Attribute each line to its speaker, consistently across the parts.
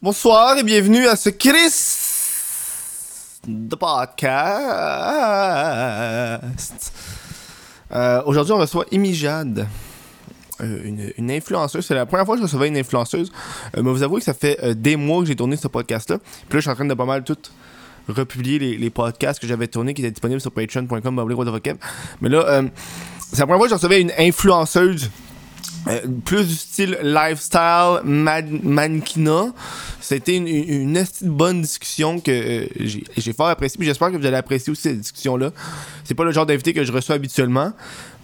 Speaker 1: Bonsoir et bienvenue à ce Chris de podcast. Euh, Aujourd'hui, on reçoit Amy Jade, euh, une, une influenceuse. C'est la première fois que je recevais une influenceuse. Euh, mais vous avouez que ça fait euh, des mois que j'ai tourné ce podcast-là. Puis là, je suis en train de pas mal tout republier les, les podcasts que j'avais tournés qui étaient disponibles sur patreon.com. bablé, roi de Roquette. Mais là, euh, c'est la première fois que je recevais une influenceuse. Euh, plus du style lifestyle, man- mannequinat. C'était une, une, une esti de bonne discussion que euh, j'ai j'ai fort appréciée. Puis j'espère que vous allez apprécier aussi cette discussion-là. C'est pas le genre d'invité que je reçois habituellement,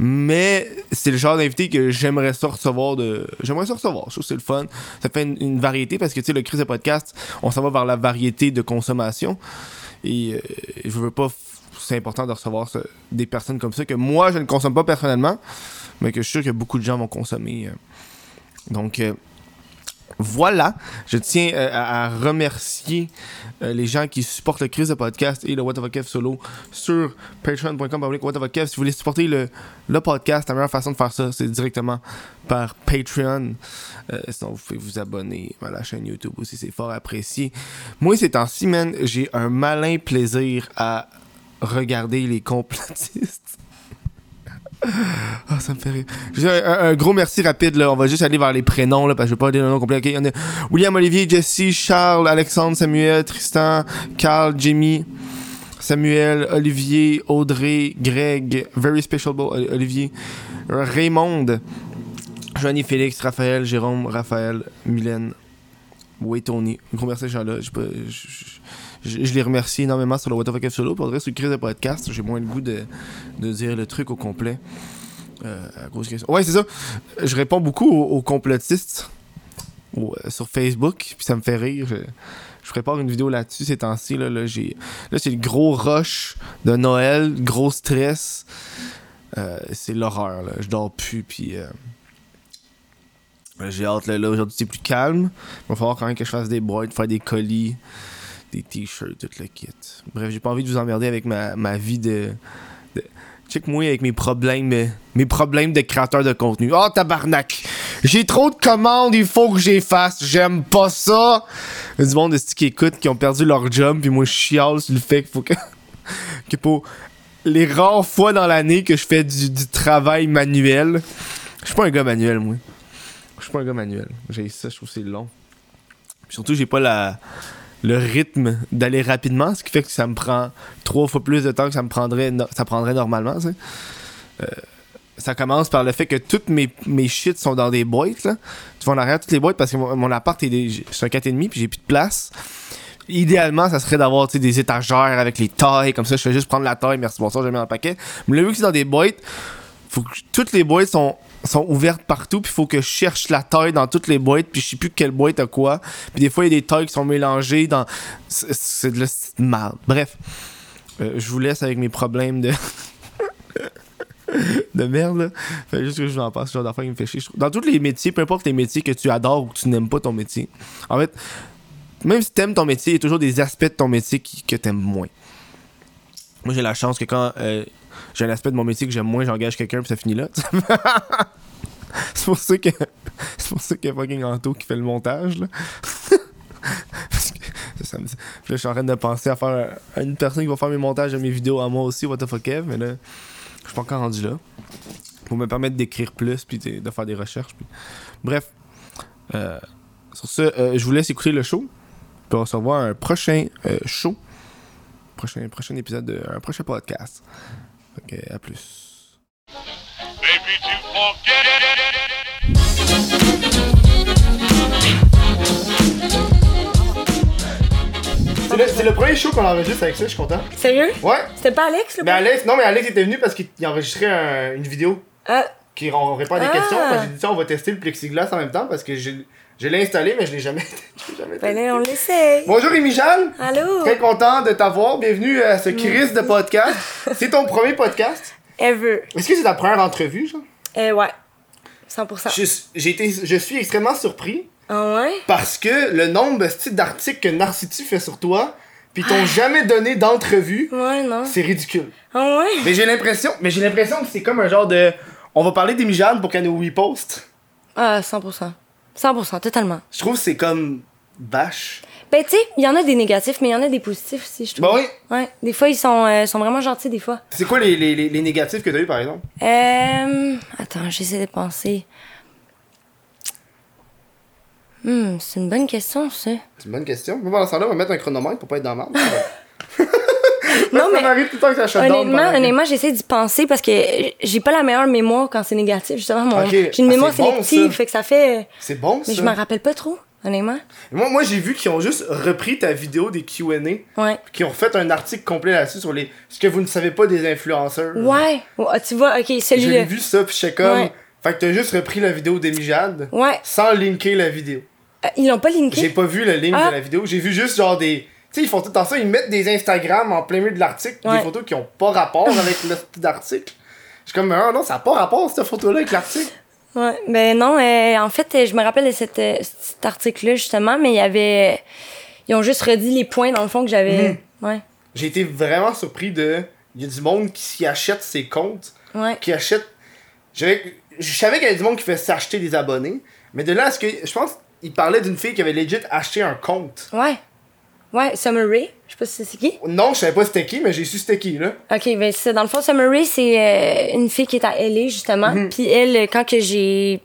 Speaker 1: mais c'est le genre d'invité que j'aimerais ça recevoir. De... J'aimerais ça recevoir. Je trouve que c'est le fun. Ça fait une, une variété parce que tu sais, le Chris de podcast, on s'en va vers la variété de consommation. Et euh, je veux pas. f- C'est important de recevoir ce- des personnes comme ça que moi je ne consomme pas personnellement mais que je suis sûr que beaucoup de gens vont consommer. euh. Donc, euh, voilà. Je tiens euh, à, à remercier euh, les gens qui supportent le Chris de podcast et le What of a Kev solo sur patreon.com. public What of a Kev. Si vous voulez supporter le, le podcast, la meilleure façon de faire ça, c'est directement par Patreon. Euh, sinon, vous pouvez vous abonner à la chaîne YouTube aussi. C'est fort apprécié. Moi, ces temps-ci, man, j'ai un malin plaisir à regarder les complotistes. Ah, ça me fait rire. Juste un, un- un gros merci rapide, là. On va juste aller vers les prénoms, là, parce que je vais pas dire le nom complet. Ok, il y en a William, Olivier, Jesse, Charles, Alexandre, Samuel, Tristan, Carl, Jimmy, Samuel, Olivier, Audrey, Greg, Very Special Bo- Oli- Olivier, Raymond, Johnny, Félix, Raphaël, Jérôme, Raphaël, Mylène, oui, Tony. Un gros merci à ces gens-là. Je, peux- je- je- je les remercie énormément sur le What the Fuck Up Solo. Pour le reste, sur le Chris de podcast, j'ai moins le goût de, de dire le truc au complet. Euh, à cause que- Ouais, c'est ça. Je réponds beaucoup aux, aux complotistes au- euh, sur Facebook, puis ça me fait rire. Je, je prépare une vidéo là-dessus ces temps-ci. Là, là, j'ai- là, c'est le gros rush de Noël, gros stress. Euh, c'est l'horreur. là. Je dors plus, puis. euh, J'ai hâte, là, là aujourd'hui, c'est plus calme. Il va falloir quand même que je fasse des boîtes, faire des colis, des t-shirts, tout le kit. Bref, j'ai pas envie de vous emmerder avec ma, ma vie de, de- Check-moi avec mes problèmes, euh, mes problèmes de créateur de contenu. Oh, tabarnak! J'ai trop de commandes, il faut que j'efface. J'aime pas ça! Il y a du monde esti, qui écoute, qui ont perdu leur job, puis moi je chiale sur le fait qu'il faut que. que pour les rares fois dans l'année que je fais du, du travail manuel. Je suis pas un gars manuel, moi. Je suis pas un gars manuel. J'ai ça, je trouve que c'est long. Puis surtout, j'ai pas la, le rythme d'aller rapidement, ce qui fait que ça me prend trois fois plus de temps que ça me prendrait, no- ça prendrait normalement. tu sais. Euh, ça commence par le fait que toutes mes, mes shit sont dans des boîtes. Là. Tu vas en arrière toutes les boîtes parce que mon, mon appart est des, j'ai- c'est un 4,5 puis j'ai plus de place. Idéalement, ça serait d'avoir tu sais, des étagères avec les tailles, comme ça je fais juste prendre la taille, merci, bonsoir, je la mets dans le paquet. Mais là, vu que c'est dans des boîtes, faut que je- toutes les boîtes sont, sont ouvertes partout, puis faut que je cherche la taille dans toutes les boîtes, puis je sais plus quelle boîte a quoi. Puis des fois, il y a des tailles qui sont mélangées dans. C'est c'est de la petite merde. Bref, Euh, je vous laisse avec mes problèmes de. de merde, là. Fait juste que je vous en passe, ce genre d'affaire qui me fait chier. je trouve. Dans tous les métiers, peu importe les métiers que tu adores ou que tu n'aimes pas ton métier, en fait, même si t'aimes ton métier, il y a toujours des aspects de ton métier qui, que t'aimes moins. Moi, j'ai la chance que quand euh, j'ai un aspect de mon métier que j'aime moins, j'engage quelqu'un puis ça finit là. c'est pour ça que c'est pour ça qu'il y a fucking Anto qui fait le montage là. Parce que ça, ça me- puis là, je suis en train de penser à faire à une personne qui va faire mes montages de mes vidéos à moi aussi, what the fuck Kev, mais là je suis pas encore rendu là. Pour me permettre d'écrire plus puis de de faire des recherches. puis- Bref, Euh, sur ce, euh, je vous laisse écouter le show. Puis on se revoit à un prochain euh, show, prochain prochain épisode, de, un prochain podcast. Fait que, à plus.
Speaker 2: Baby, you forget it.
Speaker 1: C'est le, c'est le premier show qu'on enregistre avec ça, je suis content.
Speaker 3: Sérieux?
Speaker 1: Ouais,
Speaker 3: C'était pas Alex, le
Speaker 1: mais Alex, non, mais Alex était venu parce qu'il il enregistrait un- une vidéo
Speaker 3: Ah,
Speaker 1: qui on répond à des
Speaker 3: Ah.
Speaker 1: questions. Parce que j'ai dit ça, on va tester le plexiglas en même temps parce que je, je l'ai installé, mais je l'ai jamais, je l'ai jamais
Speaker 3: ben
Speaker 1: testé.
Speaker 3: là, on l'essaye.
Speaker 1: Bonjour, Rémi Jeanne.
Speaker 3: Allô? Mm.
Speaker 1: Très content de t'avoir. Bienvenue à ce Chris de podcast. C'est ton premier podcast.
Speaker 3: Ever.
Speaker 1: Est-ce que c'est ta première entrevue, genre?
Speaker 3: Eh ouais. 100%.
Speaker 1: Je, j'ai été, je suis extrêmement surpris
Speaker 3: Ah ouais?
Speaker 1: parce que le nombre esti, d'articles que Narcity fait sur toi, puis ils t'ont jamais donné d'entrevue,
Speaker 3: Ouais, non.
Speaker 1: c'est ridicule.
Speaker 3: Ah ouais?
Speaker 1: Mais j'ai l'impression, mais j'ai l'impression que c'est comme un genre de, on va parler d'Émi Jeanne pour qu'elle nous reposte.
Speaker 3: Ah, 100%. 100%, totalement.
Speaker 1: Je trouve que c'est comme vache.
Speaker 3: Ben, tu sais, il y en a des négatifs, mais il y en a des positifs aussi, je trouve.
Speaker 1: Bah oui.
Speaker 3: Ouais, des fois, ils sont, euh, sont vraiment gentils, des fois.
Speaker 1: C'est quoi les, les, les, les négatifs que t'as eu par exemple?
Speaker 3: Euh. Attends, j'essaie de penser. Hmm, c'est une bonne question, ça.
Speaker 1: C'est une bonne question. Moi, pendant ce temps-là, on va mettre un chronomètre pour pas être dans le merde.
Speaker 3: Non,
Speaker 1: ça
Speaker 3: mais-
Speaker 1: m'arrive tout le temps que ça shut down
Speaker 3: Honnêtement,
Speaker 1: pendant-
Speaker 3: honnêtement j'essaie d'y penser parce que j'ai pas la meilleure mémoire quand c'est négatif. Justement, mon...
Speaker 1: Ok.
Speaker 3: j'ai une
Speaker 1: Ah,
Speaker 3: mémoire
Speaker 1: c'est bon,
Speaker 3: sélective,
Speaker 1: ça.
Speaker 3: fait que ça fait. euh,
Speaker 1: C'est bon ça.
Speaker 3: Mais je m'en rappelle pas trop, honnêtement.
Speaker 1: Moi, moi j'ai vu qu'ils ont juste repris ta vidéo des QA,
Speaker 3: Ouais.
Speaker 1: qui ont fait un article complet là-dessus sur les ce que vous ne savez pas des influenceurs.
Speaker 3: Ouais. Oh, ah, tu vois, ok,
Speaker 1: Je l'ai
Speaker 3: celui-là.
Speaker 1: Hmm. vu ça, puis j'étais comme.
Speaker 3: Ouais.
Speaker 1: Fait que t'as juste repris la vidéo d'Emi Jade
Speaker 3: Ouais.
Speaker 1: sans linker la vidéo.
Speaker 3: Euh, ils l'ont pas
Speaker 1: J'ai
Speaker 3: linké.
Speaker 1: pas vu le link
Speaker 3: Ah.
Speaker 1: de la vidéo, j'ai vu juste genre des. Tu sais, ils font tout le temps ça, ils mettent des Instagram en plein milieu de l'article,
Speaker 3: Ouais.
Speaker 1: des photos qui ont pas rapport avec le petit article. Je suis comme, ah non, ça n'a pas rapport cette photo-là avec l'article.
Speaker 3: Ouais. Ben non, euh, en fait, euh, je me rappelle de cette, euh, cet article-là, justement, mais il y avait. euh, Ils ont juste redit les points, dans le fond, que j'avais.
Speaker 1: Hmm.
Speaker 3: Ouais.
Speaker 1: J'ai été vraiment surpris de. Il y a du monde qui s'y achète ses comptes,
Speaker 3: Ouais.
Speaker 1: qui achète. J'avais- Je savais qu'il y avait du monde qui fait s'acheter des abonnés, mais de là à ce que. Je pense qu'il parlait d'une fille qui avait legit acheté un compte.
Speaker 3: Ouais. Ouais, Summary. Je sais pas si c'est qui.
Speaker 1: Non, je savais pas c'était qui, mais j'ai su c'était qui, là.
Speaker 3: OK, ben c'est ça. Dans le fond, Summary, c'est euh, une fille qui est à LA, justement.
Speaker 1: Mm-hmm.
Speaker 3: Puis elle, euh, quand que j'ai...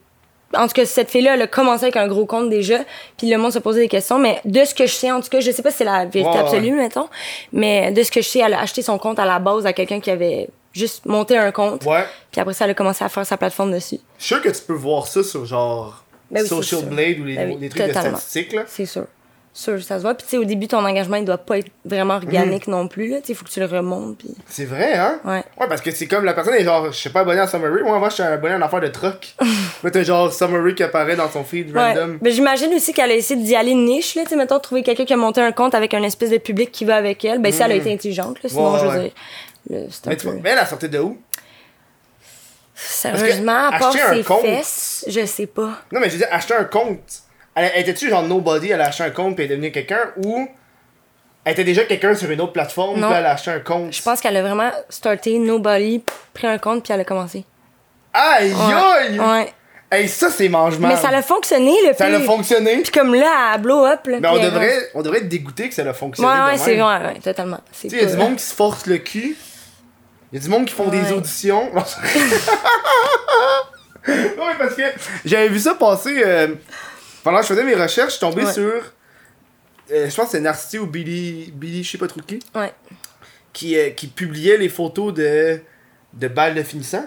Speaker 3: En tout cas, cette fille-là, elle a commencé avec un gros compte déjà. Puis le monde se posait des questions. Mais de ce que je sais, en tout cas, je sais pas si c'est la vérité
Speaker 1: Ouais, ouais.
Speaker 3: absolue, mettons. Mais de ce que je sais, elle a acheté son compte à la base à quelqu'un qui avait juste monté un compte.
Speaker 1: Ouais.
Speaker 3: Puis après ça, elle a commencé à faire sa plateforme dessus.
Speaker 1: Je suis sûr que tu peux voir ça sur genre.
Speaker 3: Ben oui, c'est
Speaker 1: Social
Speaker 3: sûr.
Speaker 1: Blade ou les,
Speaker 3: Ben oui,
Speaker 1: les trucs
Speaker 3: totalement.
Speaker 1: de statistiques, là.
Speaker 3: C'est sûr. Sûr, ça se voit. Puis tu sais, au début, ton engagement, il doit pas être vraiment organique
Speaker 1: Mm-hmm.
Speaker 3: non plus. là. Tu sais, il faut que tu le remontes. Puis...
Speaker 1: C'est vrai, hein?
Speaker 3: Ouais.
Speaker 1: Ouais, parce que c'est comme la personne est genre, je suis pas abonné à Summary. Moi, moi, je suis abonné à une affaire de truck. Là, t'as genre Summary qui apparaît dans son feed
Speaker 3: Ouais. ben,
Speaker 1: random.
Speaker 3: Mais j'imagine aussi qu'elle a essayé d'y aller niche, là. Tu sais, mettons, trouver quelqu'un qui a monté un compte avec un espèce de public qui va avec elle. Ben, ça, elle a été intelligente, là. Sinon,
Speaker 1: Mm. Ouais,
Speaker 3: je veux
Speaker 1: ouais.
Speaker 3: dire. le- c'est un
Speaker 1: Mais tu vois,
Speaker 3: peu-
Speaker 1: mais elle a sorti de où?
Speaker 3: Sérieusement, à part
Speaker 1: acheter un
Speaker 3: ses
Speaker 1: compte-
Speaker 3: fesses, je sais pas.
Speaker 1: Non, mais je veux dire, acheter un compte. Elle, elle était-tu genre nobody, elle a acheté un compte puis elle est devenue quelqu'un ou elle était déjà quelqu'un sur une autre plateforme
Speaker 3: Non.
Speaker 1: puis elle a acheté un compte?
Speaker 3: Je pense qu'elle a vraiment starté Nobody, pris un compte, puis elle a commencé.
Speaker 1: Aïe,
Speaker 3: Ouais.
Speaker 1: aïe!
Speaker 3: Ouais.
Speaker 1: Hey, ça, c'est mangement.
Speaker 3: Mais ça l'a fonctionné, le
Speaker 1: Ça l'a fonctionné.
Speaker 3: Puis comme là, elle blow up, là.
Speaker 1: Mais on
Speaker 3: puis elle-
Speaker 1: devrait, on devrait être dégoûté que ça l'a
Speaker 3: Ouais,
Speaker 1: fonctionné. de
Speaker 3: ouais, c'est
Speaker 1: même.
Speaker 3: vrai, ouais, totalement. C'est
Speaker 1: Tu sais, il y a du
Speaker 3: pas-
Speaker 1: monde qui se force le cul. Il y a du monde qui font des
Speaker 3: Ouais.
Speaker 1: auditions. non, mais parce que j'avais vu ça passer. euh, pendant que je faisais mes recherches, je suis tombé
Speaker 3: Ouais.
Speaker 1: sur. euh, je pense que c'est Narcity ou Billy, Billy, je sais pas trop qui,
Speaker 3: Ouais.
Speaker 1: qui, euh, qui publiait les photos de, de balles de finissant.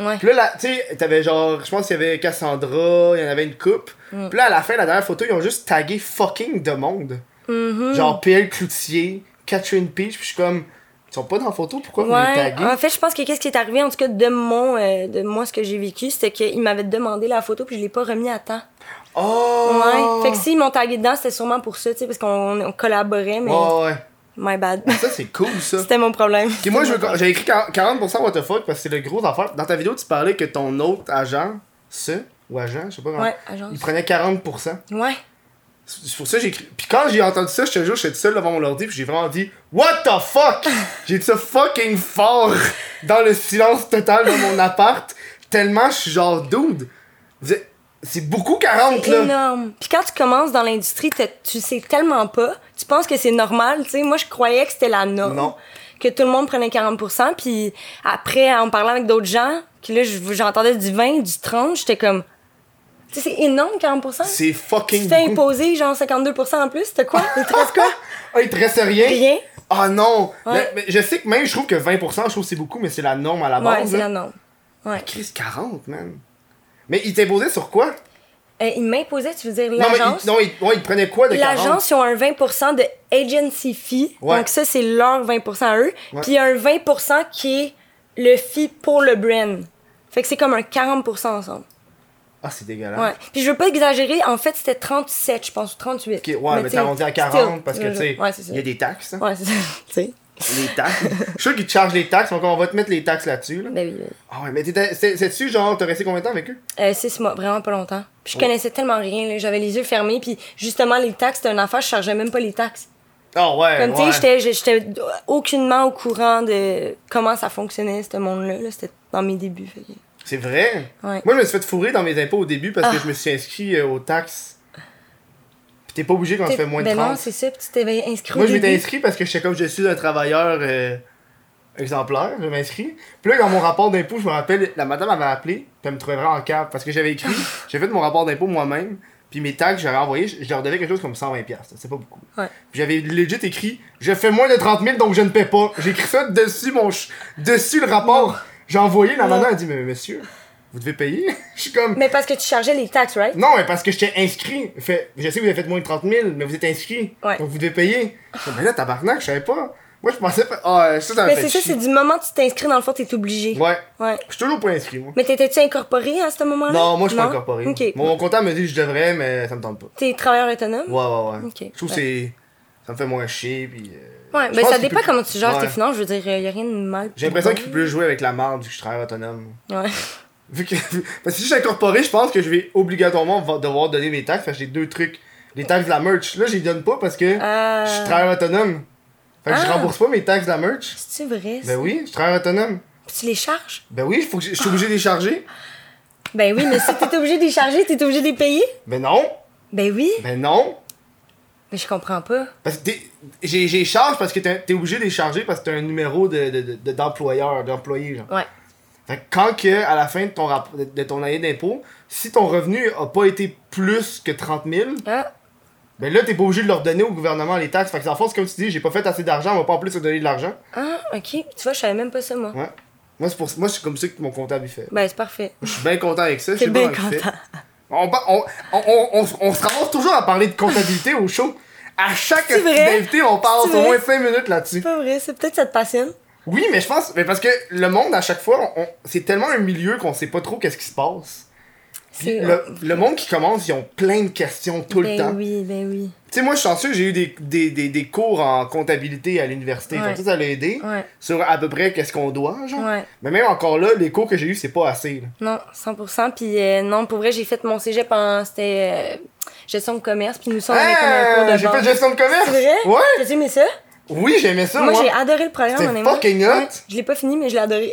Speaker 3: Ouais.
Speaker 1: Puis là, là, tu sais, t'avais genre, je pense qu'il y avait Cassandra, il y en avait une coupe.
Speaker 3: Mm.
Speaker 1: Puis là, à la fin, la dernière photo, ils ont juste tagué fucking de monde.
Speaker 3: Mm-hmm.
Speaker 1: Genre PL Cloutier, Catherine Peach, puis je suis comme, ils sont pas dans la photo, pourquoi vous les
Speaker 3: Ouais, ah,
Speaker 1: taguez?
Speaker 3: en fait, je pense que qu'est-ce qui est arrivé, en tout cas, de, mon, euh, de moi, ce que j'ai vécu, c'était qu'ils m'avaient demandé la photo, puis je l'ai pas remis à temps.
Speaker 1: Oh!
Speaker 3: Ouais. Fait que s'ils m'ont tagué dedans, c'était sûrement pour ça, tu sais, parce qu'on on collaborait, mais
Speaker 1: Ouais, ouais.
Speaker 3: my bad.
Speaker 1: Ça, c'est cool, ça.
Speaker 3: c'était mon problème.
Speaker 1: Puis moi, je veux- j'ai écrit 40% what the fuck parce que c'est le gros affaire. Dans ta vidéo, tu parlais que ton autre agent, ce, ou agent, je sais pas comment,
Speaker 3: Ouais, agence.
Speaker 1: il prenait 40%.
Speaker 3: Ouais.
Speaker 1: C'est pour ça que j'ai écrit. Puis quand j'ai entendu ça, je te jure, j'étais tout seul devant mon ordi, puis j'ai vraiment dit What the fuck J'ai dit ça fucking fort dans le silence total de mon appart, tellement je suis genre dude. vous êtes- C'est beaucoup 40
Speaker 3: C'est
Speaker 1: là.
Speaker 3: énorme. Puis quand tu commences dans l'industrie, t'as- tu sais tellement pas. Tu penses que c'est normal, tu sais. Moi, je croyais que c'était la norme.
Speaker 1: Non.
Speaker 3: Que tout le monde prenait 40 Puis après, en parlant avec d'autres gens, que là, je- j'entendais du 20, du 30, j'étais comme. Tu sais, c'est énorme, 40
Speaker 1: C'est
Speaker 3: Tu
Speaker 1: fucking
Speaker 3: te fais
Speaker 1: beaucoup.
Speaker 3: imposer, genre 52 en plus. C'était quoi? Il te reste quoi?
Speaker 1: Ah, il te reste rien.
Speaker 3: Rien.
Speaker 1: Ah non.
Speaker 3: Ouais.
Speaker 1: Là, mais je sais que même, je trouve que 20%, je trouve que c'est beaucoup, mais c'est la norme hein. à la
Speaker 3: Ouais,
Speaker 1: base.
Speaker 3: c'est
Speaker 1: là.
Speaker 3: la norme. Ouais.
Speaker 1: Chris, 40, man. Mais il t'imposait sur quoi
Speaker 3: Euh, il m'imposait, tu veux dire,
Speaker 1: Non, mais
Speaker 3: l'agence?
Speaker 1: il, non, il, ouais, il prenait quoi de 40
Speaker 3: L'agence, ils ont un 20 de agency fee.
Speaker 1: Ouais.
Speaker 3: Donc, ça, c'est leur 20 à eux.
Speaker 1: Ouais.
Speaker 3: Puis, il y a un 20 qui est le fee pour le brand. Fait que c'est comme un 40 ensemble.
Speaker 1: Ah, c'est dégueulasse.
Speaker 3: Ouais. Puis, je veux pas exagérer. En fait, c'était 37, je pense, ou 38.
Speaker 1: Ok, ouais, mais,
Speaker 3: tu
Speaker 1: t'es
Speaker 3: sais,
Speaker 1: rendu à
Speaker 3: still,
Speaker 1: 40 parce que,
Speaker 3: je-
Speaker 1: tu sais, il
Speaker 3: Ouais, c'est ça.
Speaker 1: y a des taxes. hein.
Speaker 3: Ouais, c'est ça. tu sais.
Speaker 1: Les taxes. Je suis sûr qu'ils te chargent les taxes, donc on va te mettre les taxes là-dessus. Là.
Speaker 3: Ben oui, ben oui.
Speaker 1: Ah ouais, mais t'étais- c'est- c'est-tu genre, t'as resté combien de temps avec eux?
Speaker 3: Euh, six mois, vraiment pas longtemps. Puis,
Speaker 1: Oh.
Speaker 3: je connaissais tellement rien. là. J'avais les yeux fermés. Puis, justement, les taxes, c'était un affaire, je chargeais même pas les taxes.
Speaker 1: Ah ouais,
Speaker 3: Comme, tu
Speaker 1: ouais.
Speaker 3: sais, j'étais- j'étais j'étais aucunement au courant de comment ça fonctionnait, ce monde-là. là. C'était dans mes débuts. fait que-
Speaker 1: C'est vrai?
Speaker 3: Ouais.
Speaker 1: Moi, je me suis fait fourrer dans mes impôts au début parce que
Speaker 3: Ah.
Speaker 1: je me suis inscrit euh, aux taxes. Puis T'es pas obligé quand tu fais moins de
Speaker 3: ben
Speaker 1: 30.
Speaker 3: non, c'est ça, puis tu t'avais inscrit
Speaker 1: Moi,
Speaker 3: au
Speaker 1: je m'étais
Speaker 3: début.
Speaker 1: inscrit parce que j'étais comme je suis un travailleur euh, exemplaire, je m'inscris. Puis là, dans mon rapport d'impôt, je me rappelle, la madame avait appelé, puis elle me trouvait vraiment en cave parce que j'avais écrit, j'avais fait mon rapport d'impôt moi-même, puis mes taxes, j'avais envoyé, je je leur devais quelque chose comme 120$, piastres, c'est pas beaucoup.
Speaker 3: Ouais.
Speaker 1: Puis j'avais legit écrit, je fais moins de 30 000 donc je ne paie pas. J'ai écrit ça dessus, mon ch- dessus le rapport. J'ai envoyé, la madame a dit, mais monsieur, vous devez payer. je suis comme,
Speaker 3: Mais parce que tu chargeais les taxes, right?
Speaker 1: non, mais parce que j'étais inscrit. Fait, je sais que vous avez fait moins de 30 000, mais vous êtes inscrit.
Speaker 3: Ouais.
Speaker 1: Donc vous devez payer. Je suis comme, mais là, tabarnak, je savais pas. Moi, je pensais. pas- Ah, ça, ça m'a
Speaker 3: Mais
Speaker 1: fait
Speaker 3: Ben, c'est ça,
Speaker 1: chier.
Speaker 3: c'est du moment que tu t'inscris, dans le fond, t'es obligé.
Speaker 1: Ouais.
Speaker 3: Ouais.
Speaker 1: Je suis toujours pas inscrit, moi.
Speaker 3: Mais t'étais-tu incorporé à ce moment-là?
Speaker 1: Non, moi, je suis pas
Speaker 3: Non?
Speaker 1: incorporé.
Speaker 3: Ok.
Speaker 1: Mon, mon comptable me dit que je devrais, mais ça me tente pas.
Speaker 3: T'es travailleur autonome?
Speaker 1: Ouais, ouais, ouais.
Speaker 3: Ok.
Speaker 1: Je trouve que
Speaker 3: Ouais.
Speaker 1: c'est. Ça me fait moins chier, puis. euh,
Speaker 3: Ouais,
Speaker 1: je
Speaker 3: ben
Speaker 1: pense
Speaker 3: ça
Speaker 1: qu'il
Speaker 3: dépend
Speaker 1: peut-
Speaker 3: comment tu gères
Speaker 1: Ouais.
Speaker 3: tes finances. Je veux dire, il a rien de mal.
Speaker 1: J'ai l'impression qu'il peut plus jouer avec la merde vu que je travaille autonome.
Speaker 3: Ouais.
Speaker 1: Vu que. Parce que si je suis incorporé, je pense que je vais obligatoirement va- devoir donner mes taxes, parce que j'ai deux trucs. Les taxes de la merch. Là, je les donne pas parce que.
Speaker 3: Euh,
Speaker 1: Je suis travailleur autonome. Fait que je
Speaker 3: Ah.
Speaker 1: rembourse pas mes taxes de la merch.
Speaker 3: C'est-tu vrai? ça?
Speaker 1: Ben oui, je suis travailleur autonome.
Speaker 3: Puis tu les charges?
Speaker 1: Ben oui, faut que je je suis obligé de les charger.
Speaker 3: Ben oui, mais si t'es obligé de les charger, t'es obligé de les payer?
Speaker 1: Ben non,
Speaker 3: Ben oui.
Speaker 1: ben non.
Speaker 3: Mais je comprends pas.
Speaker 1: Parce que t'es- j'ai j'ai charge parce que t'es t'es obligé de les charger parce que t'as un numéro de- de- de- d'employeur, de, d'employé. genre.
Speaker 3: Ouais.
Speaker 1: Fait que quand que, à la fin de ton, rap- de, de ton année d'impôt, si ton revenu a pas été plus que 30 000,
Speaker 3: Ah,
Speaker 1: ben là, t'es pas obligé de leur donner au gouvernement les taxes. Fait que, en fait, c'est comme tu dis, j'ai pas fait assez d'argent, on va pas en plus te donner de l'argent.
Speaker 3: ah, ok. Tu vois, je savais même pas ça, moi.
Speaker 1: Ouais. Moi, c'est pour moi, c'est comme ça que mon comptable, il fait.
Speaker 3: Ben, c'est parfait.
Speaker 1: Je suis bien content avec ça. je
Speaker 3: T'es
Speaker 1: sais pas
Speaker 3: bien
Speaker 1: comment il fait.
Speaker 3: content.
Speaker 1: On, pa- on, on, on, on, on se ramasse toujours à parler de comptabilité au show. À chaque
Speaker 3: C'est vrai.
Speaker 1: invité, on passe
Speaker 3: C'est
Speaker 1: au moins
Speaker 3: vrai.
Speaker 1: 5 minutes là-dessus.
Speaker 3: C'est pas vrai, c'est peut-être que ça te passionne.
Speaker 1: Oui, mais je pense, mais parce que le monde, à chaque fois, on- c'est tellement un milieu qu'on sait pas trop qu'est-ce qui se passe.
Speaker 3: C'est.
Speaker 1: Le, le monde qui commence, ils ont plein de questions tout le
Speaker 3: ben
Speaker 1: temps.
Speaker 3: oui, ben oui.
Speaker 1: Tu sais, moi, je suis chanceux, j'ai eu des, des, des, des cours en comptabilité à l'université.
Speaker 3: Ouais.
Speaker 1: Fait que Ça, ça l'a aidé
Speaker 3: Ouais.
Speaker 1: sur à peu près qu'est-ce qu'on doit, genre.
Speaker 3: Ouais.
Speaker 1: Mais même encore là, les cours que j'ai eu, c'est pas assez. là.
Speaker 3: Non, 100%. Puis euh, non, pour vrai, j'ai fait mon cégep en... C'était euh, gestion de commerce. Puis nous sommes avec un cours
Speaker 1: Ah,
Speaker 3: de
Speaker 1: j'ai
Speaker 3: base.
Speaker 1: fait gestion de commerce.
Speaker 3: C'est vrai?
Speaker 1: Ouais.
Speaker 3: T'as-tu aimé ça?
Speaker 1: Oui, j'aimais ça.
Speaker 3: moi,
Speaker 1: moi.
Speaker 3: j'ai adoré le programme,
Speaker 1: C'était
Speaker 3: honnêtement.
Speaker 1: fucking hot. Ah,
Speaker 3: Ouais, je l'ai pas fini, mais je l'ai adoré.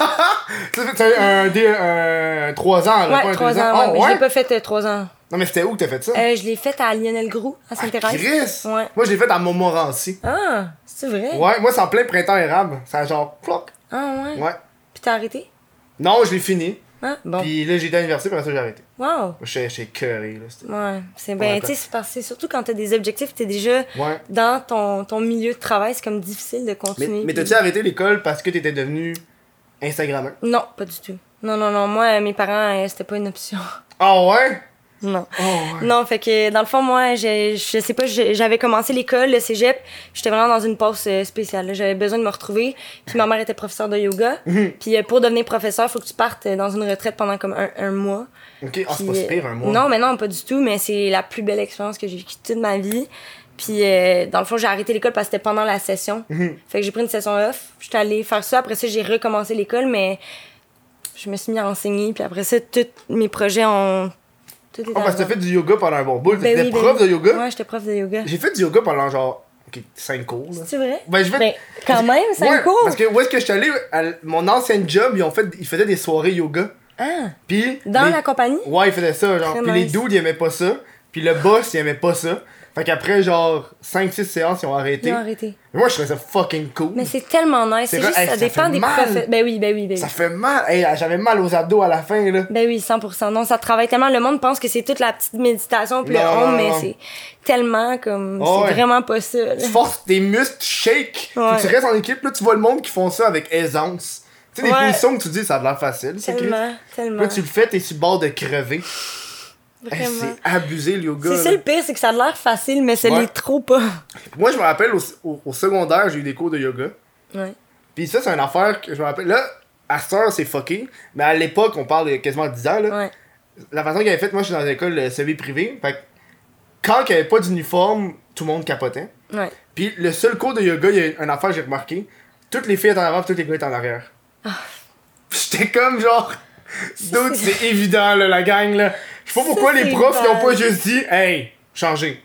Speaker 1: Ça, c'est- c'est un, des, un 3 ans, là, pas
Speaker 3: ouais,
Speaker 1: un
Speaker 3: trois
Speaker 1: deux
Speaker 3: ans. ouais,
Speaker 1: Ah,
Speaker 3: mais je l'ai
Speaker 1: ouais?
Speaker 3: pas fait euh, trois ans.
Speaker 1: Non, mais c'était où que t'as fait ça?
Speaker 3: Euh, je l'ai fait à Lionel Groux, à Saint-Thérèse.
Speaker 1: Ah, Chris!
Speaker 3: Ouais.
Speaker 1: Moi, je l'ai fait à Montmorency.
Speaker 3: Ah, c'est vrai?
Speaker 1: Ouais, moi, c'est en plein printemps érable. Ça a genre, cloc.
Speaker 3: Ah, ouais.
Speaker 1: Ouais.
Speaker 3: Puis t'as arrêté?
Speaker 1: Non, je l'ai fini.
Speaker 3: Hein? Bon.
Speaker 1: Puis là, j'ai été à l'université, puis après ça, j'ai arrêté.
Speaker 3: Wow.
Speaker 1: J'étais j'étais écoeuré, là. c'était-
Speaker 3: Ouais, c'est
Speaker 1: Ouais,
Speaker 3: bien.
Speaker 1: attends.
Speaker 3: tu sais, c'est parce que surtout quand t'as des objectifs, t'es déjà
Speaker 1: Ouais.
Speaker 3: dans ton, ton milieu de travail, c'est comme difficile de
Speaker 1: Mais,
Speaker 3: continuer.
Speaker 1: mais t'as-tu arrêté l'école parce que t'étais devenu Instagrammeur?
Speaker 3: Non, pas du tout. Non, non, non. Moi, euh, mes parents, euh, c'était pas une option.
Speaker 1: Ah ouais?
Speaker 3: Non.
Speaker 1: Ah ouais.
Speaker 3: Non, fait que dans le fond, moi, j'ai- je, sais pas, j'ai- j'avais commencé l'école, le cégep. J'étais vraiment dans une pause euh, spéciale. là. J'avais besoin de me retrouver. Puis ma mère était professeure de yoga. Puis euh, pour devenir professeur, faut que tu partes euh, dans une retraite pendant comme un, un mois.
Speaker 1: Ok, ah, c'est
Speaker 3: Puis,
Speaker 1: pas si
Speaker 3: euh,
Speaker 1: pire, un mois.
Speaker 3: Non, mais non, pas du tout. Mais c'est la plus belle expérience que j'ai vécue toute ma vie. Puis, euh, dans le fond, j'ai arrêté l'école parce que c'était pendant la session.
Speaker 1: Mhm.
Speaker 3: Fait que j'ai pris une session off. J'étais allée faire ça. Après ça, j'ai recommencé l'école, mais je me suis mis à enseigner. Puis après ça, tous mes projets ont. Tout est
Speaker 1: Ah, parce que
Speaker 3: arrêté.
Speaker 1: t'as fait du yoga pendant un bon bout.
Speaker 3: Ben
Speaker 1: T'étais
Speaker 3: oui, ben
Speaker 1: prof
Speaker 3: oui.
Speaker 1: de yoga?
Speaker 3: Ouais, j'étais prof de yoga.
Speaker 1: J'ai fait du yoga pendant genre, ok, 5 cours, là.
Speaker 3: C'est vrai?
Speaker 1: Ben, je vais-
Speaker 3: Ben, quand même, ça
Speaker 1: Ouais,
Speaker 3: me court.
Speaker 1: Parce que où est-ce que je suis allé, à l- mon ancienne job, ils, ont fait, ils faisaient des soirées yoga.
Speaker 3: Ah,
Speaker 1: Puis.
Speaker 3: dans
Speaker 1: les-
Speaker 3: la compagnie?
Speaker 1: Ouais, ils faisaient ça, genre.
Speaker 3: Très
Speaker 1: Puis
Speaker 3: nice.
Speaker 1: les dudes, ils aimaient pas ça. Puis le boss, il aimait pas ça. Fait qu'après, genre, 5-6 séances, ils ont arrêté.
Speaker 3: Ils ont arrêté.
Speaker 1: Mais moi, je trouvais ça fucking cool.
Speaker 3: Mais c'est tellement nice.
Speaker 1: C'est
Speaker 3: C'est
Speaker 1: vrai,
Speaker 3: juste,
Speaker 1: hey,
Speaker 3: ça
Speaker 1: ça
Speaker 3: dépend
Speaker 1: fait
Speaker 3: des
Speaker 1: mal.
Speaker 3: profs. Ben oui, ben oui, ben oui.
Speaker 1: Ça fait mal. Hey, là, j'avais mal aux abdos à la fin, là.
Speaker 3: Ben oui, 100%. Non, ça travaille tellement. Le monde pense que c'est toute la petite méditation puis le
Speaker 1: Non,
Speaker 3: home,
Speaker 1: non,
Speaker 3: mais
Speaker 1: non.
Speaker 3: c'est tellement comme...
Speaker 1: Oh,
Speaker 3: c'est
Speaker 1: ouais.
Speaker 3: vraiment pas ça. là.
Speaker 1: Tu forces tes muscles, tu shakes. Faut que
Speaker 3: Ouais.
Speaker 1: Tu restes en équipe, là, tu vois le monde qui font ça avec aisance. Tu sais, des
Speaker 3: Ouais.
Speaker 1: positions que tu dis, ça a l'air facile, ça, Chris.
Speaker 3: Tellement, tellement.
Speaker 1: Là, tu le fais, t'es sur le bord de crever. Hey,
Speaker 3: Vraiment.
Speaker 1: c'est abusé, le yoga.
Speaker 3: C'est ça
Speaker 1: là.
Speaker 3: le pire, c'est que ça a l'air facile, mais ça
Speaker 1: Ouais.
Speaker 3: l'est trop pas.
Speaker 1: Moi, je me rappelle, au, au- au secondaire, j'ai eu des cours de yoga.
Speaker 3: Ouais.
Speaker 1: Puis ça, c'est une affaire que je me rappelle. Là, à cette heure, c'est fucké. Mais à l'époque, on parle de quasiment 10 ans. Là,
Speaker 3: Ouais.
Speaker 1: La façon qu'il avait faite, moi, je suis dans une école euh, semi-privée. Fait que quand il n'y avait pas d'uniforme, tout le monde capotait.
Speaker 3: Ouais.
Speaker 1: Puis le seul cours de yoga, il y a une affaire que j'ai remarqué. Toutes les filles étaient en avant, puis toutes les gars étaient en arrière.
Speaker 3: Ah.
Speaker 1: Puis J'étais comme genre. D'autres, c'est évident, là, la gang. là. Je sais pas
Speaker 3: Ça,
Speaker 1: pourquoi les
Speaker 3: c'est
Speaker 1: profs, ils ont
Speaker 3: bad.
Speaker 1: pas juste dit, hey, changez.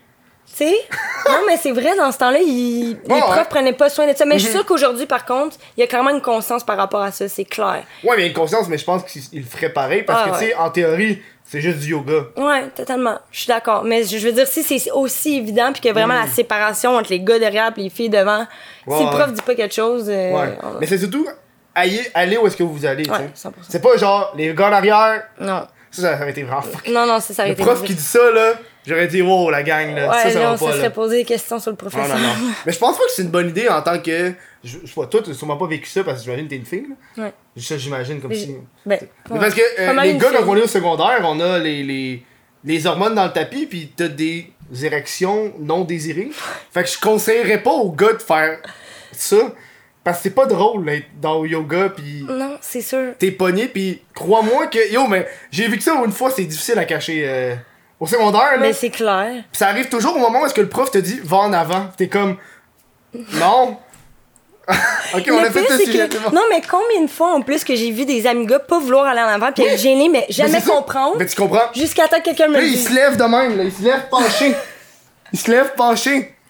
Speaker 3: Tu sais? non, mais c'est vrai, dans ce temps-là, ils- les
Speaker 1: Ouais, Mm-hmm.
Speaker 3: profs
Speaker 1: ouais.
Speaker 3: prenaient pas soin de ça. Mais je suis sûre qu'aujourd'hui, par contre, il y a clairement une conscience par rapport à ça, c'est clair.
Speaker 1: Ouais, mais il y a une conscience, mais je pense qu'il il le ferait pareil parce
Speaker 3: Ah,
Speaker 1: que, tu
Speaker 3: ouais.
Speaker 1: sais, en théorie, C'est juste du yoga.
Speaker 3: Ouais, totalement. Je suis d'accord. Mais je je veux dire, si c'est aussi évident, puis que vraiment la séparation entre les gars derrière et les filles devant,
Speaker 1: Mm. Ouais,
Speaker 3: si le prof
Speaker 1: ouais.
Speaker 3: dit pas quelque chose. euh,
Speaker 1: Ouais.
Speaker 3: on-
Speaker 1: Mais c'est surtout, allez, allez où est-ce que vous allez, tu
Speaker 3: Ouais,
Speaker 1: sais.
Speaker 3: 100%.
Speaker 1: C'est pas genre, les gars en arrière,
Speaker 3: Non.
Speaker 1: ça, ça aurait été vraiment fucking-
Speaker 3: Non, non, c'est ça.
Speaker 1: Le
Speaker 3: aurait été
Speaker 1: prof
Speaker 3: mauvais.
Speaker 1: qui dit ça, là, j'aurais dit, wow, la gang, là,
Speaker 3: Ouais,
Speaker 1: ça, ça
Speaker 3: là, on
Speaker 1: va
Speaker 3: se
Speaker 1: pas, là.
Speaker 3: serait posé des questions sur le
Speaker 1: Non,
Speaker 3: professeur.
Speaker 1: non, non. Mais je pense pas que c'est une bonne idée en tant que. Je, je sais pas, toi, t'as sûrement pas vécu ça parce que j'imagine que t'es une fille, là.
Speaker 3: Ouais.
Speaker 1: Ça, j'imagine comme
Speaker 3: Mais
Speaker 1: si.
Speaker 3: j- Ben,
Speaker 1: Mais Parce que euh,
Speaker 3: Pas mal
Speaker 1: les
Speaker 3: une
Speaker 1: gars, quand
Speaker 3: fille.
Speaker 1: on est au secondaire, on a les, les, les hormones dans le tapis, puis t'as des érections non désirées. Fait que je conseillerais pas aux gars de faire ça, parce que c'est pas drôle d'être dans le yoga, puis
Speaker 3: Non, c'est sûr.
Speaker 1: t'es pogné, puis crois-moi que. Yo, mais j'ai vu que ça une fois, c'est difficile à cacher. euh, au secondaire, là.
Speaker 3: Mais c'est clair.
Speaker 1: Pis ça arrive toujours au moment où est-ce que le prof te dit va en avant. T'es comme non. ok, on
Speaker 3: Le
Speaker 1: a fait
Speaker 3: pire,
Speaker 1: ce
Speaker 3: c'est
Speaker 1: sujet.
Speaker 3: que-
Speaker 1: c'est bon.
Speaker 3: Non, mais combien de fois en plus que j'ai vu des amis gars pas vouloir aller en avant puis être gênés, mais
Speaker 1: Mais
Speaker 3: jamais
Speaker 1: c'est ça.
Speaker 3: comprendre,
Speaker 1: Mais tu comprends.
Speaker 3: jusqu'à temps que quelqu'un me
Speaker 1: Là,
Speaker 3: le
Speaker 1: il
Speaker 3: dise.
Speaker 1: se lève de même. Là, il se lève penché. il se lève penché.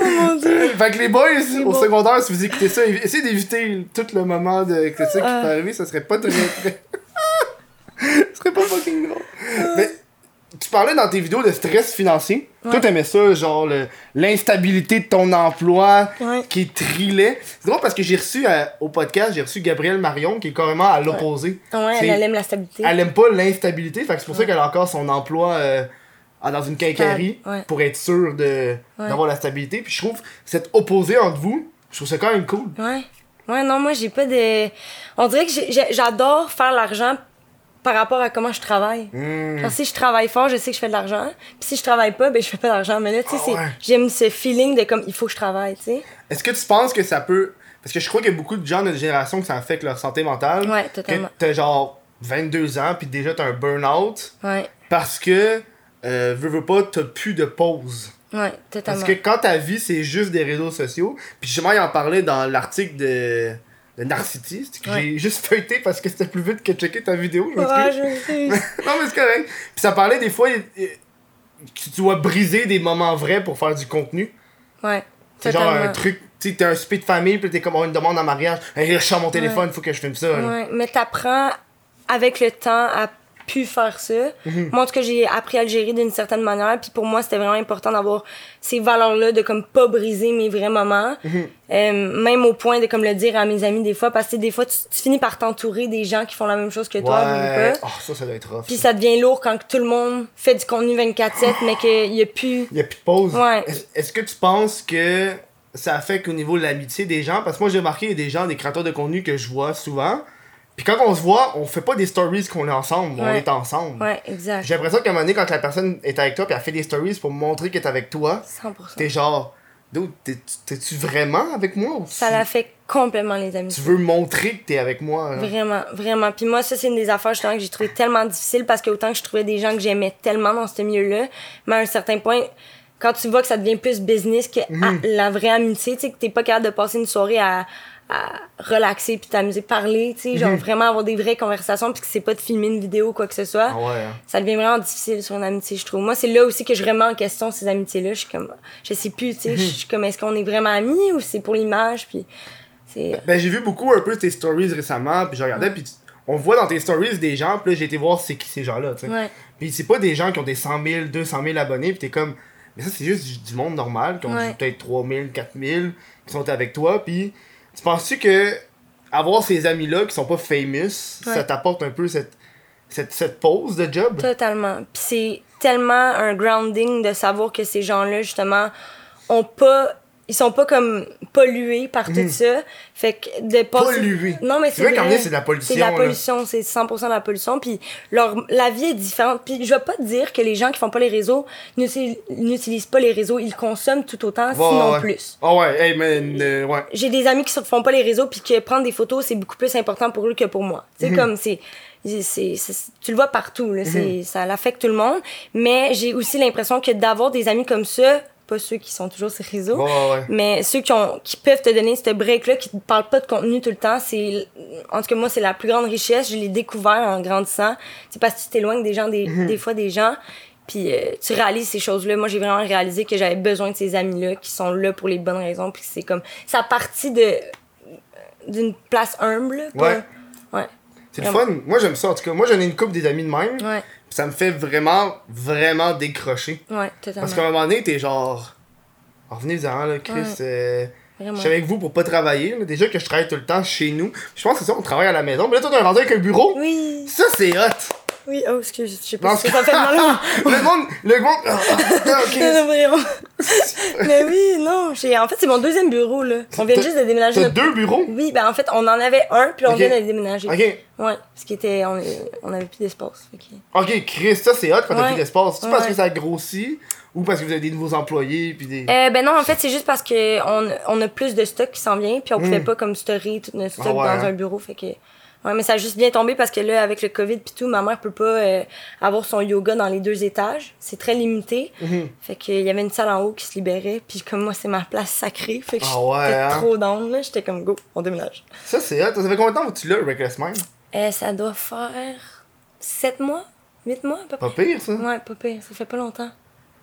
Speaker 3: Mon Dieu.
Speaker 1: Euh, Fait que les boys au
Speaker 3: bon.
Speaker 1: secondaire, si vous écoutez ça, évi- essayez d'éviter tout le moment de que ça qui peut
Speaker 3: Ah.
Speaker 1: arriver. Ça serait pas très. ce serait pas fucking drôle. Mais tu parlais dans tes vidéos de stress financier. Toi, t'aimais ça, genre le- l'instabilité de ton emploi
Speaker 3: Ouais.
Speaker 1: qui trilait. C'est drôle parce que j'ai reçu à- au podcast, j'ai reçu Gabrielle Marion qui est carrément à l'opposé.
Speaker 3: Ouais,
Speaker 1: C'est-
Speaker 3: elle, elle aime la stabilité.
Speaker 1: elle aime pas l'instabilité, fait que c'est pour ça qu'elle a encore son emploi euh, à- dans une quincaillerie
Speaker 3: Stable, ouais.
Speaker 1: pour être sûre de, d'avoir la stabilité. Puis je trouve cet opposé entre vous, je trouve ça quand même cool.
Speaker 3: Ouais. Ouais, non, moi, j'ai pas de. On dirait que j'ai- j'ai- j'adore faire l'argent par rapport à comment je travaille.
Speaker 1: Hmm.
Speaker 3: Genre, si je travaille fort, je sais que je fais de l'argent. Puis si je travaille pas, ben, je fais pas d'argent. Mais là, tu sais,
Speaker 1: Ah
Speaker 3: c'est-
Speaker 1: ouais.
Speaker 3: j'aime ce feeling de comme, il faut que je travaille, tu sais.
Speaker 1: Est-ce que tu penses que ça peut. Parce que je crois qu'il y a beaucoup de gens de notre génération que ça affecte leur santé mentale.
Speaker 3: Ouais, totalement.
Speaker 1: Que T'as genre 22 ans, puis déjà t'as un burn-out
Speaker 3: Ouais.
Speaker 1: parce que, euh, veux, veux pas, t'as plus de pause.
Speaker 3: Ouais,
Speaker 1: Parce
Speaker 3: totalement.
Speaker 1: que quand ta vie, c'est juste des réseaux sociaux, puis justement, il en parlait dans l'article de, de Narcity, que
Speaker 3: Ouais.
Speaker 1: j'ai juste feuilleté parce que c'était plus vite que checker ta vidéo. je m'excuse.
Speaker 3: Ouais, je m'excuse.
Speaker 1: non, mais c'est correct. Puis ça parlait des fois, il- il- tu tu dois briser des moments vrais pour faire du contenu.
Speaker 3: Ouais.
Speaker 1: C'est genre euh,
Speaker 3: Totalement.
Speaker 1: un truc, tu sais, t'as un speed de famille, puis t'es comme, on une demande en mariage, hey, je suis sur mon téléphone, faut que je filme ça. là.
Speaker 3: Ouais, mais t'apprends avec le temps à pu faire ça.
Speaker 1: Mhm.
Speaker 3: Moi, en tout cas, j'ai appris à le gérer d'une certaine manière. Puis pour moi, c'était vraiment important d'avoir ces valeurs-là, de comme pas briser mes vrais moments.
Speaker 1: Mhm.
Speaker 3: Euh, même au point de comme le dire à mes amis des fois, parce que des fois, tu, tu finis par t'entourer des gens qui font la même chose que toi. veux
Speaker 1: Ouais.
Speaker 3: pas.
Speaker 1: Oh, ça, ça doit être rough.
Speaker 3: Puis ça devient lourd quand tout le monde fait du contenu 24-7, mais qu'il y a plus...
Speaker 1: Il n'y a plus de pause.
Speaker 3: Ouais.
Speaker 1: Est-ce- Est-ce que tu penses que ça affecte au niveau de l'amitié des gens? Parce que moi, j'ai remarqué, il y a des gens, des créateurs de contenu que je vois souvent. Puis quand on se voit, on fait pas des stories qu'on est ensemble, on
Speaker 3: Ouais.
Speaker 1: est ensemble.
Speaker 3: Ouais, exact.
Speaker 1: J'ai l'impression qu'à un moment donné, quand la personne est avec toi, puis elle fait des stories pour montrer qu'elle est avec toi,
Speaker 3: 100%.
Speaker 1: t'es genre, Dude, t'es- t'es-tu vraiment avec moi? Ou
Speaker 3: Ça
Speaker 1: tu-
Speaker 3: l'affecte complètement les amis.
Speaker 1: tu veux montrer que t'es avec moi? là?
Speaker 3: Vraiment, vraiment. Puis moi, ça, c'est une des affaires justement que j'ai trouvé tellement difficile parce que autant que je trouvais des gens que j'aimais tellement dans ce milieu-là, mais à un certain point, quand tu vois que ça devient plus business que ah,
Speaker 1: Mhm.
Speaker 3: la vraie amitié, tu sais, que t'es pas capable de passer une soirée à, à relaxer puis t'amuser, parler, tu sais,
Speaker 1: Mhm.
Speaker 3: genre vraiment avoir des vraies conversations puis que c'est pas de filmer une vidéo ou quoi que ce soit.
Speaker 1: Ah ouais. hein.
Speaker 3: Ça devient vraiment difficile sur une amitié, je trouve. Moi, c'est là aussi que je remets en question ces amitiés-là. Je suis comme, je sais plus, tu
Speaker 1: Mhm.
Speaker 3: sais, je suis comme, est-ce qu'on est vraiment amis ou c'est pour l'image puis c'est...
Speaker 1: Ben, j'ai vu beaucoup un peu tes stories récemment, puis je regardais, puis tu- on voit dans tes stories des gens, puis là, j'ai été voir c'est qui ces gens-là, tu sais.
Speaker 3: Ouais.
Speaker 1: Puis c'est pas des gens qui ont des 100 000, 200 000 abonnés, puis t'es comme. Mais ça, c'est juste du- du monde normal, qui ont
Speaker 3: Ouais.
Speaker 1: peut-être 3 000, 4 000, qui sont avec toi. Puis tu penses-tu que avoir ces amis-là qui sont pas famous, ça
Speaker 3: Ouais.
Speaker 1: t'apporte un peu cette, cette, cette pause de job?
Speaker 3: Totalement. Puis c'est tellement un grounding de savoir que ces gens-là, justement, ont pas. Ils sont pas comme pollués par tout ça. Fait que de passer.
Speaker 1: Mhm. Pollués.
Speaker 3: Non, mais
Speaker 1: C'est
Speaker 3: c'est.
Speaker 1: vrai qu'en
Speaker 3: vrai.
Speaker 1: vrai, c'est de la pollution,
Speaker 3: C'est de la
Speaker 1: là.
Speaker 3: pollution, c'est 100% de la pollution. Puis leur, la vie est différente. Puis je vais pas te dire que les gens qui font pas les réseaux n'util- n'utilisent pas les réseaux. Ils consomment tout autant, sinon
Speaker 1: ouais.
Speaker 3: plus.
Speaker 1: Ah ouais, hey, man, euh, ouais.
Speaker 3: J'ai des amis qui ne font pas les réseaux puis que prendre des photos, c'est beaucoup plus important pour eux que pour moi. Tu sais, comme c'est. c'est- c'est- tu le vois partout, là, c'est- ça l'affecte tout le monde. Mais j'ai aussi l'impression que d'avoir des amis comme ça, pas ceux qui sont toujours sur les réseaux,
Speaker 1: Ouais, ouais, ouais.
Speaker 3: mais ceux qui, ont, qui peuvent te donner ce break-là, qui ne te parlent pas de contenu tout le temps, c'est. En tout cas, moi, c'est la plus grande richesse. Je l'ai découvert en grandissant. C'est parce que tu t'éloignes des gens, des,
Speaker 1: Mm-hmm.
Speaker 3: des fois des gens. Puis euh, tu réalises ces choses-là. Moi, j'ai vraiment réalisé que j'avais besoin de ces amis-là qui sont là pour les bonnes raisons. Puis c'est comme. Ça partit de. d'une place humble. là, pas-
Speaker 1: Ouais.
Speaker 3: Ouais.
Speaker 1: C'est le fun. Moi, j'aime ça, en tout cas. Moi, j'en ai une couple des amis de même.
Speaker 3: Ouais,
Speaker 1: Ça me fait vraiment, vraiment décrocher.
Speaker 3: ouais,
Speaker 1: Parce qu'à
Speaker 3: totalement.
Speaker 1: un moment donné, t'es genre. En venez-en, là, Chris.
Speaker 3: Ouais.
Speaker 1: euh, Je
Speaker 3: Vraiment.
Speaker 1: suis avec vous pour pas travailler. là. Déjà que je travaille tout le temps chez nous. Je pense que c'est ça, on travaille à la maison. Mais là, toi, t'as un rendez avec un bureau.
Speaker 3: Oui,
Speaker 1: Ça, c'est hot.
Speaker 3: oui, oh, excuse, je sais
Speaker 1: Non,
Speaker 3: pas si ça fait mal.
Speaker 1: le monde. Le monde. Ah, ah, ok.
Speaker 3: Vraiment. Mais oui, non, j'ai- en fait, c'est mon deuxième bureau, là. On vient
Speaker 1: T'as-
Speaker 3: juste de déménager.
Speaker 1: T'as
Speaker 3: notre-
Speaker 1: deux bureaux.
Speaker 3: Oui, ben en fait, on en avait un, puis on
Speaker 1: Ok.
Speaker 3: vient de le déménager.
Speaker 1: Ok.
Speaker 3: Ouais, ce qui était. On, on avait plus d'espace. fait que-
Speaker 1: Ok, Chris, ça, c'est hot quand t'as
Speaker 3: Ouais.
Speaker 1: plus d'espace. C'est parce que
Speaker 3: Ouais.
Speaker 1: ça grossit ou parce que vous avez des nouveaux employés. Puis des.
Speaker 3: Euh, ben non, en fait, c'est juste parce que on, on a plus de stock qui s'en vient, puis on pouvait
Speaker 1: Mm.
Speaker 3: pas comme stocker tout notre stock
Speaker 1: Ah ouais,
Speaker 3: dans
Speaker 1: hein.
Speaker 3: un bureau, fait que. Ouais, mais ça a juste bien tombé parce que là, avec le COVID puis tout, ma mère peut pas euh, avoir son yoga dans les deux étages. C'est très limité.
Speaker 1: Mhm.
Speaker 3: Fait qu'il y avait une salle en haut qui se libérait. Puis comme moi, c'est ma place sacrée. Fait que
Speaker 1: Ah ouais,
Speaker 3: j'étais
Speaker 1: hein?
Speaker 3: trop down, là. J'étais comme, go, on déménage.
Speaker 1: Ça, c'est hot. Ça fait combien de temps que tu l'as, Reckless Mind
Speaker 3: Euh, ça doit faire sept mois, huit mois à peu
Speaker 1: Pas
Speaker 3: près.
Speaker 1: pire, ça.
Speaker 3: Ouais, pas pire. Ça fait pas longtemps.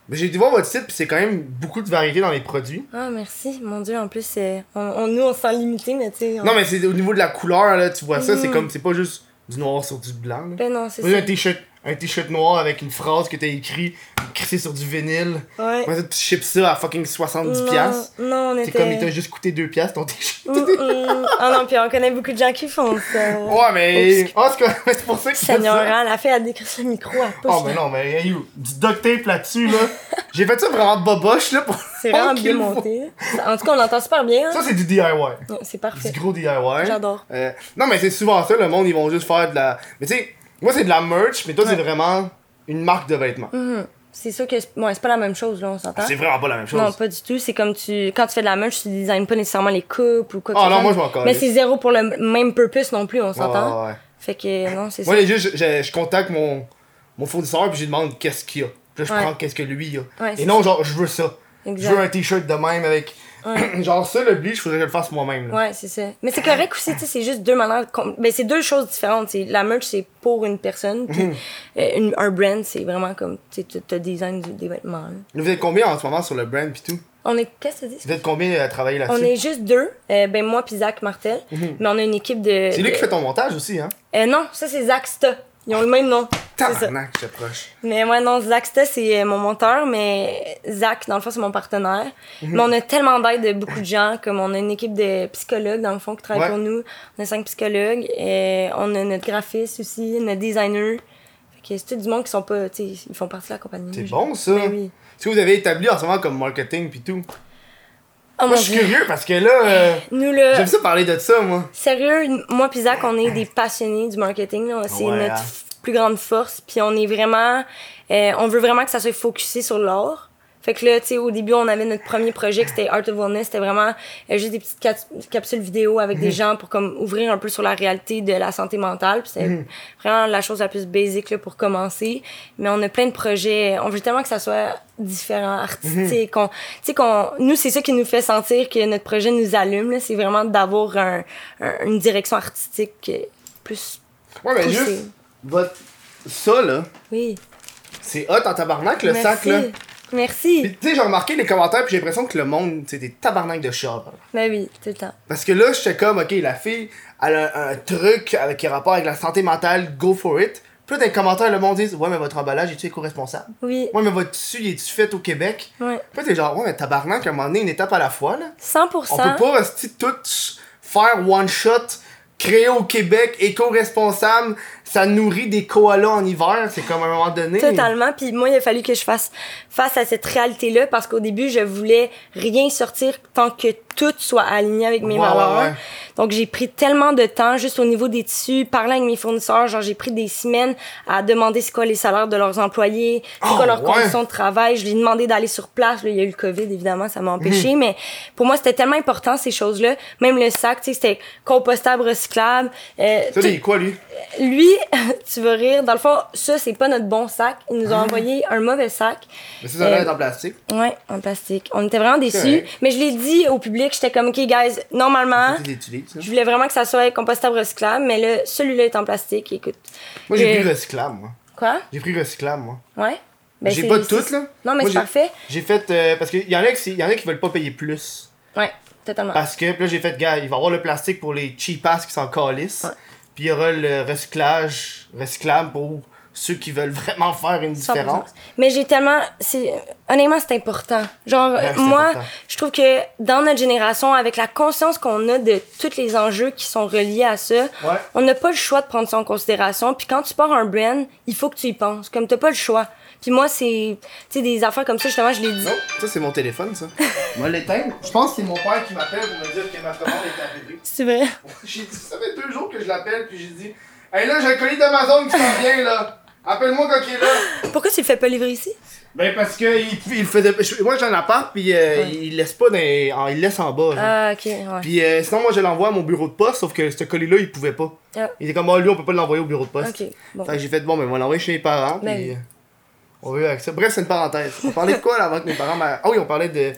Speaker 1: Mais j'ai été voir votre site, puis c'est quand même beaucoup de variété dans les produits.
Speaker 3: Ah, merci. Mon Dieu, en plus, c'est- on, on- nous, on se sent limité, mais tu sais. on-
Speaker 1: Non, mais c'est au niveau de la couleur, là, tu vois ça, c'est
Speaker 3: Mhm.
Speaker 1: comme, c'est pas juste du noir sur du blanc. Là.
Speaker 3: Ben non, c'est
Speaker 1: Moi, j'ai
Speaker 3: ça.
Speaker 1: un t-shirt, un t-shirt noir avec une phrase que t'as écrit, crissé sur du vinyle.
Speaker 3: Ouais.
Speaker 1: Après ça, tu chips ça à fucking 70$. piastres.
Speaker 3: Non, non, on
Speaker 1: C'est comme, il t'a
Speaker 3: était.
Speaker 1: juste coûté 2$ piastres, ton t-shirt.
Speaker 3: Mm, mm. Ah non, puis on connaît beaucoup de gens qui font ça.
Speaker 1: Ouais, mais.
Speaker 3: Oups.
Speaker 1: Ah, c'est comme- c'est pour ça que tu fais
Speaker 3: Seigneur,
Speaker 1: ça.
Speaker 3: hein, la fille a décrit le micro à pouce.
Speaker 1: Oh, mais non, mais hey, you, du duct tape là-dessus, là. j'ai fait ça vraiment boboche, là. Pour...
Speaker 3: C'est vraiment
Speaker 1: qu'il
Speaker 3: bien
Speaker 1: faut.
Speaker 3: monté. En tout cas, on l'entend super bien.
Speaker 1: Ça,
Speaker 3: Hein.
Speaker 1: c'est du DIY.
Speaker 3: Non, C'est
Speaker 1: Du
Speaker 3: parfait.
Speaker 1: gros DIY.
Speaker 3: J'adore.
Speaker 1: Euh, non, mais c'est souvent ça, le monde, ils vont juste faire de la. Mais tu sais, moi, c'est de la merch, mais toi, c'est
Speaker 3: Ouais.
Speaker 1: vraiment une marque de vêtements.
Speaker 3: C'est sûr que c'est bon, c'est pas la même chose, là, on s'entend.
Speaker 1: Ah, C'est vraiment pas la même chose.
Speaker 3: Non, pas du tout. C'est comme tu. Quand tu fais de la merch, tu designes pas nécessairement les coupes ou quoi que
Speaker 1: Ah
Speaker 3: ce
Speaker 1: non,
Speaker 3: soit.
Speaker 1: moi, je m'en calisse.
Speaker 3: Mais c'est zéro pour le même purpose non plus, on s'entend.
Speaker 1: Ouais, ouais, ouais.
Speaker 3: Fait que non, c'est ça.
Speaker 1: Moi, les juste, je, je- je contacte mon, mon fournisseur, puis je lui demande qu'est-ce qu'il y a. Puis là, je
Speaker 3: Ouais.
Speaker 1: prends qu'est-ce que lui a.
Speaker 3: Ouais,
Speaker 1: Et
Speaker 3: c'est
Speaker 1: non, genre, je veux ça. Je veux
Speaker 3: Exact.
Speaker 1: un t-shirt de même avec. genre, ça, le blige, faudrait que je le fasse moi-même. là.
Speaker 3: Ouais, c'est ça. Mais c'est correct aussi, tu sais, c'est juste deux manières. de com- Ben, c'est deux choses différentes. c'est La merch, c'est pour une personne, puis
Speaker 1: Mhm.
Speaker 3: euh, une- un brand, c'est vraiment comme, tu sais, tu te design du- des vêtements. là.
Speaker 1: Vous êtes combien en ce moment sur le brand, puis tout
Speaker 3: On est. Qu'est-ce que tu dis?
Speaker 1: Vous êtes combien à travailler
Speaker 3: On
Speaker 1: là-dessus
Speaker 3: est juste deux, euh, ben moi puis Zach Martel, mais on a une équipe de.
Speaker 1: Mhm. C'est lui
Speaker 3: de-
Speaker 1: qui fait ton montage aussi, hein
Speaker 3: Euh, non, ça c'est Zach Sta. Ils ont le même nom. C'est ça.
Speaker 1: Tabarnak, j'approche.
Speaker 3: Mais ouais, non, Zach Sta, c'est euh, mon monteur, mais Zach, dans le fond, c'est mon partenaire.
Speaker 1: Mhm.
Speaker 3: Mais on a tellement d'aide de beaucoup de gens, comme on a une équipe de psychologues, dans le fond, qui travaillent
Speaker 1: Ouais.
Speaker 3: pour nous. On a cinq psychologues, et on a notre graphiste aussi, notre designer. Fait que c'est tout du monde qui sont pas, tu sais, ils font partie de la compagnie.
Speaker 1: C'est
Speaker 3: Je-
Speaker 1: bon, ça.
Speaker 3: Ben oui.
Speaker 1: Ce que vous avez établi en ce moment comme marketing, puis tout.
Speaker 3: Oh
Speaker 1: Moi,
Speaker 3: mon
Speaker 1: je suis
Speaker 3: dieu.
Speaker 1: curieux parce que là, euh,
Speaker 3: Nous, là.
Speaker 1: j'aime ça parler de ça, moi.
Speaker 3: Sérieux, moi pis Zach, on est des passionnés du marketing. là. C'est
Speaker 1: Ouais, hein.
Speaker 3: notre f- plus grande force. Puis on est vraiment... euh, on veut vraiment que ça soit focusé sur l'art. Fait que là, tu sais, au début, on avait notre premier projet qui c'était Art of Wellness. C'était vraiment euh, juste des petites cap- capsules vidéo avec des gens pour comme ouvrir un peu sur la réalité de la santé mentale. Puis c'était vraiment la chose la plus basique là, pour commencer. Mais on a plein de projets. On veut tellement que ça soit différent, artistique. qu'on- Tu sais, qu'on... Nous, c'est ça qui nous fait sentir que notre projet nous allume. là. C'est vraiment d'avoir un, un- une direction artistique euh, plus
Speaker 1: Ouais, mais
Speaker 3: poussée.
Speaker 1: juste, votre... ça, là,
Speaker 3: Oui.
Speaker 1: c'est hot en tabarnak, le
Speaker 3: Merci.
Speaker 1: sac, là.
Speaker 3: Merci.
Speaker 1: Puis, tu sais, j'ai remarqué les commentaires, puis j'ai l'impression que le monde, c'est des tabarnak de chats. hein.
Speaker 3: Ben oui, tout le temps.
Speaker 1: Parce que là, j'étais comme, ok, la fille, elle a un truc avec, qui a rapport avec la santé mentale, go for it. Puis là, dans les commentaires, le monde dit, ouais, mais votre emballage, est-tu éco-responsable?
Speaker 3: Oui.
Speaker 1: Ouais, mais votre tissu, est tu fait au Québec?
Speaker 3: Ouais.
Speaker 1: Puis là, t'es genre, ouais, mais tabarnak, à un moment donné, une étape à la fois, là.
Speaker 3: 100%.
Speaker 1: On peut pas rester tout faire one shot, créé au Québec, éco-responsable, ça nourrit des koalas en hiver, c'est comme à un moment donné.
Speaker 3: Totalement. Puis moi, il a fallu que je fasse face à cette réalité-là parce qu'au début, je voulais rien sortir tant que tout soit aligné avec mes
Speaker 1: Ouais,
Speaker 3: valeurs.
Speaker 1: ouais, ouais.
Speaker 3: Donc, j'ai pris tellement de temps juste au niveau des tissus, parlant avec mes fournisseurs. Genre, j'ai pris des semaines à demander c'est quoi les salaires de leurs employés, c'est
Speaker 1: Oh,
Speaker 3: quoi leurs
Speaker 1: ouais.
Speaker 3: conditions de travail. Je lui ai demandé d'aller sur place. Là, il y a eu le COVID, évidemment, ça m'a empêché.
Speaker 1: Mhm.
Speaker 3: Mais pour moi, c'était tellement important, ces choses-là. Même le sac, tu sais, c'était compostable, recyclable. Euh,
Speaker 1: Ça,
Speaker 3: tout-
Speaker 1: lui, il est quoi, lui?
Speaker 3: lui, tu vas rire. Dans le fond, ça, c'est pas notre bon sac. Ils nous ont envoyé un mauvais sac.
Speaker 1: Ah. Mais ça, ça doit
Speaker 3: Euh,
Speaker 1: être en plastique.
Speaker 3: Ouais, en plastique. On était vraiment déçus.
Speaker 1: correct.
Speaker 3: Mais je l'ai dit au public, j'étais comme, OK, guys, normalement,
Speaker 1: Tu l'utilises, ça.
Speaker 3: Hein? je voulais vraiment que ça soit compostable recyclable, mais là, celui-là est en plastique. Écoute.
Speaker 1: Moi, j'ai
Speaker 3: Euh,
Speaker 1: pris recyclable, moi.
Speaker 3: Quoi?
Speaker 1: J'ai pris recyclable, moi.
Speaker 3: Ouais? Ben,
Speaker 1: j'ai
Speaker 3: c'est-
Speaker 1: pas de
Speaker 3: c'est-
Speaker 1: toutes, là.
Speaker 3: Non, mais
Speaker 1: Moi,
Speaker 3: c'est
Speaker 1: j'ai-
Speaker 3: parfait.
Speaker 1: J'ai fait. euh, parce qu'il y, en a qui- y en a qui veulent pas payer plus.
Speaker 3: Ouais, totalement.
Speaker 1: Ah, Parce que, puis là, j'ai fait, gars, il va y avoir le plastique pour les cheapass qui s'en calissent. Puis il y aura le recyclage, recyclable pour ceux qui veulent vraiment faire une
Speaker 3: 100%.
Speaker 1: différence.
Speaker 3: Mais j'ai tellement. c'est- Honnêtement, c'est important. Genre,
Speaker 1: Ouais, c'est
Speaker 3: moi,
Speaker 1: important.
Speaker 3: je trouve que dans notre génération, avec la conscience qu'on a de tous les enjeux qui sont reliés à ça, on n'a pas le choix de prendre ça en considération. Puis quand tu pars un brand, il faut que tu y penses. Comme t'as pas le choix. Puis moi, c'est. Tu sais, des affaires comme ça, justement, je l'ai dit.
Speaker 1: Non, ça c'est mon téléphone, ça. Moi, l'éteindre. Je pense que c'est mon père qui m'appelle pour me dire que ma commande est arrivée.
Speaker 3: C'est vrai.
Speaker 1: J'ai dit, ça fait deux jours que je l'appelle, puis j'ai dit, hey là, j'ai un colis d'Amazon qui s'en vient, là. Appelle-moi quand il est là.
Speaker 3: Pourquoi tu le fais pas livrer ici?
Speaker 1: Ben parce que il, il faisait. je- Moi j'ai un appart puis euh, il laisse pas dans, les- en- il laisse en bas. genre.
Speaker 3: Ah, ok, ouais.
Speaker 1: Puis euh, sinon moi je l'envoie à mon bureau de poste sauf que ce colis là il pouvait pas.
Speaker 3: Ah.
Speaker 1: Il était comme ah lui on peut pas l'envoyer au bureau de poste.
Speaker 3: Ok, bon.
Speaker 1: Fait que j'ai fait bon ben on va l'envoyer chez mes parents
Speaker 3: Oh. Ben
Speaker 1: puis,
Speaker 3: oui.
Speaker 1: euh, on veut avec ça. Bref c'est une parenthèse. On parlait de quoi là avant que mes parents m'a... Ah oui on parlait de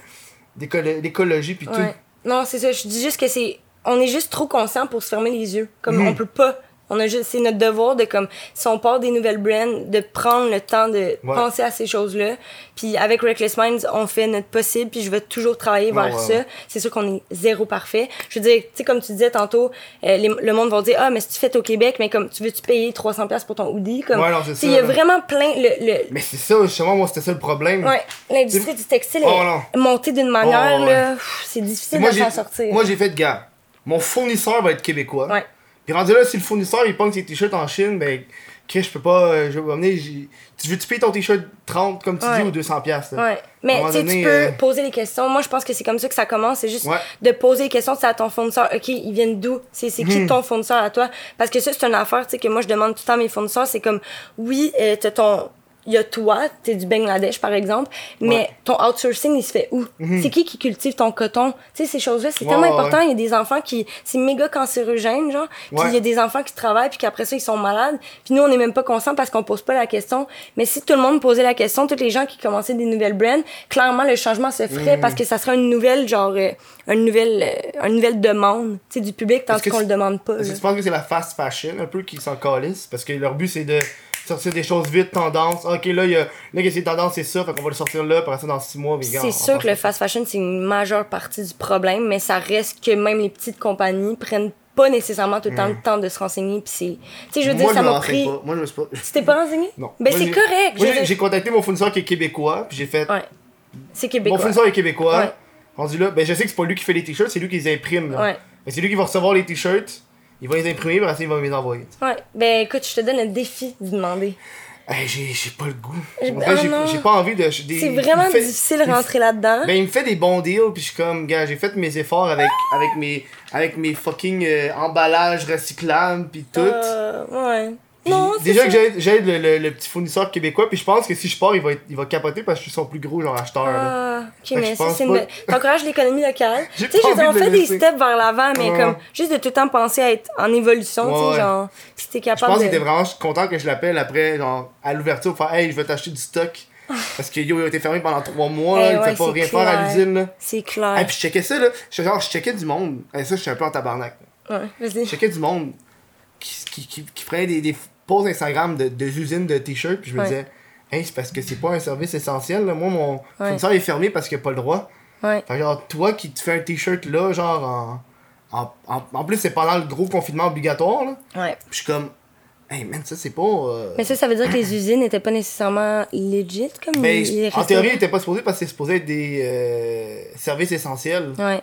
Speaker 1: d'écolo- d'écologie puis
Speaker 3: Ouais. Non, c'est ça. Je dis juste que c'est. On est juste trop conscient pour se fermer les yeux. Comme
Speaker 1: Mhm.
Speaker 3: on peut pas. On a juste, c'est notre devoir de comme si on part des nouvelles brands, de prendre le temps de penser à ces choses-là. Puis avec Reckless Minds, on fait notre possible. Puis je vais toujours travailler
Speaker 1: Ouais,
Speaker 3: vers
Speaker 1: ouais,
Speaker 3: ça.
Speaker 1: ouais.
Speaker 3: C'est sûr qu'on est zéro parfait. Je veux dire, tu sais comme tu disais tantôt, euh, les- le monde va dire ah mais si tu fais au Québec, mais comme tu veux tu payer 300 pièces pour ton hoodie comme.
Speaker 1: Ouais, non, c'est
Speaker 3: Tu sais,
Speaker 1: ça,
Speaker 3: Il y a
Speaker 1: là.
Speaker 3: vraiment plein le, le-
Speaker 1: tout. Mais c'est ça justement moi c'était ça le problème.
Speaker 3: ouais l'industrie du textile
Speaker 1: Oh,
Speaker 3: est
Speaker 1: non.
Speaker 3: montée d'une manière
Speaker 1: Oh, ouais.
Speaker 3: là, pff, c'est difficile
Speaker 1: moi,
Speaker 3: de
Speaker 1: j'ai,
Speaker 3: s'en sortir.
Speaker 1: moi j'ai fait gars. Mon fournisseur va être québécois.
Speaker 3: Ouais.
Speaker 1: Puis rendu là, si le fournisseur il pogne ses t-shirts en Chine, ben, Chris, je peux pas. euh, je vais m'amener. j'ai- Tu veux-tu payer ton t-shirt 30 comme tu
Speaker 3: Ouais.
Speaker 1: dis ou 200$? piastres, là?
Speaker 3: Ouais.
Speaker 1: À un
Speaker 3: Mais
Speaker 1: moment
Speaker 3: tu sais,
Speaker 1: donné,
Speaker 3: tu peux
Speaker 1: euh,
Speaker 3: poser les questions. Moi, je pense que c'est comme ça que ça commence. C'est juste
Speaker 1: Ouais.
Speaker 3: de poser les questions c'est à ton fournisseur. OK, ils viennent d'où? C'est c'est
Speaker 1: Hmm.
Speaker 3: qui ton fournisseur à toi? Parce que ça, c'est une affaire tu sais, que moi, je demande tout le temps à mes fournisseurs. C'est comme, oui, euh, t'as ton... Il y a toi, t'es du Bangladesh par exemple, mais
Speaker 1: Ouais. Hmm.
Speaker 3: ton outsourcing il se fait où C'est qui qui cultive ton coton Tu sais ces choses-là, c'est
Speaker 1: Ouais,
Speaker 3: tellement
Speaker 1: ouais,
Speaker 3: important. Il y a des enfants qui, c'est méga cancérogène genre, puis
Speaker 1: Ouais.
Speaker 3: il y a des enfants qui travaillent puis qu'après ça ils sont malades. Puis nous on n'est même pas conscients parce qu'on pose pas la question. Mais si tout le monde posait la question, tous les gens qui commençaient des nouvelles brands, clairement le changement se ferait
Speaker 1: Mhm.
Speaker 3: parce que ça serait une nouvelle genre euh, une nouvelle euh, une nouvelle demande, tu sais du public
Speaker 1: Est-ce
Speaker 3: tandis
Speaker 1: que
Speaker 3: qu'on
Speaker 1: tu-
Speaker 3: le demande pas.
Speaker 1: Est-ce que
Speaker 3: là.
Speaker 1: tu penses que c'est la fast fashion un peu qui s'en calisse? Parce que leur but c'est de sortir des choses vite, tendance. Ok, là, il y a. Là, qu'est-ce qui est tendance, c'est ça. Fait qu'on va le sortir là, après ça, dans 6 mois. mais gars, on-
Speaker 3: C'est
Speaker 1: on
Speaker 3: sûr que le
Speaker 1: pense-
Speaker 3: fast fashion, c'est une majeure partie du problème, mais ça reste que même les petites compagnies prennent pas nécessairement tout le temps le temps de se renseigner. Puis c'est. Tu sais, je veux dire,
Speaker 1: Mhm. Moi,
Speaker 3: ça
Speaker 1: je me
Speaker 3: m'a
Speaker 1: renseigne
Speaker 3: pris.
Speaker 1: pas. Moi, je me suis pas.
Speaker 3: Tu t'es pas renseigné?
Speaker 1: Non.
Speaker 3: Ben
Speaker 1: Moi,
Speaker 3: c'est
Speaker 1: j'ai-
Speaker 3: correct.
Speaker 1: Moi,
Speaker 3: je veux
Speaker 1: j'ai-
Speaker 3: dire-
Speaker 1: j'ai contacté mon fournisseur qui est québécois, puis j'ai fait.
Speaker 3: Ouais. C'est
Speaker 1: Mon
Speaker 3: québécois.
Speaker 1: fournisseur est québécois.
Speaker 3: Ouais.
Speaker 1: Rendu là, ben je sais que c'est pas lui qui fait les t-shirts, c'est lui qui les imprime. là.
Speaker 3: Ouais.
Speaker 1: Mais c'est lui qui va recevoir les t-shirts, il va les imprimer, puis après, il va me les envoyer.
Speaker 3: Ouais. Ben écoute, je te donne le défi de demander.
Speaker 1: Hey, j'ai j'ai pas le goût.
Speaker 3: Eh
Speaker 1: En
Speaker 3: ben,
Speaker 1: fait,
Speaker 3: oh
Speaker 1: j'ai
Speaker 3: non.
Speaker 1: j'ai pas envie de. j'ai des-
Speaker 3: C'est vraiment
Speaker 1: il me fait-
Speaker 3: difficile
Speaker 1: il
Speaker 3: de
Speaker 1: me-
Speaker 3: rentrer là-dedans.
Speaker 1: Ben, il me fait des bons deals, puis je suis comme, gars, j'ai fait mes efforts avec, avec, mes, avec mes fucking euh, emballages recyclables, puis tout.
Speaker 3: Euh, ouais.
Speaker 1: Puis
Speaker 3: Non, c'est
Speaker 1: déjà
Speaker 3: ça.
Speaker 1: que j'aide j'aide le, le- le petit fournisseur québécois, puis je pense que si je pars, il va, être- il va capoter parce que je suis son plus gros genre acheteur. là.
Speaker 3: Ah, ok,
Speaker 1: que
Speaker 3: mais
Speaker 1: je
Speaker 3: ça,
Speaker 1: pense
Speaker 3: c'est
Speaker 1: pas-
Speaker 3: une. T'encourages l'économie locale.
Speaker 1: J'ai
Speaker 3: Tu sais,
Speaker 1: pas
Speaker 3: je veux dire, on
Speaker 1: envie de
Speaker 3: fait
Speaker 1: le
Speaker 3: des
Speaker 1: laisser.
Speaker 3: steps vers l'avant, mais
Speaker 1: Ouais.
Speaker 3: comme, juste de tout le temps penser à être en évolution, tu sais,
Speaker 1: Ouais.
Speaker 3: genre, si t'es
Speaker 1: Je pense
Speaker 3: capable
Speaker 1: qu'il était
Speaker 3: de.
Speaker 1: vraiment content que je l'appelle après, genre, à l'ouverture, pour faire Hey, je vais t'acheter du stock. Parce que yo, il a été fermé pendant 3 mois, là, il
Speaker 3: Eh ouais,
Speaker 1: ne pas
Speaker 3: c'est
Speaker 1: rien faire à
Speaker 3: clair.
Speaker 1: l'usine. là.
Speaker 3: C'est
Speaker 1: Et
Speaker 3: clair.
Speaker 1: puis je checkais ça, là. Je, genre, je checkais du monde. Et ça, je suis un peu en tabarnak.
Speaker 3: Ouais, vas-y.
Speaker 1: Je checkais du monde qui, qui, qui, qui prenait des, des posts Instagram de, de usines de t-shirts, puis je me
Speaker 3: Ouais.
Speaker 1: disais Hey, c'est parce que c'est pas un service essentiel, là. Moi, mon fournisseur est fermé parce qu'il a pas le droit.
Speaker 3: Ouais.
Speaker 1: Fait que, genre, toi qui te fais un t-shirt là, genre, en. En, en, en plus, c'est pendant le gros confinement obligatoire, là.
Speaker 3: Ouais.
Speaker 1: Puis je suis comme, hey man, ça c'est pas. euh,
Speaker 3: Mais ça, ça veut dire que les usines n'étaient pas nécessairement legit comme
Speaker 1: Ben,
Speaker 3: les- les
Speaker 1: en
Speaker 3: restaurants.
Speaker 1: théorie, il était pas supposé parce que c'est supposé être des euh, services essentiels.
Speaker 3: Ouais.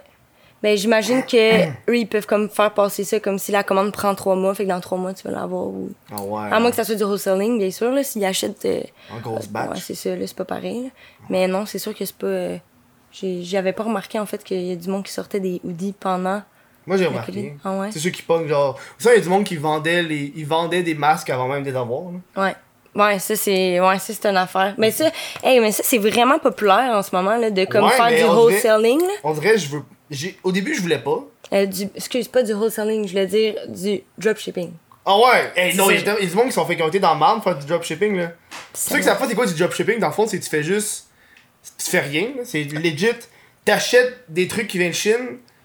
Speaker 3: Ben, j'imagine que eux, ils peuvent comme faire passer ça comme si la commande prend trois mois, fait que dans trois mois, tu vas l'avoir. Ou...
Speaker 1: Ah ouais.
Speaker 3: À moins que ça soit du wholesaling, bien sûr, là, s'ils achètent. euh,
Speaker 1: En grosse batch.
Speaker 3: Ouais, c'est ça, là, c'est pas pareil. là. Mais non, c'est sûr que c'est pas. euh, j'ai- J'avais pas remarqué, en fait, qu'il y a du monde qui sortait des hoodies pendant.
Speaker 1: Moi j'ai
Speaker 3: COVID.
Speaker 1: remarqué.
Speaker 3: Ah ouais?
Speaker 1: C'est ceux qui pognent genre. Ça, il y a du monde qui vendait, les... ils vendaient des masques avant même de les avoir. là.
Speaker 3: Ouais. Ouais, ça, c'est ouais, ça, c'est une affaire. Mais ça, hey, mais ça, c'est vraiment populaire en ce moment, là, de comme
Speaker 1: Ouais,
Speaker 3: faire
Speaker 1: mais
Speaker 3: du
Speaker 1: on dirait-
Speaker 3: wholesaling, là.
Speaker 1: On dirait, je veux. j'ai- Au début, je voulais pas.
Speaker 3: Euh, du, excuse, pas du wholesaling, je voulais dire du dropshipping.
Speaker 1: Ah ouais! Hey, non,
Speaker 3: C'est-
Speaker 1: il y a il y a du monde qui sont fait qui ont été dans le marne pour faire du dropshipping là. C'est ça que ça fait, c'est quoi du dropshipping? Dans le fond, c'est que tu fais juste. Tu fais rien, là. c'est legit. T'achètes des trucs qui viennent de Chine,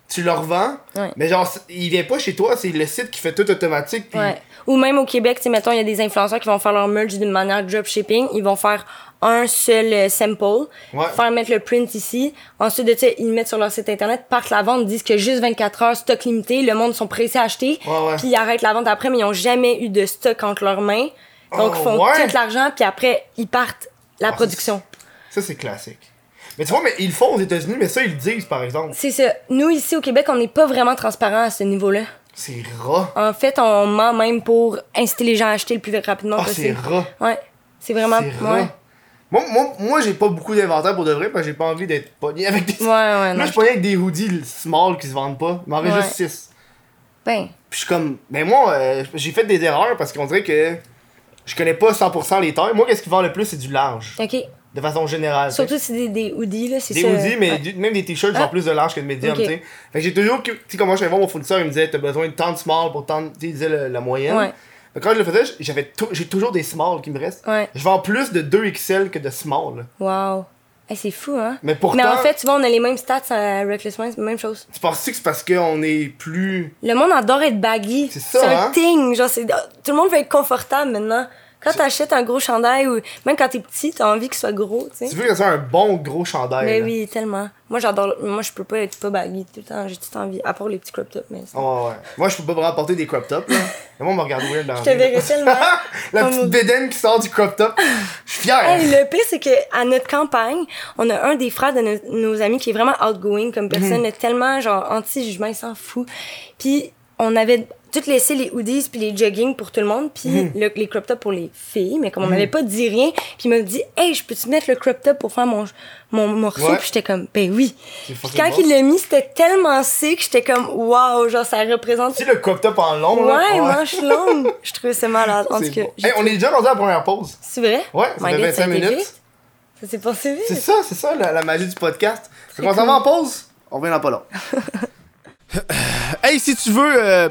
Speaker 1: tu tu le revends,
Speaker 3: Ouais.
Speaker 1: mais genre, c- il vient pas chez toi, c'est le site qui fait tout automatique. puis-
Speaker 3: Ouais. Ou même au Québec, tu sais, mettons, il y a des influenceurs qui vont faire leur merch d'une manière dropshipping. Ils vont faire un seul euh, sample,
Speaker 1: Ouais.
Speaker 3: faire mettre le print ici. Ensuite, de ça, ils le mettent sur leur site internet, partent la vente, disent que juste 24 heures, stock limité, le monde sont pressés à acheter.
Speaker 1: Ouais, ouais.
Speaker 3: Puis ils arrêtent la vente après, mais ils ont jamais eu de stock entre leurs mains. Donc,
Speaker 1: Oh,
Speaker 3: ils font
Speaker 1: ouais. Ah,
Speaker 3: tout l'argent, puis après, ils partent la
Speaker 1: c'est-
Speaker 3: production.
Speaker 1: Ça, c'est classique. Mais tu vois, mais ils le font aux États-Unis, mais ça, ils le disent, par exemple.
Speaker 3: C'est ça. Nous, ici, au Québec, on n'est pas vraiment transparent à ce niveau-là.
Speaker 1: C'est rat.
Speaker 3: En fait, on ment même pour inciter les gens à acheter le plus rapidement
Speaker 1: Ah, c'est
Speaker 3: possible.
Speaker 1: rat.
Speaker 3: Ouais. C'est vraiment.
Speaker 1: C'est
Speaker 3: ouais.
Speaker 1: rat. Moi, moi, moi j'ai pas beaucoup d'inventaire pour de vrai, parce que j'ai pas envie d'être pogné avec des.
Speaker 3: Ouais, ouais,
Speaker 1: Moi,
Speaker 3: non.
Speaker 1: je suis pogné avec des hoodies small qui se vendent pas. Il m'en reste
Speaker 3: Ouais.
Speaker 1: juste 6.
Speaker 3: Ben,
Speaker 1: Puis je suis comme. Mais moi, euh, j'ai fait des erreurs parce qu'on dirait que je connais pas 100% les tailles. Moi, qu'est-ce qui vend le plus, c'est du large.
Speaker 3: ok.
Speaker 1: De façon générale.
Speaker 3: Surtout si c'est des, des hoodies, là, c'est
Speaker 1: Des
Speaker 3: ça.
Speaker 1: hoodies, mais
Speaker 3: Ouais.
Speaker 1: du- même des t-shirts,
Speaker 3: Ah.
Speaker 1: en plus de large que de médium,
Speaker 3: Ok.
Speaker 1: tu sais. Fait que j'ai toujours. que- Tu sais, comment je suis allé voir mon fournisseur, il me disait, t'as besoin de tant de small pour tant de. Tu sais, il disait le- la moyenne.
Speaker 3: Ouais.
Speaker 1: Fait que quand je le faisais, j'avais tou- j'ai toujours des small qui me restent.
Speaker 3: Ouais.
Speaker 1: Je vends plus de 2XL que de small.
Speaker 3: Wow. Hey, c'est fou, hein?
Speaker 1: Mais pourtant-
Speaker 3: Mais en fait, tu vois, on a les mêmes stats à Reckless Minds, même chose.
Speaker 1: Tu penses que c'est parce qu'on est plus.
Speaker 3: Le monde adore être baggy.
Speaker 1: C'est ça,
Speaker 3: un
Speaker 1: hein?
Speaker 3: thing. Genre, c'est... oh, Tout le monde veut être confortable maintenant. Quand t'achètes un gros chandail ou même quand t'es petit, t'as envie qu'il soit gros, tu
Speaker 1: Tu
Speaker 3: sais.
Speaker 1: veux que ça soit un bon gros chandail.
Speaker 3: Ben
Speaker 1: là.
Speaker 3: oui, tellement. Moi, j'adore. Moi, je peux pas être pas baggy tout le temps. J'ai tout envie. À part les petits crop tops, mais. ça-
Speaker 1: Ouais, ouais, ouais. Moi, je peux pas vraiment porter des crop tops. Là. Mais moi, on me regarde weird dans la
Speaker 3: Je te
Speaker 1: rue.
Speaker 3: verrais tellement.
Speaker 1: La
Speaker 3: Oh mon
Speaker 1: petite
Speaker 3: Dieu.
Speaker 1: bédaine qui sort du crop top. Je suis fier.
Speaker 3: Hey, le pire, c'est que à notre campagne, on a un des frères de nos, nos amis qui est vraiment outgoing
Speaker 1: Mhm.
Speaker 3: comme personne, tellement genre anti-jugement, il s'en fout. Puis on avait toutes laissé les hoodies puis les jogging pour tout le monde, puis
Speaker 1: Mhm.
Speaker 3: le- les crop tops pour les filles, mais comme on n'avait pas dit rien, puis il m'a dit "Hey, je peux tu mettre le crop top pour faire mon mon morceau
Speaker 1: Ouais.
Speaker 3: Puis j'étais comme "Ben oui."
Speaker 1: C'est
Speaker 3: Puis
Speaker 1: fucking
Speaker 3: quand
Speaker 1: bon.
Speaker 3: il l'a mis, c'était tellement sick, j'étais comme "Wow, genre ça représente
Speaker 1: Tu sais, le crop top en long. là.
Speaker 3: Ouais, manche longue. Je trouvais ça malade. En
Speaker 1: C'est
Speaker 3: tout cas,
Speaker 1: beau.
Speaker 3: j'ai-
Speaker 1: Hey, on est déjà rendu à la première pause.
Speaker 3: c'est vrai?
Speaker 1: Ouais, ça
Speaker 3: My
Speaker 1: fait
Speaker 3: God, a
Speaker 1: 25
Speaker 3: été
Speaker 1: minutes.
Speaker 3: vite. Ça s'est passé vite.
Speaker 1: C'est ça, c'est ça la, la magie du podcast. Fait qu'on s'en va en pause. On revient dans pas long.
Speaker 4: Hey, si tu veux euh,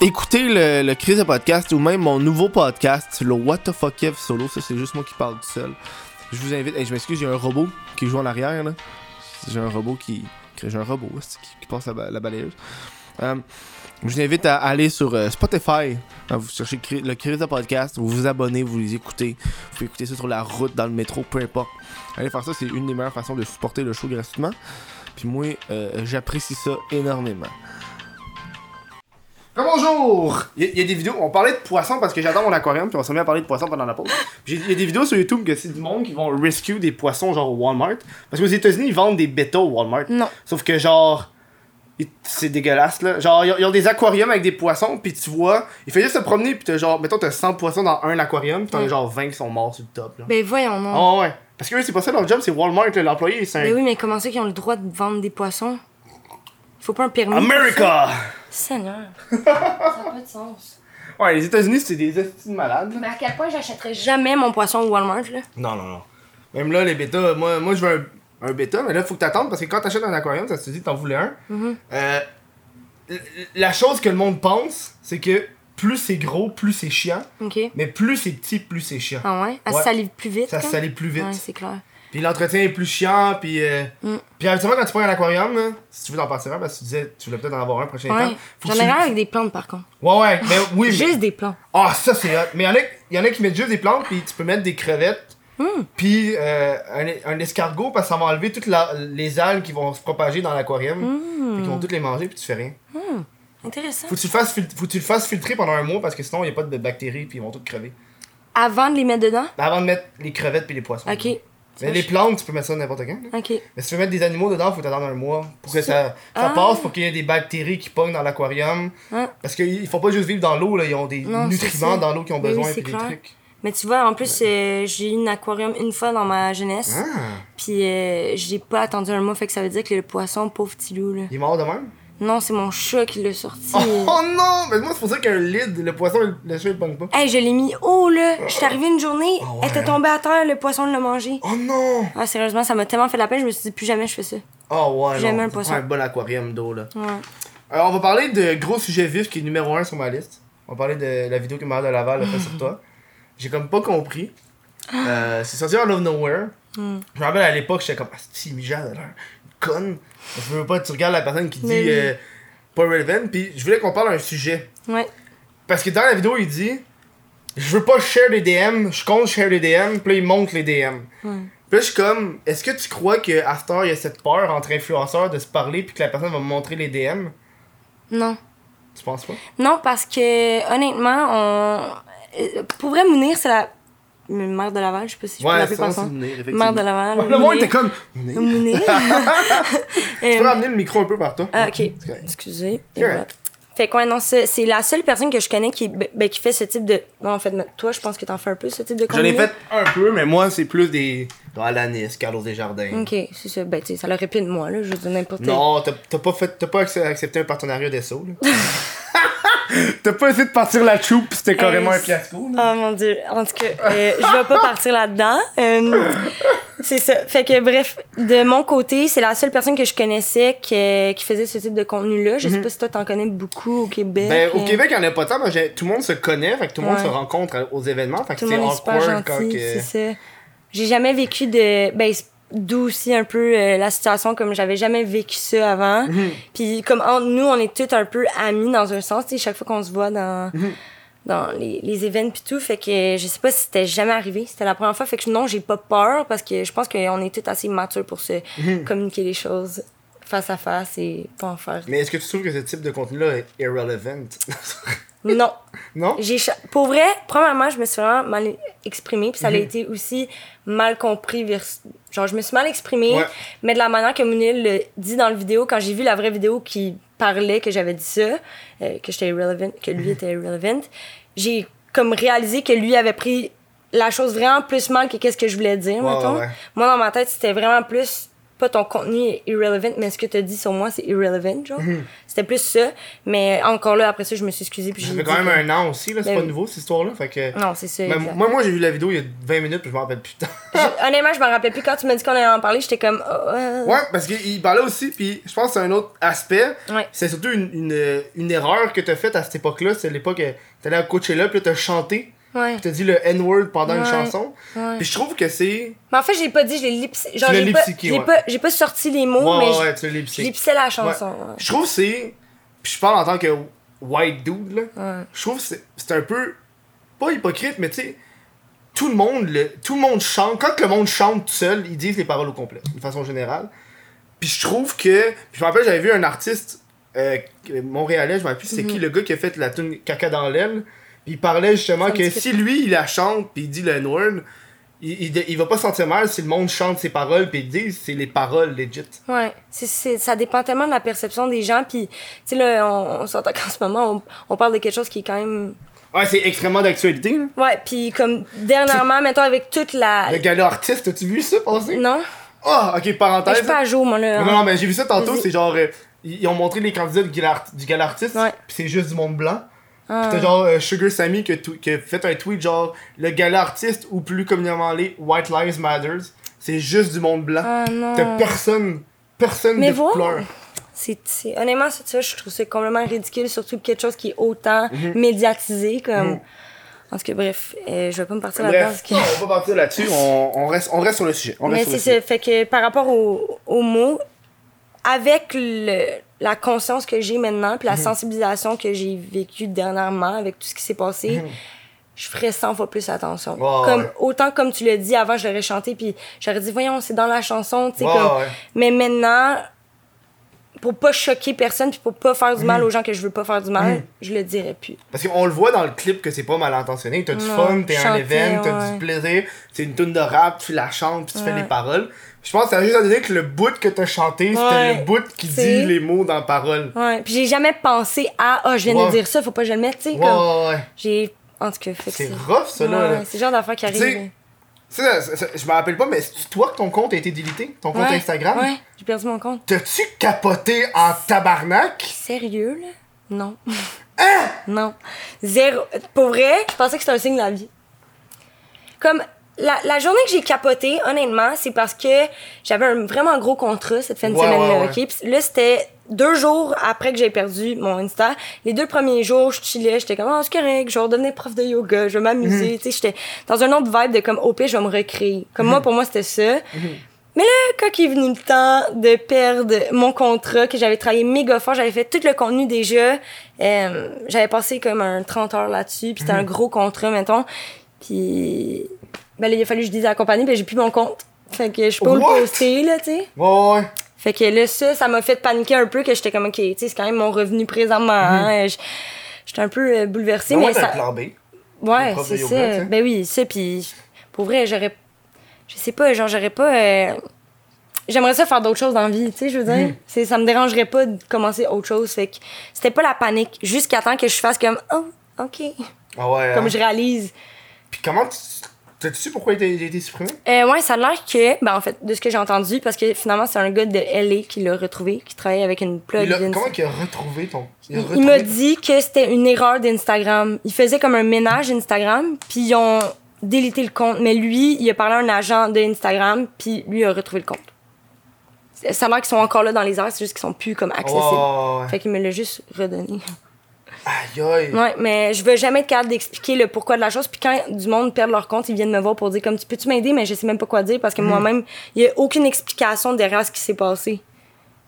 Speaker 4: écouter le, le Chris de podcast ou même mon nouveau podcast, le What the fuck Kev solo, ça c'est juste moi qui parle tout seul. Je vous invite. Hey, je m'excuse, j'ai un robot qui joue en arrière là. J'ai un robot qui. J'ai un robot c'est- qui, qui passe la, ba- la balayeuse. Euh, je vous invite à aller sur euh, Spotify. Euh, Vous cherchez Chris- le Chris de podcast, vous vous abonnez, vous les écoutez. Vous pouvez écouter ça sur la route, dans le métro, peu importe. Allez faire ça, c'est une des meilleures façons de supporter le show gratuitement. Puis moi, euh, j'apprécie ça énormément.
Speaker 1: Comme Bonjour! Il y, a- il y a des vidéos, on parlait de poissons parce que j'adore mon aquarium, puis on s'est mis à parler de poissons pendant la pause. Puis j'ai- Il y a des vidéos sur YouTube que c'est du monde qui vont rescue des poissons genre au Walmart. Parce qu'aux États-Unis, ils vendent des bêtas au Walmart.
Speaker 3: Non.
Speaker 1: Sauf que genre. il- C'est dégueulasse là. Genre, ils ont- ils ont des aquariums avec des poissons, puis tu vois, il fait juste se promener, puis t'as genre, mettons, t'as 100 poissons dans un aquarium, puis t'en as
Speaker 3: Mm.
Speaker 1: genre 20 qui sont morts sur le top là.
Speaker 3: Ben voyons, non.
Speaker 1: Ah ouais. Parce que eux, c'est pas ça leur job, c'est Walmart, là, l'employé, c'est un.
Speaker 3: Ben oui, mais comment ça qu'ils ont le droit de vendre des poissons? Faut pas un permis. pour ça.
Speaker 1: America!
Speaker 3: Seigneur. ça n'a pas de sens.
Speaker 1: Ouais, les États-Unis, c'est des estis de malades. là.
Speaker 3: Mais à quel point j'achèterais jamais mon poisson au Walmart, là?
Speaker 1: Non, non, non. Même là, les bêtas, moi, moi je veux un, un bêta, mais là, faut que t'attendes parce que quand t'achètes un aquarium, ça te dit que t'en voulais un.
Speaker 3: Mm-hmm.
Speaker 1: Euh, l- la chose que le monde pense, c'est que plus c'est gros, plus c'est chiant,
Speaker 3: Ok.
Speaker 1: mais plus c'est petit, plus c'est chiant.
Speaker 3: Ah ouais? Elle
Speaker 1: Ouais.
Speaker 3: se salive plus vite.
Speaker 1: Ça se
Speaker 3: hein?
Speaker 1: salit plus vite.
Speaker 3: Ouais, c'est clair.
Speaker 1: Puis l'entretien est plus chiant, puis. euh,
Speaker 3: Mm.
Speaker 1: Puis habituellement, quand tu prends un aquarium, là, si tu veux t'en partir un, parce que tu disais, tu voulais peut-être en avoir un prochain
Speaker 3: Ouais.
Speaker 1: temps. faut
Speaker 3: J'en
Speaker 1: que
Speaker 3: ai
Speaker 1: tu-
Speaker 3: rien avec des plantes, par contre.
Speaker 1: Ouais, ouais, mais oui, mais-
Speaker 3: Juste des plantes.
Speaker 1: Ah, ça c'est hot. Mais il y en a qui mettent juste des plantes, puis tu peux mettre des crevettes,
Speaker 3: Mm.
Speaker 1: puis euh, un, un escargot, parce que ça va enlever toutes la- les algues qui vont se propager dans l'aquarium,
Speaker 3: Mm.
Speaker 1: puis qui vont toutes les manger, puis tu fais rien.
Speaker 3: Intéressant.
Speaker 1: Faut que tu le fasses, fil- faut que tu le fasses filtrer pendant un mois, parce que sinon il n'y a pas de bactéries, puis ils vont toutes crever.
Speaker 3: Avant de les mettre dedans?
Speaker 1: Mais avant de mettre les crevettes puis les poissons.
Speaker 3: Ok.
Speaker 1: Mais les plantes, tu peux mettre ça n'importe quand. là.
Speaker 3: Ok.
Speaker 1: Mais si tu veux mettre des animaux dedans, faut t'attendre un mois pour que ça, ça
Speaker 3: Ah.
Speaker 1: passe, pour qu'il y ait des bactéries qui pognent dans l'aquarium.
Speaker 3: Ah.
Speaker 1: Parce qu'ils font pas juste vivre dans l'eau, là, ils ont des
Speaker 3: Non, c'est
Speaker 1: nutriments
Speaker 3: ça.
Speaker 1: dans l'eau qu'ils ont
Speaker 3: Mais oui,
Speaker 1: besoin,
Speaker 3: c'est
Speaker 1: puis des
Speaker 3: clair.
Speaker 1: trucs.
Speaker 3: Mais tu vois, en plus, euh, j'ai eu un aquarium une fois dans ma jeunesse.
Speaker 1: Ah.
Speaker 3: Puis euh, j'ai pas attendu un mois, fait que ça veut dire que le poisson, pauvre petit loup, là.
Speaker 1: Il est mort de même?
Speaker 3: Non, c'est mon chat qui l'a sorti.
Speaker 1: Oh, oh non! Mais moi, c'est pour ça qu'un lead, le poisson, le- le chat, il pogne pas.
Speaker 3: Hey, je l'ai mis haut, là. Je suis arrivée une journée,
Speaker 1: Ah ouais.
Speaker 3: elle était tombée à terre, le poisson l'a mangé.
Speaker 1: Oh non!
Speaker 3: Ah, sérieusement, ça m'a tellement fait de la peine, je me suis dit, plus jamais je fais ça.
Speaker 1: Oh ouais,
Speaker 3: J'aime
Speaker 1: non,
Speaker 3: un
Speaker 1: faut
Speaker 3: poisson.
Speaker 1: prendre un bon aquarium d'eau, là.
Speaker 3: Ouais.
Speaker 1: Alors, Euh, on va parler de gros sujet vif qui est numéro 1 sur ma liste. On va parler de la vidéo que Marie de Laval a fait sur toi. J'ai comme pas compris.
Speaker 3: Hmm.
Speaker 1: Euh, c'est sorti out of nowhere. Je me rappelle à l'époque, j'étais comme, ah, si, Mijade, elle a un conne. Je veux pas que tu regardes la personne qui dit
Speaker 3: Mais oui.
Speaker 1: euh, pas relevant. Puis je voulais qu'on parle d'un sujet.
Speaker 3: Ouais.
Speaker 1: Parce que dans la vidéo, il dit Je veux pas share les DM, je compte share les DM, puis là, il monte les DM.
Speaker 3: Hmm.
Speaker 1: Puis là, je suis comme Est-ce que tu crois que after il y a cette peur entre influenceurs de se parler, puis que la personne va me montrer les DM
Speaker 3: Non.
Speaker 1: Tu penses pas
Speaker 3: Non, parce que honnêtement, on. euh, Pour vrai, Mounir, c'est la. Mère de Laval, je sais pas si je peux l'appeler par
Speaker 1: c'est
Speaker 3: son.
Speaker 1: Mounir, effectivement.
Speaker 3: Mère de Laval.
Speaker 1: Le monde
Speaker 3: Mounir.
Speaker 1: était comme Mounir.
Speaker 3: Mounir.
Speaker 1: Tu peux
Speaker 3: Euh,
Speaker 1: ramener le micro un peu par toi
Speaker 3: Ah, ok.
Speaker 1: correct.
Speaker 3: Excusez. Et
Speaker 1: Correct.
Speaker 3: voilà. Fait quoi, non, c'est c'est la seule personne que je connais qui, ben, qui fait ce type de. Bon, en fait, ben, toi, je pense que t'en fais un peu ce type de
Speaker 1: J'en ai
Speaker 3: contenu.
Speaker 1: fait un peu, mais moi, c'est plus des. Dans Alanis, Carlos Desjardins.
Speaker 3: Ok, c'est ça. Ben, tu sais, ça l'aurait pu de moi, là. Je veux dire n'importe
Speaker 1: Non, t'as t'as pas, fait- t'as pas acce- accepté un partenariat d'ESSO, là. t'as pas essayé de partir la troupe, pis c'était carrément un
Speaker 3: c'est-
Speaker 1: fiasco, là.
Speaker 3: Oh mon dieu. En tout cas, euh, je vais pas partir là-dedans. Euh, c'est ça. Fait que bref, de mon côté, c'est la seule personne que je connaissais que- qui faisait ce type de contenu-là. Je sais pas si toi t'en connais beaucoup au Québec.
Speaker 1: Mm-hmm. Ben, au
Speaker 3: euh,
Speaker 1: Québec, y'en a pas tant, mais j'ai- tout le monde se connaît, fait que tout le monde
Speaker 3: Ouais.
Speaker 1: se rencontre à- aux événements, fait que
Speaker 3: Tout le
Speaker 1: c'est
Speaker 3: monde est super
Speaker 1: awkward quand
Speaker 3: gentil,
Speaker 1: que.
Speaker 3: c'est ça. J'ai jamais vécu de... Ben, c'est- d'où aussi un peu euh, la situation, comme j'avais jamais vécu ça avant.
Speaker 1: Mm-hmm.
Speaker 3: Puis comme entre nous, on est tous un peu amis dans un sens, tu sais, chaque fois qu'on se voit dans...
Speaker 1: Mm-hmm.
Speaker 3: dans les, les événements puis tout, fait que je sais pas si c'était jamais arrivé, c'était la première fois, fait que non, j'ai pas peur, parce que je pense qu'on est tous assez matures pour se
Speaker 1: Mm-hmm.
Speaker 3: communiquer les choses face à face et pas en faire.
Speaker 1: Mais est-ce que tu trouves que ce type de contenu-là est irrelevant?
Speaker 3: Non,
Speaker 1: non?
Speaker 3: j'ai cha- pour vrai, premièrement, je me suis vraiment mal exprimée,
Speaker 1: Mhm.
Speaker 3: puis ça a été aussi mal compris vers genre je me suis mal exprimée,
Speaker 1: Ouais.
Speaker 3: mais de la manière que Mounil le dit dans le vidéo quand j'ai vu la vraie vidéo qui parlait que j'avais dit ça, euh, que j'étais irrelevant, que
Speaker 1: Mhm.
Speaker 3: lui était irrelevant, j'ai comme réalisé que lui avait pris la chose vraiment plus mal que qu'est-ce que je voulais dire,
Speaker 1: Ouais,
Speaker 3: mettons.
Speaker 1: ouais, ouais.
Speaker 3: Moi dans ma tête, c'était vraiment plus pas ton contenu est irrelevant, mais ce que t'as dit sur moi, c'est irrelevant, genre.
Speaker 1: Mhm.
Speaker 3: C'était plus ça. Mais encore là, après ça, je me suis excusée. Puis
Speaker 1: Ça
Speaker 3: j'ai
Speaker 1: fait
Speaker 3: dit
Speaker 1: quand même
Speaker 3: que-
Speaker 1: un an aussi, là, c'est
Speaker 3: Ben
Speaker 1: pas
Speaker 3: oui.
Speaker 1: nouveau, cette histoire-là, fait que.
Speaker 3: non, c'est ça.
Speaker 1: Ben,
Speaker 3: exact.
Speaker 1: moi, moi j'ai vu la vidéo il y a 20 minutes, puis je m'en rappelle plus.
Speaker 3: Je- honnêtement, je m'en rappelais plus. Quand tu m'as dit qu'on allait en parler, j'étais comme. oh, euh,
Speaker 1: Ouais, parce qu'il parlait aussi, puis je pense que c'est un autre aspect.
Speaker 3: Ouais.
Speaker 1: C'est surtout une, une, une erreur que t'as faite à cette époque-là. C'est l'époque euh, t'allais à Coachella, puis là, t'as chanté.
Speaker 3: Ouais.
Speaker 1: Puis t'as dit le N-word pendant une
Speaker 3: Ouais.
Speaker 1: chanson.
Speaker 3: Ouais.
Speaker 1: Puis je trouve que c'est.
Speaker 3: Mais en fait, j'ai pas dit, j'ai lips... genre,
Speaker 1: Tu l'as
Speaker 3: j'ai pas,
Speaker 1: lipsiqué,
Speaker 3: j'ai
Speaker 1: ouais.
Speaker 3: pas, j'ai pas sorti les mots,
Speaker 1: Ouais,
Speaker 3: Oh, mais
Speaker 1: ouais,
Speaker 3: j'ai-
Speaker 1: ouais, tu l'as
Speaker 3: je
Speaker 1: lipsé.
Speaker 3: lipsais la chanson.
Speaker 1: Ouais.
Speaker 3: ouais.
Speaker 1: Je trouve que c'est. Puis je parle en tant que white dude, là.
Speaker 3: Ouais.
Speaker 1: Je trouve que c'est- c'est un peu. Pas hypocrite, mais tu sais. Tout le monde le, tout le monde chante. Quand le monde chante tout seul, ils disent les paroles au complet, de façon générale. Puis je trouve que. Puis je me rappelle, j'avais vu un artiste euh, montréalais, je me rappelle plus c'est
Speaker 3: Mhm.
Speaker 1: qui, le gars qui a fait la tune Caca dans l'aile. Puis il parlait justement
Speaker 3: Ça me
Speaker 1: que
Speaker 3: dit que-
Speaker 1: si lui, il la chante, puis il dit le N-word, il, il, il va pas se sentir mal si le monde chante ses paroles, puis il dit c'est les paroles legit.
Speaker 3: Ouais, c'est, c'est- ça dépend tellement de la perception des gens. Puis, tu sais, là, on, on s'entend qu'en ce moment, on, on parle de quelque chose qui est quand même.
Speaker 1: Ouais, c'est extrêmement d'actualité. là.
Speaker 3: Ouais, puis comme dernièrement, mettons, avec toute la.
Speaker 1: Le gala artiste, as-tu vu ça passer?
Speaker 3: Non?
Speaker 1: Ah, ok,
Speaker 3: Je
Speaker 1: parenthèse.
Speaker 3: suis pas à jour, moi, là.
Speaker 1: Non, non, mais j'ai vu ça tantôt,
Speaker 3: Euh, Vas-y.
Speaker 1: c'est genre. euh, ils ils ont montré les candidats du gala, art- du gala artiste,
Speaker 3: Ouais. Ah.
Speaker 1: pis c'est juste du monde blanc. Pis t'as genre euh, Sugar Sammy qui a, tw- qui a fait un tweet genre le gala artiste ou plus communément les White Lives Matters, c'est juste du monde blanc.
Speaker 3: Ah, non.
Speaker 1: T'as personne, personne
Speaker 3: Mais
Speaker 1: de
Speaker 3: voir.
Speaker 1: couleur.
Speaker 3: C'est, c'est- honnêtement, ça, tu vois, je trouve ça complètement ridicule, surtout quelque chose qui est autant médiatisé. Comme... En tout cas, bref, euh, je vais pas me partir là-dedans.
Speaker 1: Bref,
Speaker 3: parce que-
Speaker 1: on va pas partir là-dessus, on, on reste, on reste sur le sujet. On reste
Speaker 3: Mais
Speaker 1: sur le
Speaker 3: c'est
Speaker 1: sujet.
Speaker 3: ça. Fait que par rapport au, au mot, avec le- la conscience que j'ai maintenant, puis la
Speaker 1: Mhm.
Speaker 3: sensibilisation que j'ai vécue dernièrement avec tout ce qui s'est passé, je ferais 100 fois plus attention.
Speaker 1: Mhm. Ouais,
Speaker 3: comme,
Speaker 1: ouais.
Speaker 3: Autant comme tu l'as dit avant, je l'aurais chanté, puis j'aurais dit, voyons, c'est dans la chanson, tu sais,
Speaker 1: Ouais,
Speaker 3: comme-
Speaker 1: ouais.
Speaker 3: Mais maintenant, pour pas choquer personne, puis pour pas faire du
Speaker 1: Mhm.
Speaker 3: mal aux gens que je veux pas faire du mal, je le dirais plus.
Speaker 1: Parce qu'on le voit dans le clip que c'est pas mal intentionné. T'as du
Speaker 3: Non,
Speaker 1: fun, t'es un
Speaker 3: chanter,
Speaker 1: event, t'as
Speaker 3: ouais.
Speaker 1: du plaisir, c'est une tune de rap, tu la chantes, puis tu fais
Speaker 3: Ouais.
Speaker 1: les paroles. Je pense que ça a juste à dire que le bout que t'as chanté, c'était
Speaker 3: Ouais.
Speaker 1: le bout qui
Speaker 3: C'est-
Speaker 1: dit les mots dans la parole.
Speaker 3: Ouais. Puis j'ai jamais pensé à, ah, je viens
Speaker 1: Ouais.
Speaker 3: de dire ça, faut pas que je le mette, tu sais.
Speaker 1: Ouais,
Speaker 3: comme-
Speaker 1: ouais, ouais.
Speaker 3: J'ai. En tout cas, fait que
Speaker 1: C'est rough, ça, là,
Speaker 3: Ouais,
Speaker 1: là.
Speaker 3: C'est le genre d'affaire qui
Speaker 1: Tu sais,
Speaker 3: arrive.
Speaker 1: Ça, ça, ça, je me rappelle pas, mais c'est toi que ton compte a été délité, ton compte
Speaker 3: Ouais,
Speaker 1: Instagram.
Speaker 3: Ouais, j'ai perdu mon compte.
Speaker 1: T'as-tu capoté en tabarnak?
Speaker 3: Sérieux, là? Non.
Speaker 1: Hein?
Speaker 3: Non. Zéro. Pour vrai, je pensais que c'était un signe de la vie. Comme. La, la journée que j'ai capoté, honnêtement, c'est parce que j'avais un vraiment gros contrat cette fin de
Speaker 1: Ouais,
Speaker 3: semaine-là,
Speaker 1: ouais, ouais.
Speaker 3: OK? Puis là, c'était deux jours après que j'ai perdu mon Insta. Les deux premiers jours, je chillais, j'étais comme « Ah, c'est correct, je vais redevenir prof de yoga,
Speaker 1: Mhm.
Speaker 3: je vais m'amuser. Tu sais, j'étais dans un autre vibe de comme « Au pire, je vais me recréer. » Comme moi, pour moi, c'était ça. Mais là, quand il est venu le temps de perdre mon contrat, que j'avais travaillé méga fort, j'avais fait tout le contenu déjà, euh, j'avais passé comme un 30 heures là-dessus, puis c'était un gros contrat, mettons. Puis, ben là, il a fallu que je dise à la compagnie, ben j'ai plus mon compte. Fait que je peux le
Speaker 1: What?
Speaker 3: poster, là, tu sais.
Speaker 1: Ouais, ouais.
Speaker 3: Fait que là, ça, ça m'a fait paniquer un peu que j'étais comme, OK, tu sais, c'est quand même mon revenu présentement. hein, je- J'étais un peu euh, bouleversée,
Speaker 1: Mais
Speaker 3: mais ça.
Speaker 1: un plan B.
Speaker 3: Ouais,
Speaker 1: Le prof de
Speaker 3: c'est
Speaker 1: yoga, tu sais.
Speaker 3: ça. Ben oui, ça, puis pour vrai, j'aurais. Je sais pas, genre, j'aurais pas. euh, J'aimerais ça faire d'autres choses dans la vie, tu sais, je veux
Speaker 1: Mhm.
Speaker 3: dire. C'est- Ça me dérangerait pas de commencer autre chose. Fait que c'était pas la panique, jusqu'à temps que je fasse comme, oh, OK.
Speaker 1: Ah ouais. hein.
Speaker 3: Comme je réalise.
Speaker 1: Puis comment tu. T'as-tu su pourquoi il a il a été supprimé?
Speaker 3: Euh, ouais, ça a l'air que, ben en fait, de ce que j'ai entendu, parce que finalement, c'est un gars de LA qui l'a retrouvé, qui travaillait avec une plug
Speaker 1: Il a-
Speaker 3: d'Insta-
Speaker 1: comment il a retrouvé ton. a
Speaker 3: Il-
Speaker 1: retrouvé
Speaker 3: Il m'a
Speaker 1: ton-
Speaker 3: dit que c'était une erreur d'Instagram. Il faisait comme un ménage Instagram, puis ils ont délité le compte. Mais lui, il a parlé à un agent d'Instagram, puis lui a retrouvé le compte. C'est- Ça a l'air qu'ils sont encore là dans les airs, c'est juste qu'ils sont plus comme accessibles.
Speaker 1: Ouais, ouais, ouais.
Speaker 3: Fait qu'il me l'a juste redonné.
Speaker 1: Aïe aïe.
Speaker 3: Ouais, mais je veux jamais être capable d'expliquer le pourquoi de la chose. Puis quand du monde perd leur compte, ils viennent me voir pour dire comme tu peux-tu m'aider, mais je sais même pas quoi dire parce que moi-même, il y a aucune explication derrière ce qui s'est passé.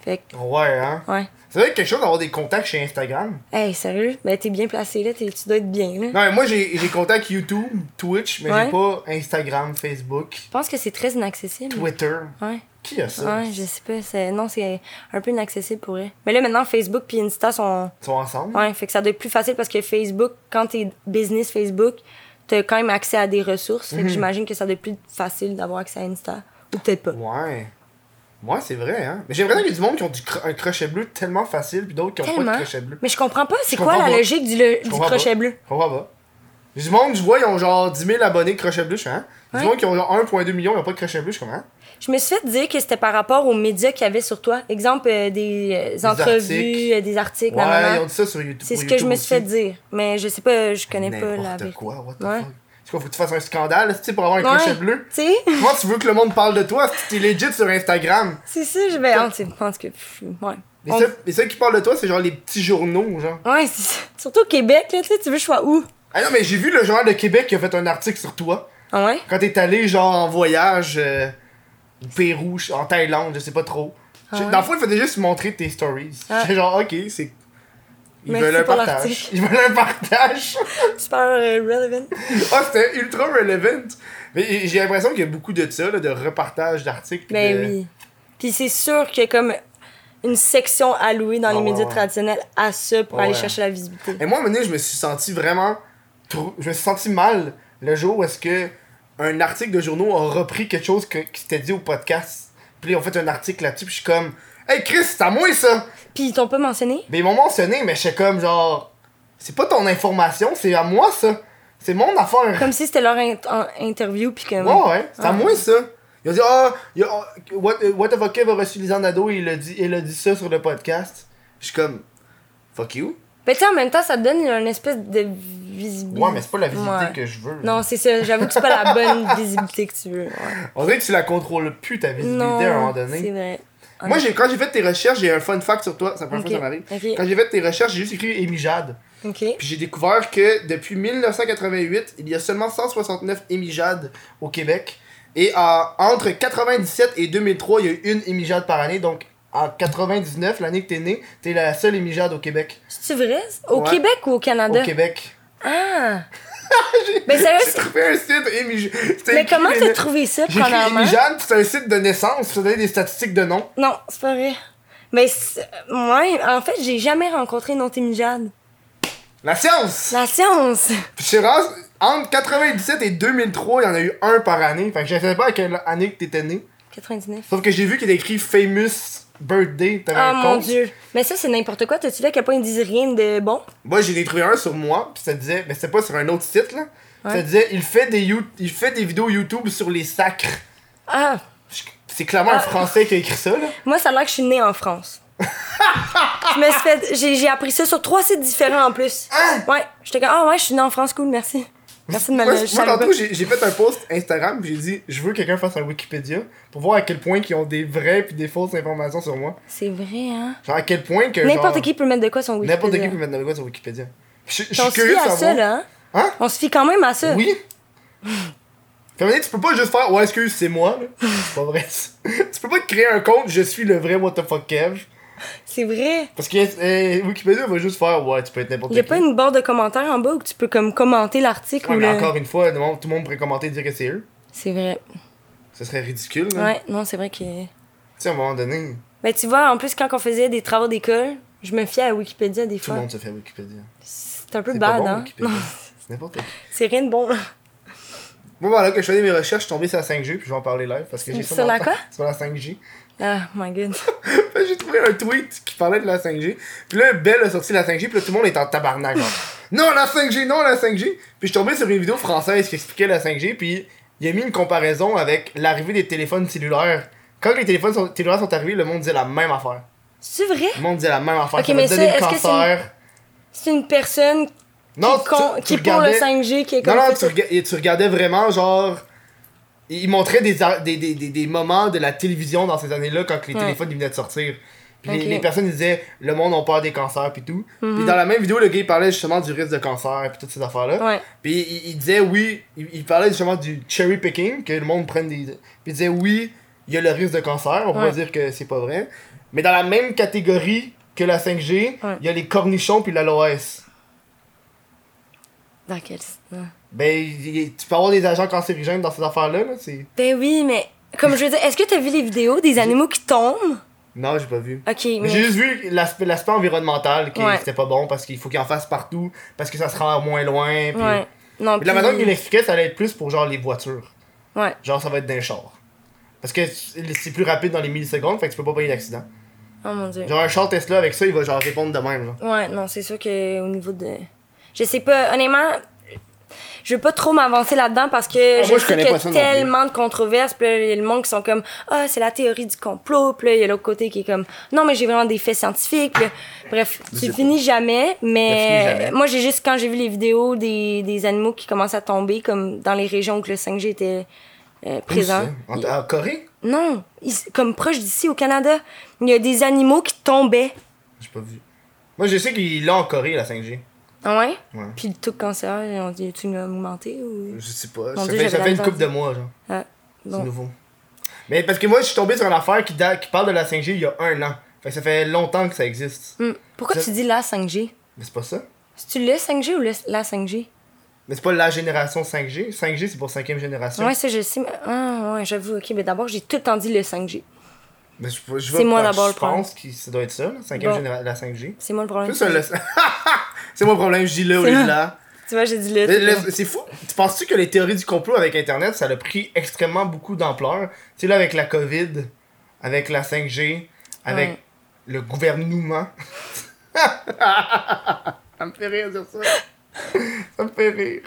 Speaker 3: Fait que,
Speaker 1: Ouais, hein.
Speaker 3: ouais.
Speaker 1: Ça doit être quelque chose d'avoir des contacts chez Instagram.
Speaker 3: Hey, sérieux? Ben, t'es bien placé, là. t'es- Tu dois être bien, là.
Speaker 1: Non, mais moi j'ai j'ai contacts YouTube, Twitch, mais j'ai
Speaker 3: Ouais.
Speaker 1: pas Instagram, Facebook,
Speaker 3: Je pense que c'est très inaccessible.
Speaker 1: Twitter.
Speaker 3: Ouais.
Speaker 1: Qui a ça?
Speaker 3: Ouais, je sais pas. c'est- Non, c'est un peu inaccessible pour eux. Mais là, maintenant, Facebook puis Insta sont.
Speaker 1: Ils sont ensemble?
Speaker 3: Ouais, fait que ça doit être plus facile parce que Facebook, quand t'es business Facebook, t'as quand même accès à des ressources.
Speaker 1: Mhm.
Speaker 3: Fait que j'imagine que ça doit être plus facile d'avoir accès à Insta. Ou peut-être pas.
Speaker 1: Ouais. Ouais, c'est vrai, hein. Mais j'aimerais bien qu'il y ait du monde qui ont du cro- un crochet bleu tellement facile, puis d'autres qui ont pas
Speaker 3: Tellement.
Speaker 1: de crochet bleu.
Speaker 3: Mais je comprends pas.
Speaker 1: Je
Speaker 3: C'est quoi
Speaker 1: comprends
Speaker 3: la
Speaker 1: pas.
Speaker 3: logique du, le-
Speaker 1: Je
Speaker 3: du
Speaker 1: comprends
Speaker 3: crochet
Speaker 1: pas.
Speaker 3: bleu?
Speaker 1: Je comprends pas. Il y a du monde, je vois, ils ont genre 10 000 abonnés de crochet bleu, je suis hein. Il y a du
Speaker 3: Ouais.
Speaker 1: monde qui ont genre 1,2 million, ils ont pas de crochet bleu, je suis comme, hein.
Speaker 3: Je me suis fait dire que c'était par rapport aux médias qu'il y avait sur toi. Exemple, euh, des, euh, entrevues,
Speaker 1: articles.
Speaker 3: euh, des articles, nanana.
Speaker 1: Ouais, ils ont dit ça sur YouTube.
Speaker 3: C'est
Speaker 1: pour
Speaker 3: ce que je
Speaker 1: YouTube
Speaker 3: me suis fait
Speaker 1: aussi.
Speaker 3: dire. Mais je sais pas, je connais pas la
Speaker 1: N'importe
Speaker 3: vérité.
Speaker 1: quoi, what the
Speaker 3: Ouais.
Speaker 1: fuck. C'est quoi, faut que tu fasses un scandale, tu sais, pour avoir un
Speaker 3: Ouais,
Speaker 1: crochet bleu?
Speaker 3: Tu sais?
Speaker 1: Comment tu veux que le monde parle de toi si t'es legit sur Instagram?
Speaker 3: C'est ça, je vais. Ah, tu sais, je pense que. pff, Ouais.
Speaker 1: Les
Speaker 3: On-
Speaker 1: seuls, les seuls qui parlent de toi, c'est genre les petits journaux, genre.
Speaker 3: Ouais, c'est ça. Surtout au Québec, là, tu sais, tu veux que je sois où?
Speaker 1: Ah non, mais j'ai vu le journal de Québec qui a fait un article sur toi.
Speaker 3: Ah ouais?
Speaker 1: Quand t'es allé, genre, en voyage euh, au Pérou, ch- en Thaïlande, je sais pas trop.
Speaker 3: Ah
Speaker 1: Je-
Speaker 3: ouais?
Speaker 1: Dans le fond, ils faisaient juste montrer tes stories.
Speaker 3: Ah.
Speaker 1: J'étais genre, ok, c'est. Ils
Speaker 3: Merci
Speaker 1: veulent un
Speaker 3: pour
Speaker 1: partage.
Speaker 3: l'article.
Speaker 1: Ils veulent un partage.
Speaker 3: Super euh, relevant.
Speaker 1: Ah, c'était ultra relevant. Mais j'ai l'impression qu'il y a beaucoup de ça, là, de repartage d'articles. puis
Speaker 3: Ben
Speaker 1: de-
Speaker 3: oui. Puis c'est sûr qu'il y a comme une section allouée dans
Speaker 1: Ah
Speaker 3: les
Speaker 1: ouais,
Speaker 3: médias
Speaker 1: ouais.
Speaker 3: traditionnels à ça pour aller
Speaker 1: Ouais.
Speaker 3: chercher la visibilité.
Speaker 1: Et moi, à un moment donné, je me suis senti vraiment. trop- Je me suis senti mal le jour où est-ce que un article de journaux a repris quelque chose que- qui s'était dit au podcast. Puis là, ils ont fait un article là-dessus, puis je suis comme. Hey Chris, c'est à moi ça!
Speaker 3: Puis ils t'ont pas mentionné?
Speaker 1: Mais ils m'ont mentionné, mais j'étais comme genre. C'est pas ton information, c'est à moi ça! C'est mon affaire!
Speaker 3: Comme si c'était leur in- en- interview, puis comme.
Speaker 1: Ouais, ouais, c'est à
Speaker 3: Ah.
Speaker 1: moi ça! Ils ont dit, ah, il y a- What, What the fuck a reçu les Nado et il a, dit, il a dit ça sur le podcast. Je suis comme, fuck you.
Speaker 3: Ben tu sais, en même temps, ça te donne une espèce de visibilité.
Speaker 1: Ouais, mais c'est pas la visibilité
Speaker 3: Ouais.
Speaker 1: que je veux.
Speaker 3: Non, c'est ça. J'avoue que c'est pas la bonne visibilité que tu veux. Ouais.
Speaker 1: On dirait que tu la contrôles plus ta visibilité
Speaker 3: Non,
Speaker 1: à un moment
Speaker 3: c'est
Speaker 1: donné.
Speaker 3: vrai.
Speaker 1: Moi, j'ai, quand j'ai fait tes recherches, j'ai un fun fact sur toi. C'est la première
Speaker 3: Ok,
Speaker 1: fois que ça m'arrive.
Speaker 3: ok.
Speaker 1: Quand j'ai fait tes recherches, j'ai juste écrit Amy Jade.
Speaker 3: OK.
Speaker 1: Puis j'ai découvert que depuis 1988, il y a seulement 169 Amy Jade au Québec. Et euh, entre 97 et 2003, il y a eu une Amy Jade par année. Donc en 99, l'année que t'es née, t'es la seule Amy Jade au Québec.
Speaker 3: C'est vrai? Au
Speaker 1: Ouais.
Speaker 3: Québec ou au Canada?
Speaker 1: Au Québec.
Speaker 3: Ah! ben sérieux,
Speaker 1: J'ai
Speaker 3: c'est-
Speaker 1: trouvé un site Amy Jade. C'était
Speaker 3: mais
Speaker 1: écrit
Speaker 3: comment
Speaker 1: les-
Speaker 3: t'as trouvé ça,
Speaker 1: J'ai écrit
Speaker 3: premièrement?
Speaker 1: Amy Jade, puis c'est un site de naissance. Ça donne des statistiques de noms.
Speaker 3: Non, c'est pas vrai. Mais c'est- moi, en fait, j'ai jamais rencontré une autre Jade.
Speaker 1: La science!
Speaker 3: La science!
Speaker 1: Puis c'est rare, entre 97 et 2003, il y en a eu un par année. Fait que je savais pas à quelle année que t'étais né.
Speaker 3: 99.
Speaker 1: Sauf que j'ai vu qu'il était écrit Famous Birthday. T'avais
Speaker 3: Ah
Speaker 1: un
Speaker 3: mon
Speaker 1: compte.
Speaker 3: dieu! Mais ça, c'est n'importe quoi. T'as-tu vu à quel point ils disent rien de bon?
Speaker 1: Moi, j'ai trouvé un sur moi. Puis ça disait, mais c'était pas sur un autre site là.
Speaker 3: Ouais.
Speaker 1: Ça disait, il fait, des you- il fait des vidéos YouTube sur les sacres.
Speaker 3: Ah!
Speaker 1: Je- C'est clairement un
Speaker 3: Ah.
Speaker 1: Français qui a écrit ça là.
Speaker 3: Moi, ça a l'air que je suis née en France. je me suis fait. J'ai, j'ai appris ça sur trois sites différents en plus.
Speaker 1: Hein?
Speaker 3: Ouais. J'étais comme, ah ouais, je suis née en France, cool, merci. Merci de me
Speaker 1: Moi,
Speaker 3: le je
Speaker 1: moi
Speaker 3: savais
Speaker 1: tantôt,
Speaker 3: pas.
Speaker 1: j'ai j'ai fait un post Instagram. Puis j'ai dit, je veux que quelqu'un fasse un Wikipédia pour voir à quel point qu'ils ont des vraies puis des fausses informations sur moi.
Speaker 3: C'est vrai, hein?
Speaker 1: Genre à quel point que.
Speaker 3: N'importe
Speaker 1: genre,
Speaker 3: qui peut mettre de quoi son Wikipédia.
Speaker 1: N'importe qui peut mettre de quoi sur Wikipédia. Je je
Speaker 3: On
Speaker 1: suis
Speaker 3: se fie
Speaker 1: curieux de
Speaker 3: à ça,
Speaker 1: savoir.
Speaker 3: là. hein?
Speaker 1: Hein?
Speaker 3: On se fie quand même à ça.
Speaker 1: Oui. Fait que, tu peux pas juste faire, ouais, excuse, c'est moi. là. C'est pas vrai. ça. tu peux pas te créer un compte, je suis le vrai what the fuck Kev.
Speaker 3: C'est vrai.
Speaker 1: Parce que euh, Wikipédia va juste faire, ouais, tu peux être n'importe
Speaker 3: Il y a
Speaker 1: qui.
Speaker 3: pas une barre de commentaires en bas où tu peux comme commenter l'article
Speaker 1: Ouais,
Speaker 3: ou
Speaker 1: mais
Speaker 3: le-
Speaker 1: encore une fois, tout le monde- tout le monde pourrait commenter et dire que c'est eux.
Speaker 3: C'est vrai.
Speaker 1: Ce serait ridicule. là.
Speaker 3: Ouais, non, c'est vrai que.
Speaker 1: Tu sais, à un moment donné,
Speaker 3: Ben, tu vois, en plus, quand on faisait des travaux d'école, je me fiais à Wikipédia des
Speaker 1: tout le
Speaker 3: fois.
Speaker 1: monde se fait Wikipédia.
Speaker 3: C'est un peu
Speaker 1: C'est
Speaker 3: bad,
Speaker 1: pas bon,
Speaker 3: hein?
Speaker 1: Wikipédia. C'est n'importe quoi.
Speaker 3: C'est rien de bon, là.
Speaker 1: Moi, voilà, que je faisais mes recherches, je suis tombé sur la 5G, puis je vais en parler live parce que j'ai ça
Speaker 3: Sur la
Speaker 1: dans-
Speaker 3: quoi?
Speaker 1: Sur la 5G.
Speaker 3: Ah, my god.
Speaker 1: Fait que J'ai trouvé un tweet qui parlait de la 5G. Puis là, Bell a sorti la 5G, puis là, tout le monde est en tabarnak. genre, non, la 5G, non, la 5G. Puis je suis tombé sur une vidéo française qui expliquait la 5G, puis il a mis une comparaison avec l'arrivée des téléphones cellulaires. Quand les téléphones sont- cellulaires sont arrivés, le monde disait la même affaire.
Speaker 3: C'est vrai?
Speaker 1: Le monde disait la même affaire.
Speaker 3: Ok,
Speaker 1: ça va
Speaker 3: mais
Speaker 1: te donner le
Speaker 3: ça, est-ce que c'est une-
Speaker 1: cancer.
Speaker 3: C'est une personne qui,
Speaker 1: Non, tu-
Speaker 3: con-
Speaker 1: tu
Speaker 3: qui est pour le
Speaker 1: regardais-
Speaker 3: 5G, qui est
Speaker 1: Non,
Speaker 3: comme
Speaker 1: non,
Speaker 3: ça,
Speaker 1: tu, rega- et tu regardais vraiment, genre. Il montrait des, ar- des, des, des, des moments de la télévision dans ces années-là quand les
Speaker 3: Ouais.
Speaker 1: téléphones ils venaient de sortir. Puis les,
Speaker 3: Ok. Mm-hmm.
Speaker 1: les personnes ils disaient le monde a peur des cancers puis tout. Puis dans la même vidéo, le gars il parlait justement du risque de cancer et toutes ces affaires-là.
Speaker 3: Ouais.
Speaker 1: Puis il, il disait oui, il, il parlait justement du cherry picking, que le monde prenne des. Puis il disait oui, il y a le risque de cancer, on peut
Speaker 3: Ouais.
Speaker 1: pas dire que c'est pas vrai. Mais dans la même catégorie que la 5G,
Speaker 3: Ouais.
Speaker 1: il y a les cornichons puis l'aloès.
Speaker 3: Dans quel... Ah. non.
Speaker 1: Ben, il- il- tu peux avoir des agents cancérigènes dans ces affaires-là, là, c'est...
Speaker 3: Ben oui, mais comme je veux dire, est-ce que t'as vu les vidéos des animaux qui tombent?
Speaker 1: Non, j'ai pas vu.
Speaker 3: Ok,
Speaker 1: Mais j'ai
Speaker 3: mais.
Speaker 1: juste vu l'aspect, l'aspect environnemental, qui
Speaker 3: Ouais.
Speaker 1: c'était pas bon, parce qu'il faut qu'il en fasse partout, parce que ça se rend moins loin, puis...
Speaker 3: Ouais. Non,
Speaker 1: Mais la
Speaker 3: puis-
Speaker 1: manière qu'il l'expliquait, ça allait être plus pour, genre, les voitures.
Speaker 3: Ouais.
Speaker 1: Genre, ça va être d'un char. Parce que c'est plus rapide dans les millisecondes, fait que tu peux pas payer d'accident.
Speaker 3: Oh mon dieu.
Speaker 1: Genre, un char Tesla, avec ça, il va, genre, répondre de même, genre.
Speaker 3: Ouais, non, c'est sûr que au niveau de. Je sais pas, honnêtement, je veux pas trop m'avancer là-dedans parce que
Speaker 1: Ah,
Speaker 3: je,
Speaker 1: moi, je
Speaker 3: sais
Speaker 1: connais
Speaker 3: qu'il y
Speaker 1: pas
Speaker 3: a
Speaker 1: ça non
Speaker 3: tellement de controverses. Puis là, il y a le monde qui sont comme Ah, c'est la théorie du complot. Puis là, il y a l'autre côté qui est comme Non, mais j'ai vraiment des faits scientifiques. Puis là, bref,
Speaker 1: Je sais
Speaker 3: tu
Speaker 1: pas.
Speaker 3: finis jamais.
Speaker 1: Tu finis
Speaker 3: Mais
Speaker 1: jamais.
Speaker 3: moi, j'ai juste, quand j'ai vu les vidéos des, des animaux qui commencent à tomber, comme dans les régions où le 5G était euh, présent.
Speaker 1: Où ça? En, en Corée?
Speaker 3: Non, ici- comme proche d'ici au Canada, il y a des animaux qui tombaient.
Speaker 1: J'ai pas vu. Moi, je sais qu'il l'a en Corée, la 5G.
Speaker 3: Ah ouais?
Speaker 1: Ouais.
Speaker 3: Puis le taux de cancer, on dit, tu l'as augmenté ou.
Speaker 1: Je sais pas.
Speaker 3: Mon
Speaker 1: Ça
Speaker 3: Dieu,
Speaker 1: fait,
Speaker 3: j'avais
Speaker 1: ça fait une
Speaker 3: entendu.
Speaker 1: couple de mois, genre.
Speaker 3: Ah,
Speaker 1: C'est
Speaker 3: bon.
Speaker 1: nouveau. Mais parce que moi, je suis tombé sur une affaire qui, date- qui parle de la 5G il y a un an. Fait que ça fait longtemps que ça existe.
Speaker 3: Hmm. Pourquoi
Speaker 1: Ça-
Speaker 3: tu dis la 5G?
Speaker 1: Mais c'est pas ça.
Speaker 3: C'est-tu le 5G ou le- la 5G?
Speaker 1: Mais c'est pas la génération 5G. 5G, c'est pour cinquième génération.
Speaker 3: Ouais, ça, je sais. mais- Ah, ouais, j'avoue. Ok, mais d'abord, j'ai tout le temps dit le 5G.
Speaker 1: Mais je, je
Speaker 3: C'est moi d'abord
Speaker 1: Je
Speaker 3: le problème.
Speaker 1: pense que ça doit être ça, la cinquième
Speaker 3: Bon.
Speaker 1: génération, la 5G.
Speaker 3: C'est moi le problème.
Speaker 1: Plus ça, le- c'est moi le problème, je dis là au
Speaker 3: C'est
Speaker 1: lieu de
Speaker 3: moi.
Speaker 1: là.
Speaker 3: Tu vois, j'ai dit le.
Speaker 1: Le- le- C'est fou. Tu penses-tu que les théories du complot avec Internet, ça a pris extrêmement beaucoup d'ampleur? Tu sais, là, avec la COVID, avec la 5G, avec
Speaker 3: Ouais.
Speaker 1: le gouvernement. ça me fait rire de dire ça. Ça me fait rire.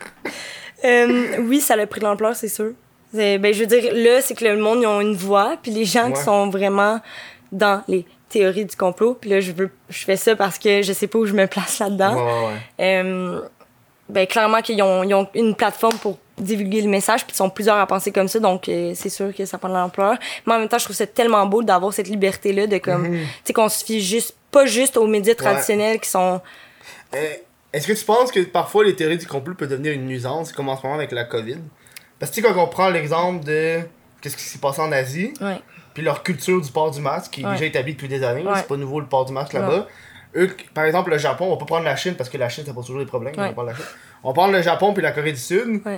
Speaker 3: Euh, oui, ça a pris de l'ampleur, c'est sûr. C'est- Ben, je veux dire, là, c'est que le monde, ils ont une voix, puis les gens qui
Speaker 1: Ouais.
Speaker 3: sont vraiment dans les théories du complot, puis là, je, veux, je fais ça parce que je sais pas où je me place là-dedans.
Speaker 1: Ouais, ouais, ouais.
Speaker 3: Euh, ben, clairement qu'ils ont, ils ont une plateforme pour divulguer le message, puis ils sont plusieurs à penser comme ça, donc euh, c'est sûr que ça prend de l'ampleur. Mais en même temps, je trouve ça tellement beau d'avoir cette liberté-là, de comme,
Speaker 1: Mhm.
Speaker 3: tu sais, qu'on se fie juste, pas juste aux médias traditionnels qui sont.
Speaker 1: Euh, Est-ce que tu penses que parfois les théories du complot peuvent devenir une nuisance, comme en ce moment avec la COVID? Parce que tu sais, quand on prend l'exemple de qu'est-ce qui s'est passé en Asie,
Speaker 3: Ouais.
Speaker 1: puis leur culture du port du masque, qui est
Speaker 3: Ouais.
Speaker 1: déjà établie depuis des années, là,
Speaker 3: Ouais.
Speaker 1: c'est pas nouveau le port du masque là-bas. Eux, par exemple, le Japon, on va pas prendre la Chine parce que la Chine, ça pose toujours des problèmes. On,
Speaker 3: Ouais.
Speaker 1: va prendre la Chine. on va prendre le Japon puis la Corée du Sud.
Speaker 3: Ouais.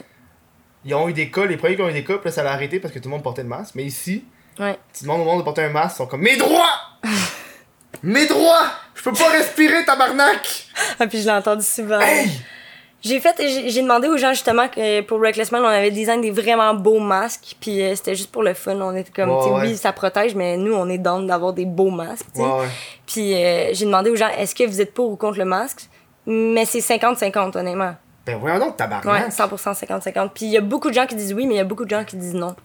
Speaker 1: Ils ont eu des cas, les premiers qui ont eu des cas, puis là, ça l'a arrêté parce que tout le monde portait le masque. Mais ici,
Speaker 3: Ouais.
Speaker 1: tu demandes au monde de porter un masque, ils sont comme Mes droits Mes droits Je peux pas respirer, tabarnak
Speaker 3: Ah, puis je l'ai entendu souvent.
Speaker 1: Hey
Speaker 3: J'ai fait, j'ai j'ai demandé aux gens justement que pour Reckless Man, on avait design des vraiment beaux masques, puis euh, c'était juste pour le fun. On était comme,
Speaker 1: Ouais,
Speaker 3: tu sais,
Speaker 1: ouais.
Speaker 3: oui, ça protège, mais nous, on est dans d'avoir des beaux masques. tu sais.
Speaker 1: Ouais, ouais.
Speaker 3: Puis euh, j'ai demandé aux gens, est-ce que vous êtes pour ou contre le masque? Mais c'est 50-50, honnêtement.
Speaker 1: Ben voyons donc,
Speaker 3: Ouais,
Speaker 1: tabarnak
Speaker 3: 100% 50-50. Puis il y a beaucoup de gens qui disent oui, mais il y a beaucoup de gens qui disent non.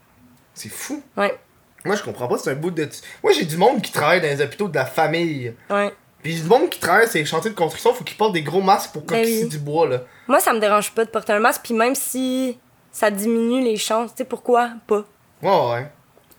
Speaker 1: C'est fou
Speaker 3: Ouais,
Speaker 1: Moi, je comprends pas, c'est un bout de. Moi, j'ai du monde qui travaille dans les hôpitaux de la famille.
Speaker 3: ouais.
Speaker 1: Puis du monde qui travaille sur les chantiers de construction, faut qu'ils portent des gros masques pour
Speaker 3: Ben
Speaker 1: coquiller
Speaker 3: oui.
Speaker 1: du bois, là.
Speaker 3: Moi, ça me dérange pas de porter un masque, puis même si ça diminue les chances, tu sais, pourquoi pas?
Speaker 1: Ouais, ouais.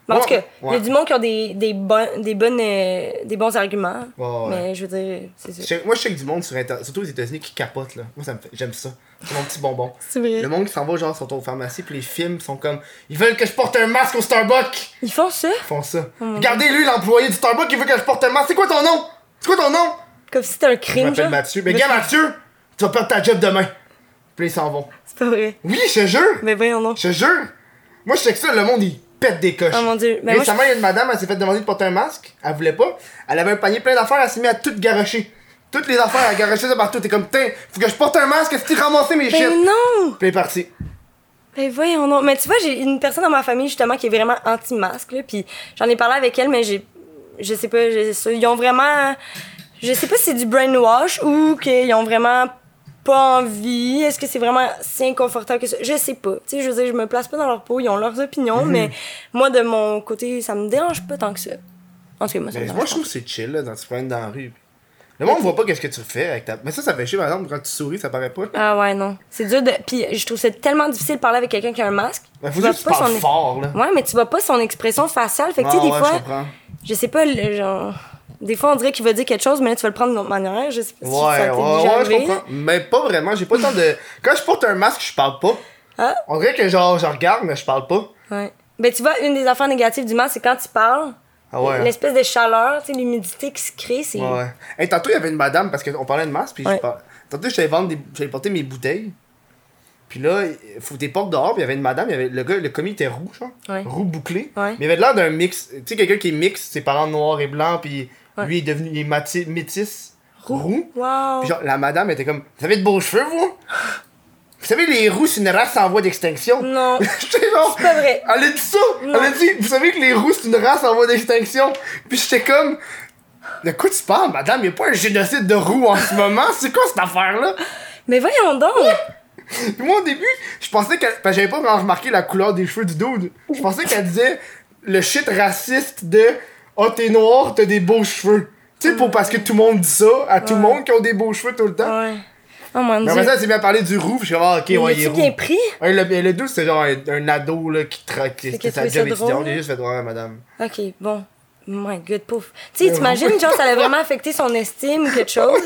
Speaker 3: Mais En tout cas,
Speaker 1: Ouais,
Speaker 3: il y
Speaker 1: ouais.
Speaker 3: a du monde qui ont des, des, bon- des, bonnes, euh, des bons arguments.
Speaker 1: Ouais, ouais.
Speaker 3: Mais je veux dire, c'est ça.
Speaker 1: Je sais- Moi, je sais que du monde sur Internet, surtout aux États-Unis, qui capote, là. Moi, ça me fait- j'aime ça. C'est mon petit bonbon.
Speaker 3: C'est vrai.
Speaker 1: Le monde qui s'en va, genre, sont aux pharmacies, puis les films sont comme. Ils veulent que je porte un masque au Starbucks!
Speaker 3: Ils font ça?
Speaker 1: Ils font ça. Regardez-lui, l'employé du Starbucks, il veut que je porte un masque. C'est quoi ton nom? C'est quoi ton nom?
Speaker 3: Comme si c'était un
Speaker 1: Je
Speaker 3: crime,
Speaker 1: m'appelle
Speaker 3: genre.
Speaker 1: Mathieu. Mais gars, Mathieu, tu vas perdre ta job demain. Puis ils s'en vont.
Speaker 3: C'est pas vrai.
Speaker 1: Oui, je te jure!
Speaker 3: Mais voyons non.
Speaker 1: Je te jure! Moi, je sais que ça, le monde, il pète des coches.
Speaker 3: Oh mon Dieu. Ben, moi, je-
Speaker 1: Récemment, il y a une madame, elle s'est fait demander de porter un masque. Elle voulait pas. Elle avait un panier plein d'affaires, elle s'est mise à tout garocher. Toutes les affaires, à garocher ça partout. T'es comme, putain, faut que je porte un masque, est-ce que tu ramasses mes shit?
Speaker 3: Mais Ben non!
Speaker 1: Puis elle est partie.
Speaker 3: Ben voyons non. Mais tu vois, j'ai une personne dans ma famille justement qui est vraiment anti-masque, là, puis j'en ai parlé avec elle, mais j'ai, je sais pas, j'ai- ça- ils ont vraiment, je sais pas si c'est du brainwash ou qu'ils ont vraiment pas envie. Est-ce que c'est vraiment si inconfortable que ça Je sais pas. Tu sais, je veux dire, je me place pas dans leur peau, ils ont leurs opinions, mais moi de mon côté, ça me dérange pas tant que ça. En tout cas, moi ça me
Speaker 1: Mais
Speaker 3: dérange
Speaker 1: Ben, moi, je
Speaker 3: pas.
Speaker 1: trouve que c'est chill, là, quand tu te promènes dans la rue. Le monde voit pas qu'est-ce que tu fais avec ta. Mais ça, ça fait chier, par exemple, quand tu souris, ça paraît pas.
Speaker 3: Ah ouais non, c'est dur de. Puis je trouve ça tellement difficile de parler avec quelqu'un qui a un masque.
Speaker 1: Mais
Speaker 3: Tu
Speaker 1: faut
Speaker 3: vois
Speaker 1: juste que tu parles
Speaker 3: son-
Speaker 1: fort, là.
Speaker 3: Ouais, mais tu vois pas son expression faciale. Fait que, tu
Speaker 1: Ah,
Speaker 3: sais, des
Speaker 1: ouais, je
Speaker 3: fois,
Speaker 1: comprends.
Speaker 3: je sais pas, le- genre. Des fois, on dirait qu'il va dire quelque chose, mais là, tu vas le prendre d'une autre manière. Je sais pas si ça
Speaker 1: Ouais, ouais,
Speaker 3: t'est
Speaker 1: ouais,
Speaker 3: déjà
Speaker 1: je
Speaker 3: arrivé.
Speaker 1: comprends. Mais pas vraiment, j'ai pas le temps de. Quand je porte un masque, je parle pas.
Speaker 3: Hein?
Speaker 1: On dirait que genre, je regarde, mais je parle pas.
Speaker 3: Ouais. Ben, tu vois, une des affaires négatives du masque, c'est quand tu parles,
Speaker 1: Ah ouais.
Speaker 3: l'espèce de chaleur, tu sais, l'humidité qui se crée, c'est.
Speaker 1: Ouais, ouais. Hey, tantôt, il y avait une madame, parce qu'on parlait de masque, puis je
Speaker 3: Ouais.
Speaker 1: par- Tantôt, j'allais vendre des... j'allais porter mes bouteilles. Puis là, il faut des portes dehors, puis il y avait une madame, il y avait... le gars, le commis était roux, genre.
Speaker 3: Ouais.
Speaker 1: Roux bouclé.
Speaker 3: Ouais.
Speaker 1: Mais il avait l'air d'un mix. Tu sais, quelqu'un qui est mix, ses parents noirs et blancs, puis
Speaker 3: Ouais.
Speaker 1: lui, il est devenu. Il est mati- métis. Roux.
Speaker 3: Wow.
Speaker 1: Puis genre, la madame était comme Vous avez de beaux cheveux, vous Vous savez, les roux, c'est une race en voie d'extinction.
Speaker 3: Non.
Speaker 1: J'étais genre.
Speaker 3: C'est pas vrai.
Speaker 1: Elle a dit ça!
Speaker 3: Non.
Speaker 1: Elle a dit, vous savez que les roux, c'est une race en voie d'extinction! Puis j'étais comme. De quoi tu parles, madame? Y'a pas un génocide de roux en ce moment? C'est quoi cette affaire-là?
Speaker 3: Mais voyons donc!
Speaker 1: Puis moi, au début, je pensais qu'elle. Parce que j'avais pas vraiment remarqué la couleur des cheveux du dude. Je pensais qu'elle disait le shit raciste de. Ah, t'es noir, t'as des beaux cheveux. Tu sais, pour, parce que tout le monde dit ça à tout le monde qui ont des beaux cheveux tout le temps.
Speaker 3: Ouais. Oh
Speaker 1: Mais
Speaker 3: mon dieu.
Speaker 1: après ça, elle s'est bien parlé du roux, puis je suis ah, ok,
Speaker 3: Il
Speaker 1: ouais, il est
Speaker 3: est-tu
Speaker 1: roux.
Speaker 3: bien pris?
Speaker 1: Ouais, le, le dude, c'était genre un, un ado là, qui traque.
Speaker 3: qu'il
Speaker 1: C'était
Speaker 3: a
Speaker 1: sa
Speaker 3: trouvé ça
Speaker 1: job
Speaker 3: drôle,
Speaker 1: étudiante. Il a
Speaker 3: là.
Speaker 1: juste fait droit à madame.
Speaker 3: Ok, bon. My god, pouf. Tu sais,
Speaker 1: Mais
Speaker 3: t'imagines,
Speaker 1: oui.
Speaker 3: genre, ça a vraiment affecté son estime ou quelque chose?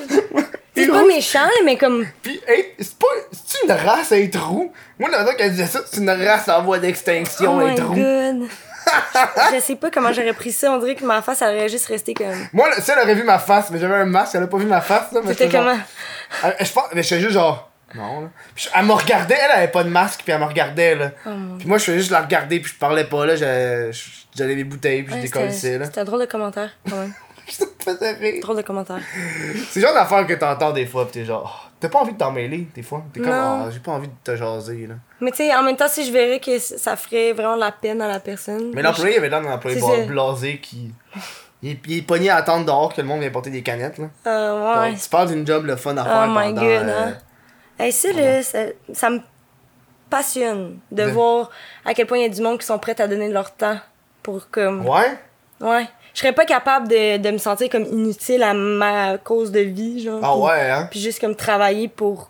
Speaker 3: C'est pas
Speaker 1: roux.
Speaker 3: méchant, là, mais comme.
Speaker 1: Pis, hey, c'est pas. C'est une race à être roux? Moi, la raison qu'elle disait ça, c'est une race en voie
Speaker 3: Oh
Speaker 1: d'extinction,
Speaker 3: my
Speaker 1: être roux.
Speaker 3: god. je sais pas comment j'aurais pris ça. On dirait que ma face, elle aurait juste resté comme.
Speaker 1: Moi, là, si elle aurait vu ma face, mais j'avais un masque, elle a pas vu ma face, là. mais
Speaker 3: C'était
Speaker 1: j'étais genre-
Speaker 3: comment?
Speaker 1: Elle- Je pense. Mais j'étais juste genre. Non, là. Puis elle me regardait, elle avait pas de masque, puis elle me regardait, là.
Speaker 3: Oh
Speaker 1: puis moi, je faisais juste la regarder, puis je parlais pas, là. J'allais j'allais mes bouteilles, puis
Speaker 3: Ouais,
Speaker 1: je
Speaker 3: C'était
Speaker 1: décollissais, là.
Speaker 3: c'était un drôle de commentaire, quand même.
Speaker 1: Ça me faisait rire.
Speaker 3: drôle de commentaire.
Speaker 1: C'est le genre d'affaire que t'entends des fois, pis t'es genre. oh, T'as pas envie de t'en mêler, des fois. T'es comme,
Speaker 3: Non.
Speaker 1: oh, j'ai pas envie de te jaser, là.
Speaker 3: Mais tu sais, en même temps, si je verrais que c- ça ferait vraiment de la peine à la personne.
Speaker 1: Mais l'employé, il avait l'air d'un employé
Speaker 3: C'est
Speaker 1: bla-
Speaker 3: ça.
Speaker 1: blasé qui. Il est, il est pogné à attendre dehors que le monde vienne porter des canettes, là.
Speaker 3: Euh, ouais.
Speaker 1: Donc, tu parles d'une job le fun à
Speaker 3: Oh
Speaker 1: faire
Speaker 3: my
Speaker 1: pendant,
Speaker 3: god,
Speaker 1: euh,
Speaker 3: hein. Hey, ça, là, ça, ça me passionne de
Speaker 1: De-
Speaker 3: voir à quel point il y a du monde qui sont prêts à donner de leur temps pour comme.
Speaker 1: euh, Ouais?
Speaker 3: Ouais. Je serais pas capable de, de me sentir comme inutile à ma cause de vie, genre.
Speaker 1: Ah
Speaker 3: puis-
Speaker 1: ouais, hein?
Speaker 3: Puis juste comme travailler pour.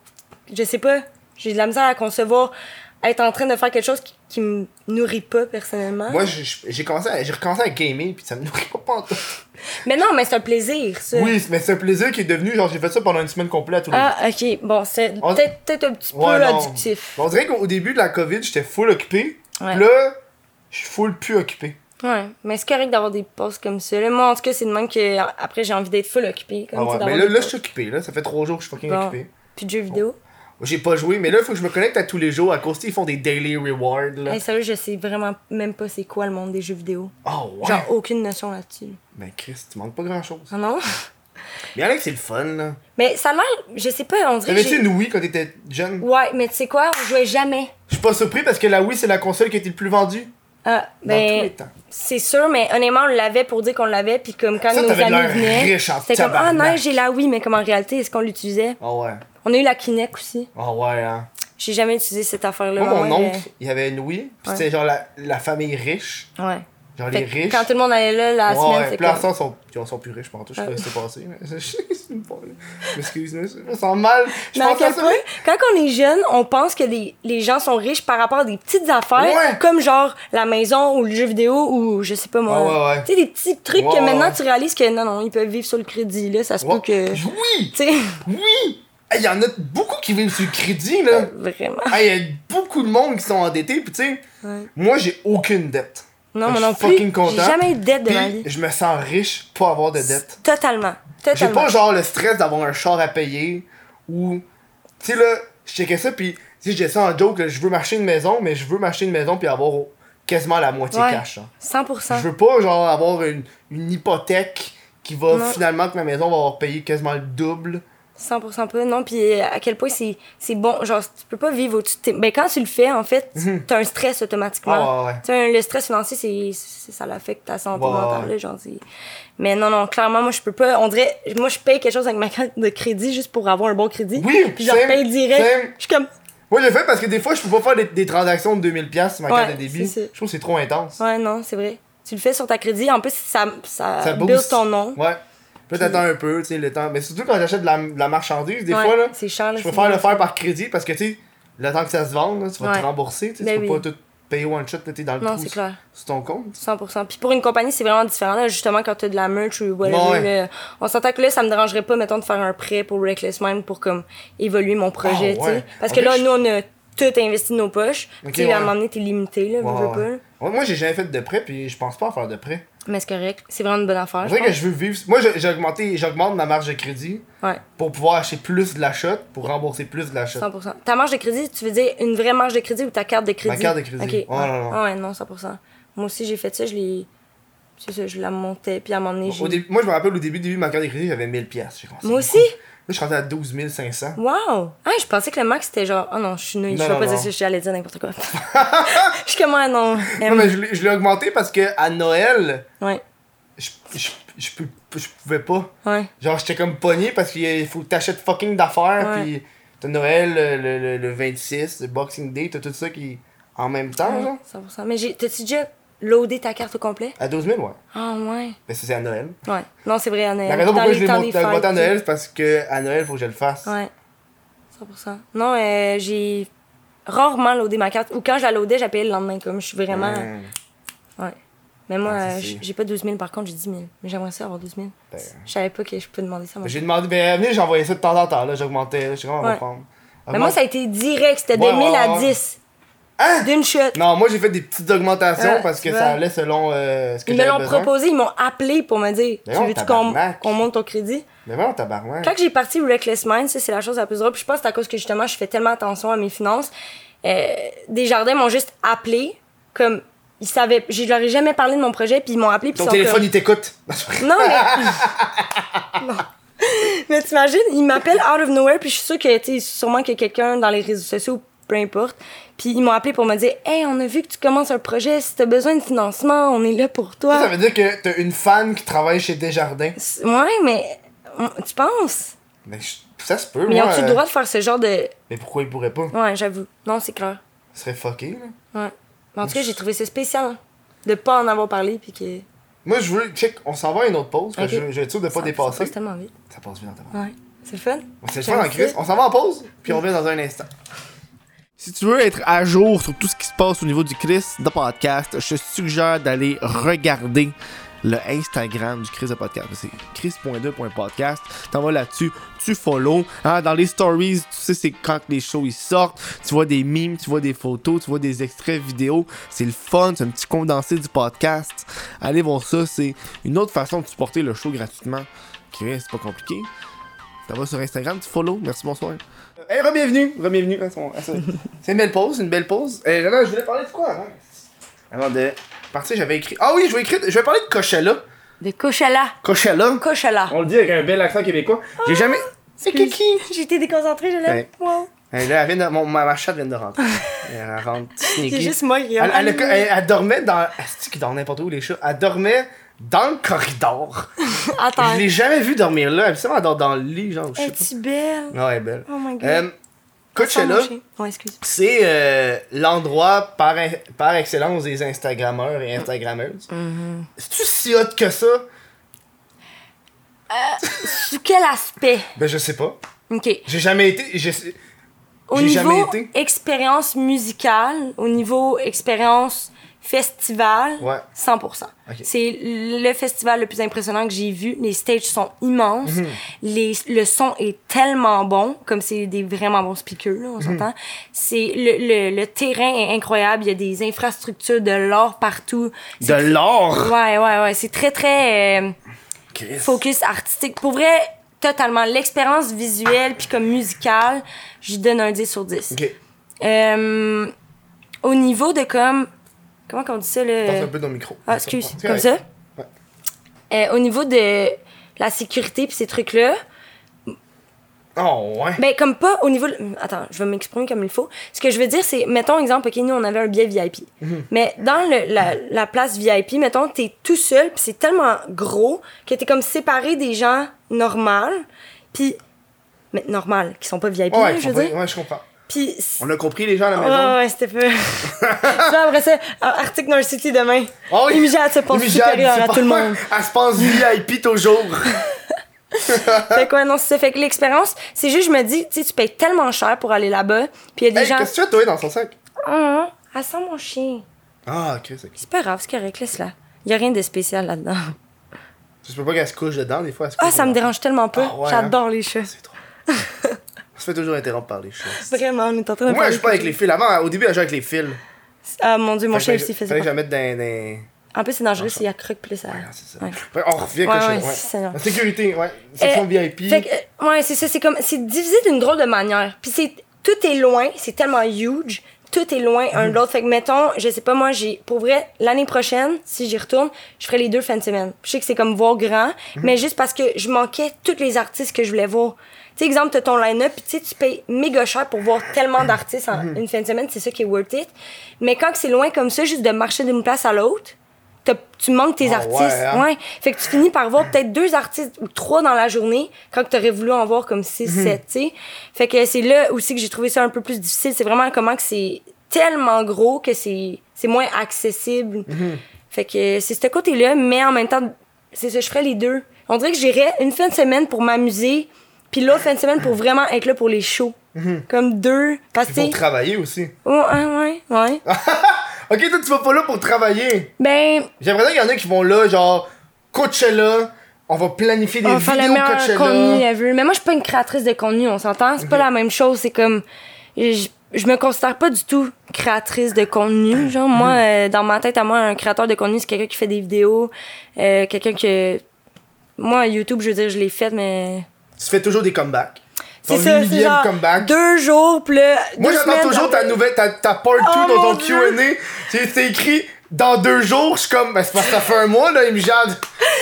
Speaker 3: Je sais pas. J'ai de la misère à concevoir être en train de faire quelque chose qui, qui me nourrit pas personnellement.
Speaker 1: Moi, j'ai- j'ai j'ai commencé à, j'ai recommencé à gamer, puis ça me nourrit pas pantoute.
Speaker 3: Mais non, mais c'est un plaisir, ça.
Speaker 1: Oui, mais c'est un plaisir qui est devenu, genre, j'ai fait ça pendant une semaine complète à tous les jours.
Speaker 3: Ah, ok. Bon, c'est
Speaker 1: On-
Speaker 3: peut-être peut-être un petit peu
Speaker 1: Ouais, non.
Speaker 3: addictif.
Speaker 1: On dirait qu'au début de la COVID, j'étais full occupé.
Speaker 3: Ouais.
Speaker 1: Puis Là, je suis full plus occupé.
Speaker 3: Ouais. Mais c'est correct d'avoir des pauses comme ça. Là, moi, en tout cas, c'est de même que a- après, j'ai envie d'être full occupée. Comme
Speaker 1: Ah
Speaker 3: tu sais,
Speaker 1: ouais. Mais
Speaker 3: d'avoir
Speaker 1: là,
Speaker 3: des
Speaker 1: là, je
Speaker 3: pauses.
Speaker 1: suis occupé, là. Ça fait trois jours que je suis fucking
Speaker 3: Bon.
Speaker 1: occupé. Oh,
Speaker 3: Puis de jeux vidéo.
Speaker 1: J'ai pas joué, mais là, faut que je me connecte à tous les jours à cause ils font des daily rewards, là.
Speaker 3: Hey, sérieux, je sais vraiment même pas c'est quoi le monde des jeux vidéo.
Speaker 1: Oh, ouais.
Speaker 3: Genre, aucune notion là-dessus.
Speaker 1: Mais Chris, tu manques pas grand chose.
Speaker 3: Ah non?
Speaker 1: Mais Alex, c'est le fun, là.
Speaker 3: Mais ça a l'air, je sais pas, on dirait que
Speaker 1: T'avais-tu
Speaker 3: j'ai-
Speaker 1: une Wii quand t'étais jeune?
Speaker 3: Ouais, mais tu sais quoi, on jouait jamais.
Speaker 1: Je suis pas surpris parce que la Wii, c'est la console qui a été le plus vendue
Speaker 3: Ah,
Speaker 1: dans tous
Speaker 3: ben,
Speaker 1: les temps.
Speaker 3: c'est sûr, mais honnêtement, on l'avait pour dire qu'on l'avait, puis comme quand
Speaker 1: Ça,
Speaker 3: nos
Speaker 1: t'avais l'air
Speaker 3: amis venaient,
Speaker 1: riche en
Speaker 3: c'était comme ah
Speaker 1: tabarnak.
Speaker 3: non, j'ai la oui, mais comme en réalité, est-ce qu'on l'utilisait
Speaker 1: Ah ouais.
Speaker 3: On a eu la Kinect aussi.
Speaker 1: Ah ouais, hein.
Speaker 3: J'ai jamais utilisé cette affaire-là.
Speaker 1: Moi, mon
Speaker 3: ouais,
Speaker 1: oncle, il avait une Wii. Puis
Speaker 3: euh, Ouais.
Speaker 1: c'était genre la, la famille riche.
Speaker 3: mais- Ouais.
Speaker 1: Genre
Speaker 3: Fait
Speaker 1: les
Speaker 3: que
Speaker 1: riches.
Speaker 3: quand tout le monde allait là, la
Speaker 1: Ouais,
Speaker 3: semaine,
Speaker 1: ouais,
Speaker 3: c'est
Speaker 1: puis là,
Speaker 3: comme...
Speaker 1: ça, ils sont, ils sont plus riches, je je sais pas
Speaker 3: Ouais.
Speaker 1: ce qui s'est passé. mais je- je me parle. M'excuse, mais je me sens mal. Je
Speaker 3: Mais à
Speaker 1: pense à
Speaker 3: quel
Speaker 1: ça,
Speaker 3: point, quand on est jeune, on pense que les, les gens sont riches par rapport à des petites affaires,
Speaker 1: Ouais.
Speaker 3: comme genre la maison ou le jeu vidéo ou je sais pas moi.
Speaker 1: Ah ouais, ouais.
Speaker 3: Tu sais, des petits trucs
Speaker 1: Ouais,
Speaker 3: que
Speaker 1: ouais,
Speaker 3: maintenant
Speaker 1: ouais.
Speaker 3: tu réalises que non, non, ils peuvent vivre sur le crédit, là, ça se peut
Speaker 1: Ouais.
Speaker 3: que. Tu
Speaker 1: Oui!
Speaker 3: sais,
Speaker 1: Oui! Il y en a beaucoup qui vivent sur le crédit, là.
Speaker 3: vraiment.
Speaker 1: Il y a beaucoup de monde qui sont endettés, puis tu sais,
Speaker 3: Ouais.
Speaker 1: moi, j'ai aucune dette.
Speaker 3: Non,
Speaker 1: Fait
Speaker 3: moi
Speaker 1: que
Speaker 3: non
Speaker 1: je suis fucking
Speaker 3: plus. J'ai
Speaker 1: content.
Speaker 3: jamais eu de dette de ma
Speaker 1: Puis,
Speaker 3: vie.
Speaker 1: je me sens riche pas avoir de dette.
Speaker 3: Totalement.
Speaker 1: J'ai
Speaker 3: Totalement.
Speaker 1: pas genre le stress d'avoir un char à payer ou. Tu sais, là, je checkais ça, puis si j'ai ça en joke, là, je veux m'acheter une maison, mais je veux m'acheter une maison, puis avoir quasiment la moitié
Speaker 3: Ouais.
Speaker 1: cash. hein.
Speaker 3: 100%.
Speaker 1: Je veux pas genre avoir une, une hypothèque qui va
Speaker 3: Non.
Speaker 1: finalement que ma maison va avoir payé quasiment le double.
Speaker 3: 100% pas, non. Puis euh, à quel point c'est c'est bon. Genre, tu peux pas vivre au-dessus de tes. Ben, quand tu le fais, en fait, t'as un stress automatiquement.
Speaker 1: Mhm. Ah ouais, ouais.
Speaker 3: Tu sais, le stress financier, c'est c'est- ça l'affecte ta santé
Speaker 1: Ouais, ouais,
Speaker 3: mentale.
Speaker 1: ouais.
Speaker 3: là, genre, c'est- Mais non, non, clairement, moi, je peux pas. On dirait, moi, je paye quelque chose avec ma carte de crédit juste pour avoir un bon crédit.
Speaker 1: Oui,
Speaker 3: Puis je
Speaker 1: same,
Speaker 3: paye direct.
Speaker 1: same.
Speaker 3: Je suis comme.
Speaker 1: Moi, je le fais parce que des fois, je peux pas faire des, des transactions de 2000$ sur ma carte
Speaker 3: Ouais,
Speaker 1: de débit.
Speaker 3: c'est ça.
Speaker 1: Je trouve que c'est trop intense.
Speaker 3: Ouais, non, c'est vrai. Tu le fais sur ta crédit. En plus, ça, ça,
Speaker 1: Ça
Speaker 3: build
Speaker 1: booste.
Speaker 3: ton nom.
Speaker 1: Ouais. Puis là, t'attends un peu, tu sais, le temps. Mais surtout quand j'achète de la, de la marchandise, des
Speaker 3: Ouais,
Speaker 1: fois, là,
Speaker 3: c'est cher, là,
Speaker 1: je
Speaker 3: c'est
Speaker 1: préfère
Speaker 3: vrai.
Speaker 1: le faire par crédit parce que, tu sais, le temps que ça se vende, là, tu vas
Speaker 3: Ouais.
Speaker 1: te rembourser. Tu sais,
Speaker 3: Ben
Speaker 1: tu peux
Speaker 3: oui.
Speaker 1: pas tout payer one shot, là, t'es dans le
Speaker 3: Non,
Speaker 1: trou
Speaker 3: c'est
Speaker 1: sur-
Speaker 3: clair.
Speaker 1: sur ton compte.
Speaker 3: 100%. Puis pour une compagnie, c'est vraiment différent. Là, justement, quand t'as de la merch ou whatever,
Speaker 1: Ouais.
Speaker 3: là, on s'entend que là, ça me dérangerait pas, mettons, de faire un prêt pour Reckless Mind pour comme évoluer mon projet,
Speaker 1: Ah,
Speaker 3: tu
Speaker 1: ouais.
Speaker 3: sais. Parce
Speaker 1: En
Speaker 3: que
Speaker 1: fait,
Speaker 3: là,
Speaker 1: je-
Speaker 3: nous, on a tout investi de nos poches.
Speaker 1: Ok,
Speaker 3: tu sais, à un
Speaker 1: ouais.
Speaker 3: moment donné, t'es limité, là, veux,
Speaker 1: Ouais,
Speaker 3: veux
Speaker 1: ouais.
Speaker 3: pas, là.
Speaker 1: Ouais, moi, j'ai jamais fait de prêt, puis je pense pas en faire de prêt.
Speaker 3: Mais c'est correct. C'est vraiment une bonne affaire.
Speaker 1: C'est
Speaker 3: Je
Speaker 1: vrai que
Speaker 3: pense.
Speaker 1: je veux vivre. Moi, je- j'ai augmenté, j'augmente ma marge de crédit
Speaker 3: Ouais,
Speaker 1: pour pouvoir acheter plus de la shot, pour rembourser plus de la shot.
Speaker 3: 100%. Ta marge de crédit, tu veux dire une vraie marge de crédit ou ta carte de crédit?
Speaker 1: Ma carte de crédit.
Speaker 3: Ok.
Speaker 1: Ouais, non, non.
Speaker 3: Ah ouais, non, 100%. Moi aussi, j'ai fait ça, je l'ai. C'est ça, je la montais, puis à un moment donné,
Speaker 1: Au
Speaker 3: j'ai.
Speaker 1: début- moi, je me rappelle au début, début de ma carte de crédit, j'avais 1000$. piastres. J'ai commencé
Speaker 3: Moi
Speaker 1: beaucoup.
Speaker 3: aussi?
Speaker 1: Là, je suis rendu à 12 500.
Speaker 3: Wow! Ah, je pensais que le max c'était genre, oh non, je suis nulle, je
Speaker 1: Non,
Speaker 3: peux
Speaker 1: non,
Speaker 3: pas
Speaker 1: non.
Speaker 3: dire ça, j'allais dire n'importe quoi. je suis comme, ah non.
Speaker 1: Non, mais je l'ai je l'ai augmenté parce que à Noël,
Speaker 3: Ouais,
Speaker 1: je, je, je, peux- je pouvais pas.
Speaker 3: ouais,
Speaker 1: Genre, j'étais comme pogné parce qu'il faut que t'achètes fucking d'affaires,
Speaker 3: Ouais.
Speaker 1: puis t'as Noël le, le, le- le 26, le Boxing Day, t'as tout ça qui. en même temps,
Speaker 3: ouais,
Speaker 1: genre.
Speaker 3: 100%. Mais j'ai- t'as-tu déjà loadé ta carte au complet?
Speaker 1: À 12 000, ouais.
Speaker 3: Ah ouais.
Speaker 1: Mais ça, c'est à Noël.
Speaker 3: Ouais. Non, c'est vrai, à Noël.
Speaker 1: La raison
Speaker 3: Dans
Speaker 1: pourquoi
Speaker 3: les
Speaker 1: je l'ai
Speaker 3: temps
Speaker 1: monté
Speaker 3: des fêtes,
Speaker 1: augmenté à Noël, c'est parce que à Noël, faut que je le fasse.
Speaker 3: Ouais. 100%. Non, euh, j'ai rarement loadé ma carte. Ou quand je la loadais, j'appelais le lendemain, comme je suis vraiment.
Speaker 1: Hum,
Speaker 3: Ouais. Mais moi,
Speaker 1: Ah, ça,
Speaker 3: euh,
Speaker 1: c'est-
Speaker 3: j'ai pas 12 000, par contre, j'ai 10 000. Mais j'aimerais ça avoir 12 000.
Speaker 1: Ben.
Speaker 3: Je savais pas que je peux demander ça. à ma
Speaker 1: J'ai demandé, ben, venez, j'envoyais ça de temps en temps, là, j'augmentais, là, je suis vraiment
Speaker 3: Ouais.
Speaker 1: prendre.
Speaker 3: Mais moi, ça a été direct. C'était de
Speaker 1: Ah, Ouais,
Speaker 3: 1000
Speaker 1: ouais,
Speaker 3: à
Speaker 1: ouais.
Speaker 3: 10.
Speaker 1: Hein?
Speaker 3: D'une shot.
Speaker 1: Non, moi j'ai fait des petites augmentations
Speaker 3: Ouais,
Speaker 1: parce que
Speaker 3: Ah, tu vois.
Speaker 1: ça allait selon euh, ce que
Speaker 3: Ils me
Speaker 1: j'avais
Speaker 3: l'ont
Speaker 1: besoin.
Speaker 3: proposé, ils m'ont appelé pour me dire
Speaker 1: Mais
Speaker 3: Tu
Speaker 1: non,
Speaker 3: veux-tu qu'on
Speaker 1: tabarnak.
Speaker 3: qu'on monte ton crédit
Speaker 1: Mais vraiment, tabarnak.
Speaker 3: Quand j'ai parti Reckless Mind, ça, c'est la chose la plus drôle. Puis je pense que c'est à cause que justement, je fais tellement attention à mes finances. Euh, Desjardins m'ont juste appelé, comme ils savaient. Je leur ai jamais parlé de mon projet, puis ils m'ont appelé. Puis
Speaker 1: Ton
Speaker 3: ils sont
Speaker 1: téléphone, il t'écoute.
Speaker 3: comme, Non, mais. Non. Mais t'imagines, ils m'appellent out of nowhere, puis je suis sûre que, tu sais, sûrement que quelqu'un dans les réseaux sociaux, peu importe. Puis ils m'ont appelé pour me dire Hey, on a vu que tu commences un projet, si t'as besoin de financement, on est là pour toi.
Speaker 1: Ça veut dire que t'as une fan qui travaille chez Desjardins.
Speaker 3: C'est- Ouais, mais on- tu penses?
Speaker 1: Mais je- ça se peut,
Speaker 3: Mais
Speaker 1: moi.
Speaker 3: ont-tu le
Speaker 1: euh,
Speaker 3: droit de faire ce genre de.
Speaker 1: Mais pourquoi il pourrait pas
Speaker 3: Ouais, j'avoue. Non, c'est clair.
Speaker 1: Ce serait fucké, là.
Speaker 3: Ouais. Mais en tout cas, j'ai trouvé ça spécial hein, de pas en avoir parlé puis que.
Speaker 1: Moi, je veux. Check, on s'en va à une autre pause. parce que
Speaker 3: Ok.
Speaker 1: Je, je vais être sûr de pas
Speaker 3: ça- Ça
Speaker 1: dépasser.
Speaker 3: passe tellement vite.
Speaker 1: Ça passe bien, tabarnak.
Speaker 3: Ouais. C'est le fun.
Speaker 1: C'est le fun en crise. On s'en va en pause, puis on revient dans un instant.
Speaker 4: Si tu veux être à jour sur tout ce qui se passe au niveau du Chris de podcast, je te suggère d'aller regarder le Instagram du Chris de podcast. C'est chris.2.podcast. T'en vas là-dessus, tu follow. Hein, dans les stories, tu sais, c'est quand que les shows ils sortent. Tu vois des mimes, tu vois des photos, tu vois des extraits vidéo. C'est le fun, c'est un petit condensé du podcast. Allez voir ça, c'est une autre façon de supporter le show gratuitement. Chris, c'est pas compliqué. T'en vas sur Instagram, tu follow. Merci, bonsoir.
Speaker 1: Eh, re-bienvenue! Re-bienvenue à son- à ce- C'est une belle pause, une belle pause. Eh, non, non, je voulais parler de quoi avant? Avant de partir, j'avais écrit. Ah oui, je vais écrire. Je vais parler de Coachella.
Speaker 3: De Coachella.
Speaker 1: Coachella.
Speaker 3: Coachella.
Speaker 1: On le dit avec un bel accent québécois. J'ai jamais. C'est Kiki!
Speaker 3: J'étais déconcentrée, je l'ai.
Speaker 1: Ouais.
Speaker 3: Wow.
Speaker 1: Eh, là, elle vient de- mon- ma, ma chatte vient de rentrer. elle rentre
Speaker 3: C'est
Speaker 1: sneaky.
Speaker 3: juste moi qui.
Speaker 1: Elle, elle- elle- elle dormait dans. Asti qui dort n'importe où les chats. Elle dormait dans le corridor.
Speaker 3: Attends.
Speaker 1: Je l'ai jamais vue dormir là. Habituellement, elle dort dans le lit, genre. Je sais
Speaker 3: Es-tu belle?
Speaker 1: pas. Ouais, elle est belle.
Speaker 3: Oh my god.
Speaker 1: Euh, Coachella,
Speaker 3: Ouais, excuse.
Speaker 1: c'est euh, l'endroit par, in- par excellence des Instagrammeurs et Instagrammeuses.
Speaker 3: Mm-hmm.
Speaker 1: C'est-tu si hot que ça?
Speaker 3: Sous quel aspect?
Speaker 1: Ben, je sais pas.
Speaker 3: OK.
Speaker 1: J'ai jamais été. Je sais-
Speaker 3: Au
Speaker 1: J'ai jamais
Speaker 3: niveau
Speaker 1: été.
Speaker 3: expérience musicale, au niveau expérience festival,
Speaker 1: Ouais.
Speaker 3: 100%.
Speaker 1: Ok.
Speaker 3: C'est le festival le plus impressionnant que j'ai vu. Les stages sont immenses.
Speaker 1: Mhm.
Speaker 3: Les, le son est tellement bon, comme c'est des vraiment bons speakers,
Speaker 1: Mhm.
Speaker 3: là, on s'entend. C'est le, le, le terrain est incroyable. Il y a des infrastructures de l'or partout. C'est-
Speaker 1: De l'or!
Speaker 3: Ouais, ouais, ouais. C'est très, très... euh,
Speaker 1: Chris.
Speaker 3: focus artistique. Pour vrai, totalement. L'expérience visuelle puis comme musicale, je donne un 10 sur 10.
Speaker 1: Ok,
Speaker 3: Euh, au niveau de comme... Comment qu'on dit ça,
Speaker 1: passe un
Speaker 3: là?
Speaker 1: peu dans le micro.
Speaker 3: Ah, excuse.
Speaker 1: C'est
Speaker 3: Comme
Speaker 1: correct.
Speaker 3: ça?
Speaker 1: Ouais.
Speaker 3: Euh, au niveau de la sécurité puis ces trucs-là,
Speaker 1: Oh, ouais.
Speaker 3: ben comme pas au niveau... de- Attends, je vais m'exprimer comme il faut. Ce que je veux dire, c'est, mettons exemple, OK, nous, on avait un billet VIP.
Speaker 1: Mhm.
Speaker 3: Mais dans le- la, la place VIP, mettons, t'es tout seul, puis c'est tellement gros que t'es comme séparé des gens normaux, puis... Mais normal, qui sont pas VIP,
Speaker 1: Ouais,
Speaker 3: là,
Speaker 1: je
Speaker 3: je veux
Speaker 1: comprends-
Speaker 3: dire. Euh,
Speaker 1: ouais, je comprends.
Speaker 3: Puis...
Speaker 1: On a compris les gens à la
Speaker 3: Ouais,
Speaker 1: maison.
Speaker 3: ouais, c'était peu. tu vois, après ça, à- article dans le City demain.
Speaker 1: Oh, oui.
Speaker 3: Imjad se pense
Speaker 1: Imjad,
Speaker 3: supérieur
Speaker 1: c'est
Speaker 3: à
Speaker 1: pas-
Speaker 3: tout le monde.
Speaker 1: Elle se pense VIP toujours.
Speaker 3: fait quoi, non, c'est ça. Fait que l'expérience, c'est juste, je me dis, tu sais, tu payes tellement cher pour aller là-bas, puis il y a des
Speaker 1: Hey,
Speaker 3: gens...
Speaker 1: qu'est-ce que tu as, toi, dans son sac?
Speaker 3: Ah, elle sent mon chien.
Speaker 1: Ah, ok, c'est
Speaker 3: C'est pas grave, c'est correct, laisse-la. Il y a rien de spécial là-dedans.
Speaker 1: Je peux pas qu'elle se couche dedans, des fois. elle se
Speaker 3: Ah,
Speaker 1: couche
Speaker 3: ça me
Speaker 1: dedans.
Speaker 3: dérange tellement pas.
Speaker 1: Ah ouais,
Speaker 3: J'adore les chats.
Speaker 1: C'est trop. On se fait toujours interrompre par les choses.
Speaker 3: Vraiment, on est en train de
Speaker 1: Moi,
Speaker 3: parler
Speaker 1: je joue pas avec
Speaker 3: de-
Speaker 1: les fils. Avant, au début, elle jouait avec les fils.
Speaker 3: Ah mon dieu, mon chien
Speaker 1: Fait que
Speaker 3: aussi
Speaker 1: Fallait
Speaker 3: faisait
Speaker 1: que
Speaker 3: ça.
Speaker 1: je la mette dans. dans-
Speaker 3: En plus, c'est dangereux s'il y a croque plus à.
Speaker 1: Ah, c'est ça.
Speaker 3: Ouais.
Speaker 1: Fait que On revient
Speaker 3: Ouais,
Speaker 1: cocher.
Speaker 3: ouais, c'est ça.
Speaker 1: La sécurité, ouais. Section
Speaker 3: Euh,
Speaker 1: VIP.
Speaker 3: Fait que, euh, ouais, c'est ça, c'est comme. C'est divisé d'une drôle de manière. Puis c'est. Tout est loin, c'est tellement huge. Tout est loin un de l'autre. Fait que, mettons, je sais pas, moi, j'ai. Pour vrai, l'année prochaine, si j'y retourne, je ferai les deux fins de semaine. Je sais que c'est comme voir grand, mais juste parce que je manquais tous les artistes que je voulais voir. Tu sais, exemple, t'as ton line-up, puis tu sais, tu payes méga cher pour voir tellement d'artistes en une fin de semaine, c'est ça qui est worth it. Mais quand que c'est loin comme ça, juste de marcher d'une place à l'autre, t'as- tu manques tes
Speaker 1: Ah
Speaker 3: artistes.
Speaker 1: ouais, hein?
Speaker 3: Ouais. Fait que tu finis par voir peut-être deux artistes ou trois dans la journée quand tu aurais voulu en voir comme six,
Speaker 1: Mhm.
Speaker 3: sept, tu sais. Fait que c'est là aussi que j'ai trouvé ça un peu plus difficile. C'est vraiment comment que c'est tellement gros que c'est c'est moins accessible.
Speaker 1: Mhm.
Speaker 3: Fait que c'est ce côté-là, mais en même temps, c'est ça, je ferais les deux. On dirait que j'irais une fin de semaine pour m'amuser, puis l'autre fin de semaine pour vraiment être là pour les shows. Comme deux, parce que...
Speaker 1: Mhm. Pour
Speaker 3: tu sais-
Speaker 1: travailler aussi.
Speaker 3: Oh, ah, ouais, ouais.
Speaker 1: Ok, toi, tu vas pas là pour travailler.
Speaker 3: Ben,
Speaker 1: J'aimerais bien qu'il y en a qui vont là, genre, Coachella. On va planifier des
Speaker 3: on va faire le
Speaker 1: vidéos
Speaker 3: meilleur
Speaker 1: Coachella.
Speaker 3: contenu ever. Mais moi, je suis pas une créatrice de contenu, on s'entend? C'est pas la même chose. C'est comme. Je, je me considère pas du tout créatrice de contenu. Genre, moi, euh, dans ma tête, à moi, un créateur de contenu, c'est quelqu'un qui fait des vidéos, euh, quelqu'un que. Moi, YouTube, je veux dire, je l'ai fait, mais.
Speaker 1: Tu fais toujours des comebacks.
Speaker 3: C'est
Speaker 1: Ton
Speaker 3: ça, c'est
Speaker 1: millième
Speaker 3: genre
Speaker 1: comeback.
Speaker 3: deux jours, puis là,
Speaker 1: Moi,
Speaker 3: deux
Speaker 1: j'attends
Speaker 3: semaines,
Speaker 1: toujours ta
Speaker 3: après-
Speaker 1: nouvelle, ta, ta part 2
Speaker 3: Oh,
Speaker 1: dans ton
Speaker 3: mon Dieu.
Speaker 1: QA. C'est c'est écrit dans deux jours. Je suis comme, ben, c'est parce que ça fait un mois, là, il me jade.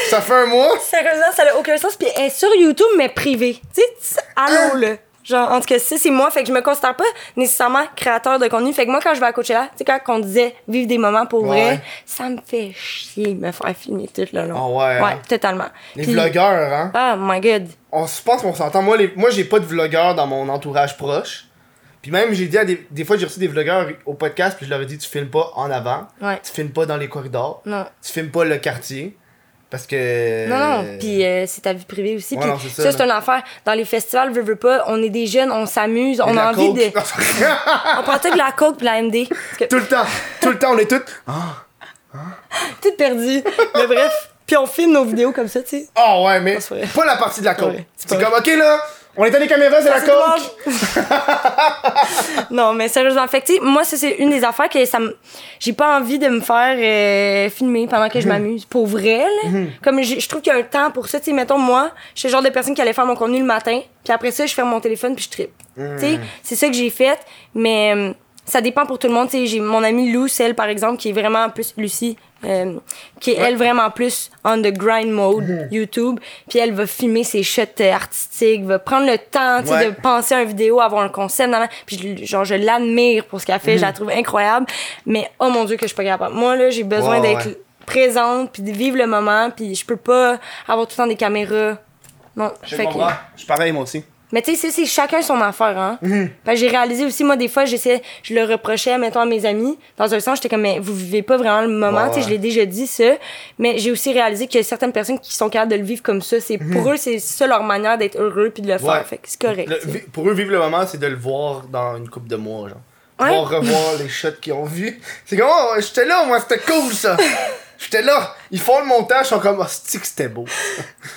Speaker 1: Ça fait un mois.
Speaker 3: Sérieusement, ça n'a aucun sens. Puis elle est sur YouTube, mais privée. Tu sais, tu- allô, là. Genre, en tout cas, ça, c'est moi. Fait que je me considère pas nécessairement créateur de contenu. Fait que moi, quand je vais à Coachella, tu sais, quand on disait vivre des moments pour
Speaker 1: Ouais.
Speaker 3: vrai, ça me fait chier de me faire filmer tout le long.
Speaker 1: Ah ouais, hein?
Speaker 3: Ouais, totalement.
Speaker 1: Les
Speaker 3: Puis-
Speaker 1: vlogueurs, hein.
Speaker 3: Oh my god.
Speaker 1: On se pense qu'on s'entend. Moi, les, moi j'ai pas de vlogueurs dans mon entourage proche. Puis même, j'ai dit à des, des fois, j'ai reçu des vlogueurs au podcast, puis je leur ai dit, tu filmes pas en avant.
Speaker 3: Ouais.
Speaker 1: Tu filmes pas dans les corridors.
Speaker 3: Non.
Speaker 1: Tu filmes pas le quartier. Parce que.
Speaker 3: Non, non, puis euh, c'est ta vie privée aussi.
Speaker 1: ouais,
Speaker 3: puis
Speaker 1: non, c'est ça,
Speaker 3: ça, c'est une affaire. Dans les festivals, veux, veux pas, on est des jeunes, on s'amuse, on
Speaker 1: de la
Speaker 3: a envie de.
Speaker 1: coke.
Speaker 3: On prend tout de la coke puis de la MD. Parce que-
Speaker 1: tout le temps. Tout le temps, on est toutes.
Speaker 3: tout perdu. Mais bref. Puis on filme nos vidéos comme ça, tu sais.
Speaker 1: Ah ouais, mais
Speaker 3: Ah, c'est vrai.
Speaker 1: pas la partie de la coke.
Speaker 3: Ouais, c'est
Speaker 1: c'est
Speaker 3: pas
Speaker 1: comme, ok là, on est à les caméras, c'est la
Speaker 3: C'est
Speaker 1: coke.
Speaker 3: drôle. non, mais sérieusement, fait que, tu sais, moi, ça, c'est une des affaires que ça me. J'ai pas envie de me faire euh, filmer pendant
Speaker 1: Mhm.
Speaker 3: que je m'amuse. Pour vrai, là. Comme j'ai- je trouve qu'il y a un temps pour ça. Tu sais, mettons, moi, je suis le genre de personne qui allait faire mon contenu le matin, puis après ça, je ferme mon téléphone, puis je trippe. Tu
Speaker 1: Hmm.
Speaker 3: sais, c'est ça que j'ai fait, mais. euh, Ça dépend pour tout le monde. Tu sais, J'ai mon amie Lou, celle par exemple, qui est vraiment plus Lucie, euh, qui est elle vraiment plus on the grind mode
Speaker 1: Hmm.
Speaker 3: YouTube. Puis elle va filmer ses shots euh, artistiques, va prendre le temps tu sais,
Speaker 1: Ouais.
Speaker 3: de penser à une vidéo, avoir un concept. nan, nan. Puis je- genre, je l'admire pour ce qu'elle fait, je
Speaker 1: Hmm.
Speaker 3: la trouve incroyable. Mais oh mon Dieu, que je suis pas capable. Moi, là, j'ai besoin
Speaker 1: Ouais,
Speaker 3: d'être
Speaker 1: ouais.
Speaker 3: présente, puis de vivre le moment, puis je peux pas avoir tout le temps des caméras. Non,
Speaker 1: Je
Speaker 3: fait que-
Speaker 1: comprends. Je suis pareil, moi aussi.
Speaker 3: Mais tu sais, c'est- c'est chacun son affaire, hein.
Speaker 1: Mhm.
Speaker 3: Parce que j'ai réalisé aussi, moi, des fois, j'essayais, je le reprochais, mettons, à mes amis. Dans un sens, j'étais comme, mais vous vivez pas vraiment le moment,
Speaker 1: Ouais,
Speaker 3: tu sais, je l'ai déjà dit, ça. Mais j'ai aussi réalisé qu'il y a certaines personnes qui sont capables de le vivre comme ça. C'est pour eux, c'est ça leur manière d'être heureux puis de le
Speaker 1: Mhm. Ouais.
Speaker 3: faire. Fait que c'est correct.
Speaker 1: Le-
Speaker 3: tu sais.
Speaker 1: vi- pour eux, vivre le moment, c'est de le voir dans une coupe de mois, genre.
Speaker 3: Ouais.
Speaker 1: Voir revoir les shots qu'ils ont vus. C'est comme, oh, j'étais là, moi, c'était cool, ça. J'étais là. Ils font le montage, ils sont comme, oh, c'est que c'était beau.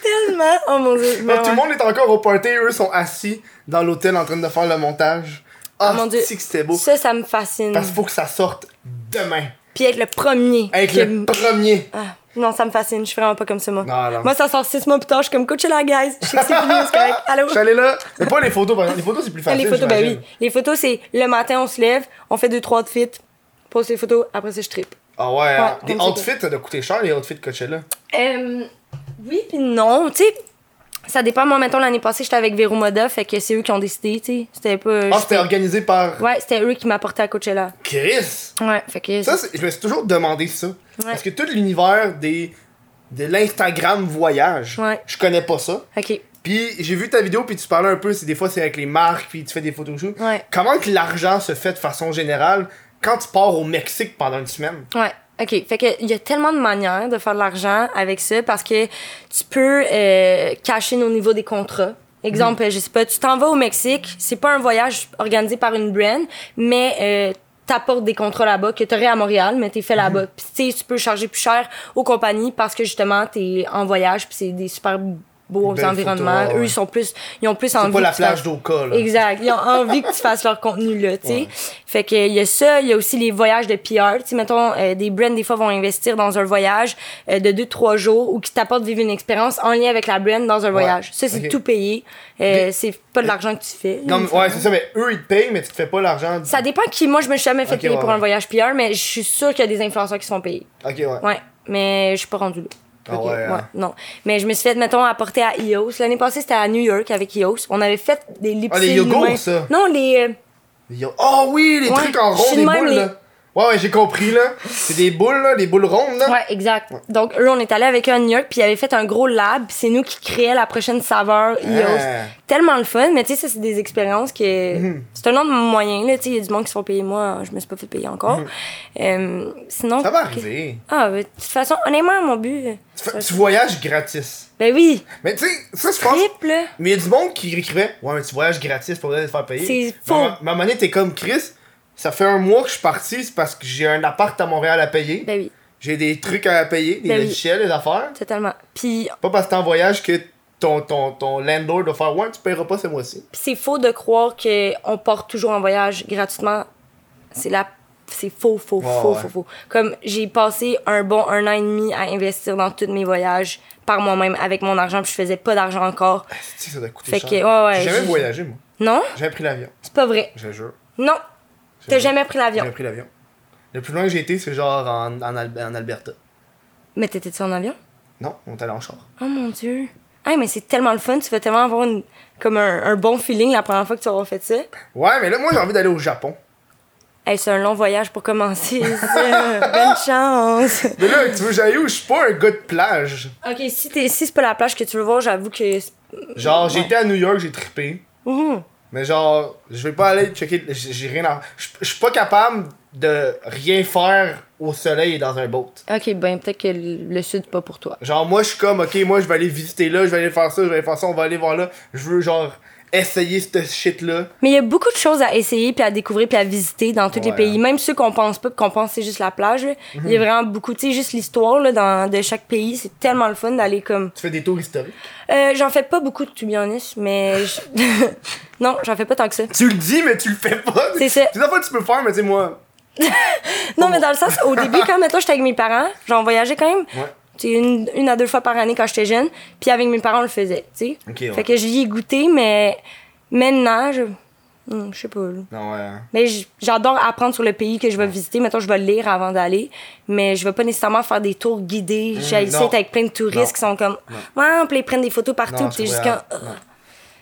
Speaker 3: Tellement, oh mon dieu. mais
Speaker 1: Genre, Ah, tout
Speaker 3: ouais.
Speaker 1: le monde est encore au party, eux sont assis dans l'hôtel en train de faire le montage. Ah,
Speaker 3: mon Dieu.
Speaker 1: c'est que c'était beau.
Speaker 3: Ça, ça me fascine.
Speaker 1: Parce qu'il faut que ça sorte demain.
Speaker 3: Puis être le premier.
Speaker 1: Avec
Speaker 3: que-
Speaker 1: le premier.
Speaker 3: Ah, non, ça me fascine. Je suis vraiment pas comme ça, moi.
Speaker 1: Non, non.
Speaker 3: Moi, ça sort six mois plus tard. Je suis comme coach là, guys. Je sais que c'est fini, c'est
Speaker 1: Ah,
Speaker 3: correct. Allô?
Speaker 1: J'allais là. Mais pas les photos, par exemple. Les photos, c'est plus
Speaker 3: Ah,
Speaker 1: facile.
Speaker 3: les photos, ben oui.
Speaker 1: j'imagine.
Speaker 3: Les photos, c'est le matin, on se lève, on fait deux, trois outfits, pose les photos, après ça, je tripe.
Speaker 1: Ah ouais, hein.
Speaker 3: Ouais,
Speaker 1: des
Speaker 3: comme ça.
Speaker 1: outfits, ça doit coûter cher, les outfits de Coachella. Ah,
Speaker 3: Euh, oui, puis non. Tu sais, ça dépend. Moi, mettons, l'année passée, j'étais avec Véro Moda, fait que c'est eux qui ont décidé, tu sais. C'était pas.
Speaker 1: Ah, c'était organisé par
Speaker 3: Ouais, c'était eux qui m'apportaient à Coachella.
Speaker 1: Chris.
Speaker 3: Ouais, fait que.
Speaker 1: Ça, c'est- je me suis toujours demandé ça. Parce que tout l'univers des de l'Instagram voyage,
Speaker 3: Ouais.
Speaker 1: je connais pas ça.
Speaker 3: Ok.
Speaker 1: Puis j'ai vu ta vidéo, puis tu parlais un peu, c'est des fois c'est avec les marques, puis tu fais des photoshoots.
Speaker 3: Ouais.
Speaker 1: Comment que l'argent se fait de façon générale quand tu pars au Mexique pendant une semaine?
Speaker 3: Ouais. OK. Fait que il y a tellement de manières de faire de l'argent avec ça parce que tu peux euh, cacher au niveau des contrats. Exemple,
Speaker 1: Mhm.
Speaker 3: je sais pas, tu t'en vas au Mexique, c'est pas un voyage organisé par une brand, mais euh, t'apportes des contrats là-bas que t'aurais à Montréal, mais t'es fait là-bas.
Speaker 1: Mhm.
Speaker 3: Puis tu sais, tu peux charger plus cher aux compagnies parce que justement t'es en voyage, puis c'est des super beaux
Speaker 1: Belles
Speaker 3: environnements.
Speaker 1: photos, ouais.
Speaker 3: Eux, ils sont plus, ils ont plus envie.
Speaker 1: C'est pas la
Speaker 3: que tu fasses-
Speaker 1: plage d'Oka, là.
Speaker 3: Exact. Ils ont envie que tu fasses leur contenu là, tu sais. Fait que il y a ça, il y a aussi les voyages de PR, tu sais mettons euh, des brands des fois vont investir dans un voyage euh, de 2 3 jours ou qui t'apportent vivre une expérience en lien avec la brand dans un voyage. Ça c'est
Speaker 1: Ok.
Speaker 3: tout payé. Euh,
Speaker 1: Ok.
Speaker 3: c'est pas de l'argent que tu fais.
Speaker 1: Non, mais- ouais, c'est ça, mais eux ils te payent, mais tu te fais pas l'argent.
Speaker 3: Ça dépend qui. Moi, je me suis jamais fait
Speaker 1: Ok,
Speaker 3: payer
Speaker 1: ouais,
Speaker 3: pour
Speaker 1: ouais.
Speaker 3: un voyage PR, mais je suis sûre qu'il y a des influenceurs qui se font payer.
Speaker 1: Ok, ouais.
Speaker 3: Ouais, mais je suis pas rendue là.
Speaker 1: Ah
Speaker 3: Ok,
Speaker 1: ouais, hein.
Speaker 3: non. Mais je me suis fait, mettons, apporter à EOS. L'année passée, c'était à New York avec EOS. On avait fait des lip
Speaker 1: Ah, les
Speaker 3: sync
Speaker 1: yogos,
Speaker 3: humains.
Speaker 1: ça?
Speaker 3: Non, les. euh,
Speaker 1: Yo- Oh oui, les
Speaker 3: Ouais,
Speaker 1: trucs en rond,
Speaker 3: c'est
Speaker 1: des
Speaker 3: le même,
Speaker 1: boules,
Speaker 3: les-
Speaker 1: là. Ouais, ouais, j'ai compris, là. C'est des boules, là, des boules rondes, là.
Speaker 3: Ouais, exact. Donc, eux, on est allé avec eux à New York, puis ils avaient fait un gros lab. puis C'est nous qui créions la prochaine saveur EOS.
Speaker 1: Ah.
Speaker 3: Tellement le fun, mais tu sais, ça, c'est des expériences que.
Speaker 1: Mhm.
Speaker 3: C'est un autre moyen, là. Tu sais, il y a du monde qui se font payer. Moi, je me suis pas fait payer encore. Euh, sinon.
Speaker 1: Mhm. Ça va arriver.
Speaker 3: Ah, mais de toute façon, honnêtement, mon but. euh,
Speaker 1: Tu, fais- tu voyages gratis.
Speaker 3: Ben oui,
Speaker 1: Mais tu sais, ça, je pense.
Speaker 3: triple.
Speaker 1: Mais il y a du monde qui écrivait Ouais, mais tu voyages gratis pour aller te faire payer.
Speaker 3: C'est
Speaker 1: Mais à
Speaker 3: faux.
Speaker 1: ma- Ma monnaie, t'es comme Chris. Ça fait un mois que je suis parti, c'est parce que j'ai un appart à Montréal à payer.
Speaker 3: Ben oui,
Speaker 1: J'ai des trucs à payer, des
Speaker 3: Ben oui.
Speaker 1: logiciels, des affaires.
Speaker 3: totalement. Puis
Speaker 1: Pas parce que t'es en voyage que ton, ton, ton landlord va faire Ouais, tu paieras pas ce mois-ci.
Speaker 3: Puis c'est faux de croire qu'on part toujours en voyage gratuitement. C'est la c'est faux, faux,
Speaker 1: Ouais,
Speaker 3: faux,
Speaker 1: ouais.
Speaker 3: faux, faux. Comme j'ai passé un bon un an et demi à investir dans tous mes voyages par moi-même avec mon argent, puis je faisais pas d'argent encore.
Speaker 1: Ben, Tu sais, ça doit coûter
Speaker 3: Fait
Speaker 1: cher.
Speaker 3: que, ouais, ouais,
Speaker 1: j'ai jamais
Speaker 3: j'ai-
Speaker 1: voyagé, moi.
Speaker 3: Non,
Speaker 1: J'ai jamais pris l'avion,
Speaker 3: c'est pas vrai.
Speaker 1: je te jure.
Speaker 3: Non,
Speaker 1: J'ai
Speaker 3: t'as jamais pris
Speaker 1: J'ai
Speaker 3: l'avion.
Speaker 1: jamais pris l'avion. Le plus loin que j'ai été, c'est genre en, en, Al- en Alberta.
Speaker 3: Mais t'étais-tu en avion?
Speaker 1: Non, on est allé en char.
Speaker 3: Oh mon dieu. Ah, mais c'est tellement le fun, tu vas tellement avoir une- comme un, un bon feeling la première fois que tu auras fait ça.
Speaker 1: Ouais, mais là, moi, j'ai envie d'aller au Japon.
Speaker 3: Hey, c'est un long voyage pour commencer. ça. Bonne chance.
Speaker 1: Mais là, tu veux que j'aille où? Je suis pas un gars de plage.
Speaker 3: Ok, si, t'es- si c'est pas la plage que tu veux voir, j'avoue que. c'est-
Speaker 1: Genre, j'ai
Speaker 3: Ouais.
Speaker 1: été à New York, j'ai trippé.
Speaker 3: Mhm.
Speaker 1: Mais genre, je vais pas aller checker. J'ai j'ai rien à. Je je suis pas capable de rien faire au soleil et dans un boat.
Speaker 3: Ok, ben peut-être que le le sud, pas pour toi.
Speaker 1: Genre, moi, je suis comme, ok, moi, je vais aller visiter là, je vais aller faire ça, je vais aller faire ça, on va aller voir là. Je veux, genre, essayer cette shit-là.
Speaker 3: Mais il y a beaucoup de choses à essayer, puis à découvrir, puis à visiter dans tous
Speaker 1: Ouais. Mhm.
Speaker 3: les pays. Même ceux qu'on pense pas, puis qu'on pense c'est juste la plage. là. Il y a vraiment beaucoup, tu sais, juste l'histoire là, dans- de chaque pays. C'est tellement le fun d'aller comme.
Speaker 1: Tu fais des tours historiques.
Speaker 3: Euh, j'en fais pas beaucoup, to be honest, mais. je- non, j'en fais pas tant que ça.
Speaker 1: Tu le dis, mais tu le fais pas.
Speaker 3: C'est ça.
Speaker 1: C'est la fois que tu peux le faire, mais tu sais, moi.
Speaker 3: Non, mais dans le sens, au début, quand maintenant j'étais avec mes parents, j'en voyageais quand même.
Speaker 1: Ouais.
Speaker 3: Tu sais, une, une à deux fois par année quand j'étais jeune. Puis avec mes parents, on le faisait, tu sais.
Speaker 1: Ok, ouais.
Speaker 3: Fait que j'y ai goûté, mais maintenant, je. Hmm, je sais pas. là.
Speaker 1: Non, ouais. hein.
Speaker 3: Mais j- j'adore apprendre sur le pays que je vais visiter. Mettons, je vais le lire avant d'aller, mais je vais pas nécessairement faire des tours guidés. J'ai ici
Speaker 1: Hmm, non.
Speaker 3: avec plein de touristes
Speaker 1: Non.
Speaker 3: qui sont comme ouais, puis ils prennent des photos partout,
Speaker 1: Non,
Speaker 3: puis t'es
Speaker 1: c'est
Speaker 3: juste
Speaker 1: vrai,
Speaker 3: comme,
Speaker 1: non.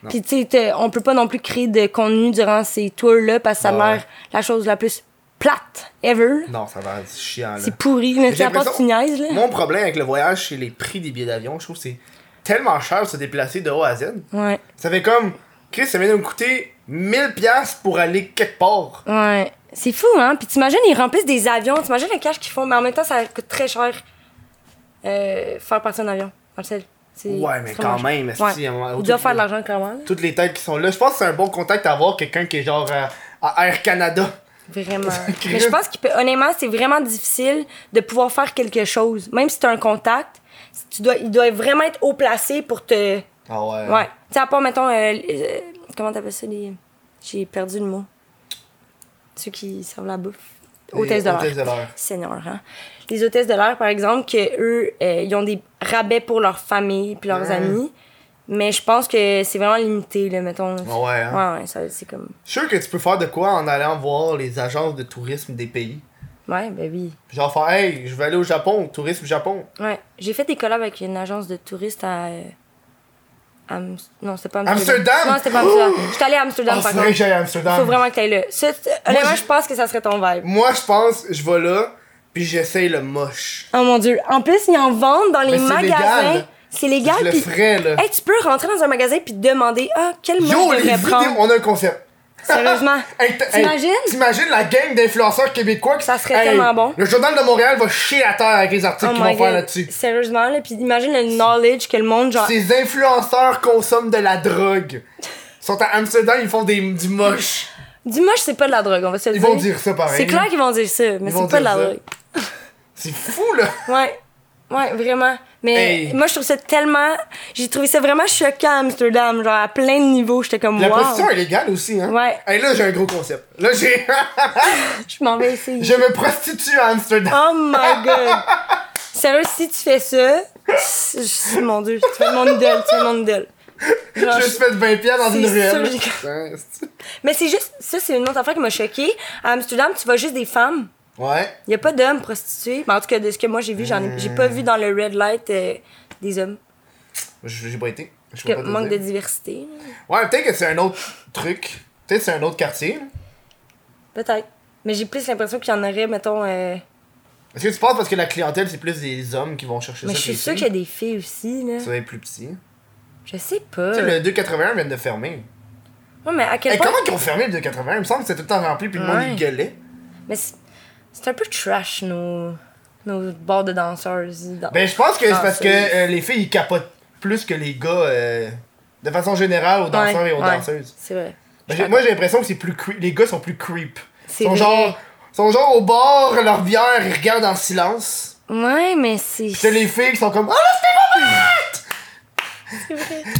Speaker 3: Ah. Puis tu sais, t'es- on peut pas non plus créer de contenu durant ces tours là parce que ça a
Speaker 1: Ouais,
Speaker 3: l'air
Speaker 1: ouais.
Speaker 3: la chose la plus plate ever.
Speaker 1: Non, ça va être chiant, là.
Speaker 3: C'est pourri, mais
Speaker 1: J'ai
Speaker 3: c'est à part que tu
Speaker 1: l'impression-
Speaker 3: niaises, là.
Speaker 1: Mon problème avec le voyage, c'est les prix des billets d'avion. Je trouve que c'est tellement cher de se déplacer de A à Z.
Speaker 3: Ouais.
Speaker 1: Ça fait comme Chris, ça vient de me coûter 1000$ piastres pour aller quelque part.
Speaker 3: Ouais. C'est fou, hein? Puis t'imagines, ils remplissent des avions. T'imagines le cash qu'ils font. Mais en même temps, ça coûte très cher euh, faire partir un avion. Marcel. C'est
Speaker 1: Ouais, mais
Speaker 3: extrêmement
Speaker 1: quand
Speaker 3: cher.
Speaker 1: même,
Speaker 3: Ouais.
Speaker 1: esti, à un moment-
Speaker 3: Ils doivent faire de l'argent, clairement. là.
Speaker 1: Toutes les têtes qui sont là. Je pense que c'est un bon contact à avoir quelqu'un qui est genre à, à Air Canada.
Speaker 3: Vraiment. Mais je pense qu'il peut, honnêtement, c'est vraiment difficile de pouvoir faire quelque chose. Même si t'as un contact, si tu dois, il doit vraiment être haut placé pour te.
Speaker 1: Ah ouais.
Speaker 3: Ouais. Tu sais, à part, mettons, euh, euh, comment t'appelles ça, les. J'ai perdu le mot. Ceux qui servent la bouffe.
Speaker 1: Les
Speaker 3: Hôtesses de l'air.
Speaker 1: hôtesses de l'air.
Speaker 3: Seigneur, hein. Les hôtesses de l'air, par exemple, que eux, euh, ils ont des rabais pour leur famille puis leurs amis. Mais je pense que c'est vraiment limité, là, mettons.
Speaker 1: Ah ouais, hein.
Speaker 3: Ouais, ouais, ça, c'est comme.
Speaker 1: Je suis sûr que tu peux faire de quoi en allant voir les agences de tourisme des pays.
Speaker 3: Ouais, ben oui.
Speaker 1: Genre faire, hey, je vais aller au Japon, tourisme Japon.
Speaker 3: Ouais, j'ai fait des collabs avec une agence de touristes à. euh, Am- Non, c'était pas Amsterdam.
Speaker 1: Amsterdam?
Speaker 3: Non, c'était pas Amsterdam. J'étais allée à Amsterdam,
Speaker 1: Ah,
Speaker 3: par
Speaker 1: faudrait que
Speaker 3: contre.
Speaker 1: j'aille à Amsterdam.
Speaker 3: Faut vraiment que t'ailles là. Ça, t- honnêtement,
Speaker 1: j'ai-
Speaker 3: je pense que ça serait ton vibe.
Speaker 1: Moi, je pense, je vais là, puis j'essaye le moche.
Speaker 3: Oh mon dieu. En plus, ils en vendent dans les
Speaker 1: Mais c'est légal.
Speaker 3: magasins. C'est légal.
Speaker 1: Je le
Speaker 3: puis-
Speaker 1: ferais, là.
Speaker 3: Hey, tu peux rentrer dans un magasin puis demander Ah, quel mot
Speaker 1: Yo,
Speaker 3: je
Speaker 1: les
Speaker 3: devrais
Speaker 1: vidéos,
Speaker 3: prendre.
Speaker 1: on a un concept.
Speaker 3: Sérieusement.
Speaker 1: Hey, t- hey,
Speaker 3: T'imagines?
Speaker 1: T'imagines la gang d'influenceurs québécois qui
Speaker 3: Ça serait tellement bon.
Speaker 1: Le journal de Montréal va chier à terre avec les articles
Speaker 3: Oh
Speaker 1: qu'ils
Speaker 3: my
Speaker 1: vont faire
Speaker 3: God.
Speaker 1: là-dessus.
Speaker 3: Sérieusement, là. Puis imagine le knowledge que le monde, genre.
Speaker 1: Ces influenceurs consomment de la drogue. Ils sont à Amsterdam, ils font des, du moche.
Speaker 3: Dis-moi, c'est pas de la drogue, on va se le
Speaker 1: Ils
Speaker 3: dire.
Speaker 1: vont dire ça pareil.
Speaker 3: C'est clair qu'ils vont dire ça, mais
Speaker 1: Ils vont
Speaker 3: c'est pas
Speaker 1: dire
Speaker 3: de la
Speaker 1: ça.
Speaker 3: drogue.
Speaker 1: C'est fou, là.
Speaker 3: Ouais. Ouais, vraiment. Mais
Speaker 1: Hey.
Speaker 3: moi, je trouve ça tellement. J'ai trouvé ça vraiment choquant à Amsterdam. Genre, à plein de niveaux, j'étais comme
Speaker 1: La
Speaker 3: wow.
Speaker 1: prostitution est légale aussi, hein.
Speaker 3: Ouais.
Speaker 1: Hey, là, j'ai un gros concept. Là, j'ai.
Speaker 3: Je m'en vais essayer.
Speaker 1: je me prostitue à Amsterdam.
Speaker 3: Oh my god. Sérieux, si tu fais ça. c'est- c'est- Mon dieu, tu fais mon idole, tu fais mon idole. Genre,
Speaker 1: je me suis fait 20 pieds dans
Speaker 3: C'est
Speaker 1: une ruelle.
Speaker 3: sûr que
Speaker 1: Ouais, c'est-
Speaker 3: Mais c'est juste. Ça, c'est une autre affaire qui m'a choquée. À Amsterdam, tu vois juste des femmes.
Speaker 1: Ouais.
Speaker 3: Il n'y a pas d'hommes prostitués. Mais en tout cas, de ce que moi j'ai vu, j'en ai, j'ai pas vu dans le red light euh, des hommes.
Speaker 1: Je- J'ai pas été. Je peux
Speaker 3: Que
Speaker 1: pas te
Speaker 3: manque de
Speaker 1: dire.
Speaker 3: diversité. là.
Speaker 1: Ouais, peut-être que c'est un autre truc. Peut-être que c'est un autre quartier. là.
Speaker 3: Peut-être. Mais j'ai plus l'impression qu'il y en aurait, mettons. euh,
Speaker 1: Est-ce que tu penses parce que la clientèle, c'est plus des hommes qui vont chercher
Speaker 3: Mais
Speaker 1: ça?
Speaker 3: je
Speaker 1: que
Speaker 3: suis
Speaker 1: les
Speaker 3: sûre qu'il y
Speaker 1: filles?
Speaker 3: a des filles aussi, là.
Speaker 1: Ça va être plus petit.
Speaker 3: Je sais pas.
Speaker 1: Tu sais, le 281 vient de fermer.
Speaker 3: Ouais, mais à quel
Speaker 1: Hey,
Speaker 3: point.
Speaker 1: comment ils ont fermé le 281 Il me semble que c'était tout le temps rempli puis le
Speaker 3: Ouais.
Speaker 1: monde il gueulait.
Speaker 3: Mais c'est c'est un peu trash, nos. nos bars de danseuses. dans-
Speaker 1: Ben, je pense que c'est
Speaker 3: Ah,
Speaker 1: parce que
Speaker 3: Danseuses.
Speaker 1: euh, les filles, ils capotent plus que les gars euh, de façon générale aux danseurs
Speaker 3: Ouais,
Speaker 1: et aux
Speaker 3: ouais,
Speaker 1: danseuses.
Speaker 3: C'est vrai.
Speaker 1: Ben, j'ai- moi, j'ai l'impression que c'est plus creep. Les gars sont plus creep.
Speaker 3: C'est
Speaker 1: Ils sont
Speaker 3: vrai.
Speaker 1: genre, sont genre au bord, leur bière, ils regardent en silence.
Speaker 3: Ouais, mais c'est.
Speaker 1: Puis t'as les filles qui sont comme Ah là,
Speaker 3: C'est vrai.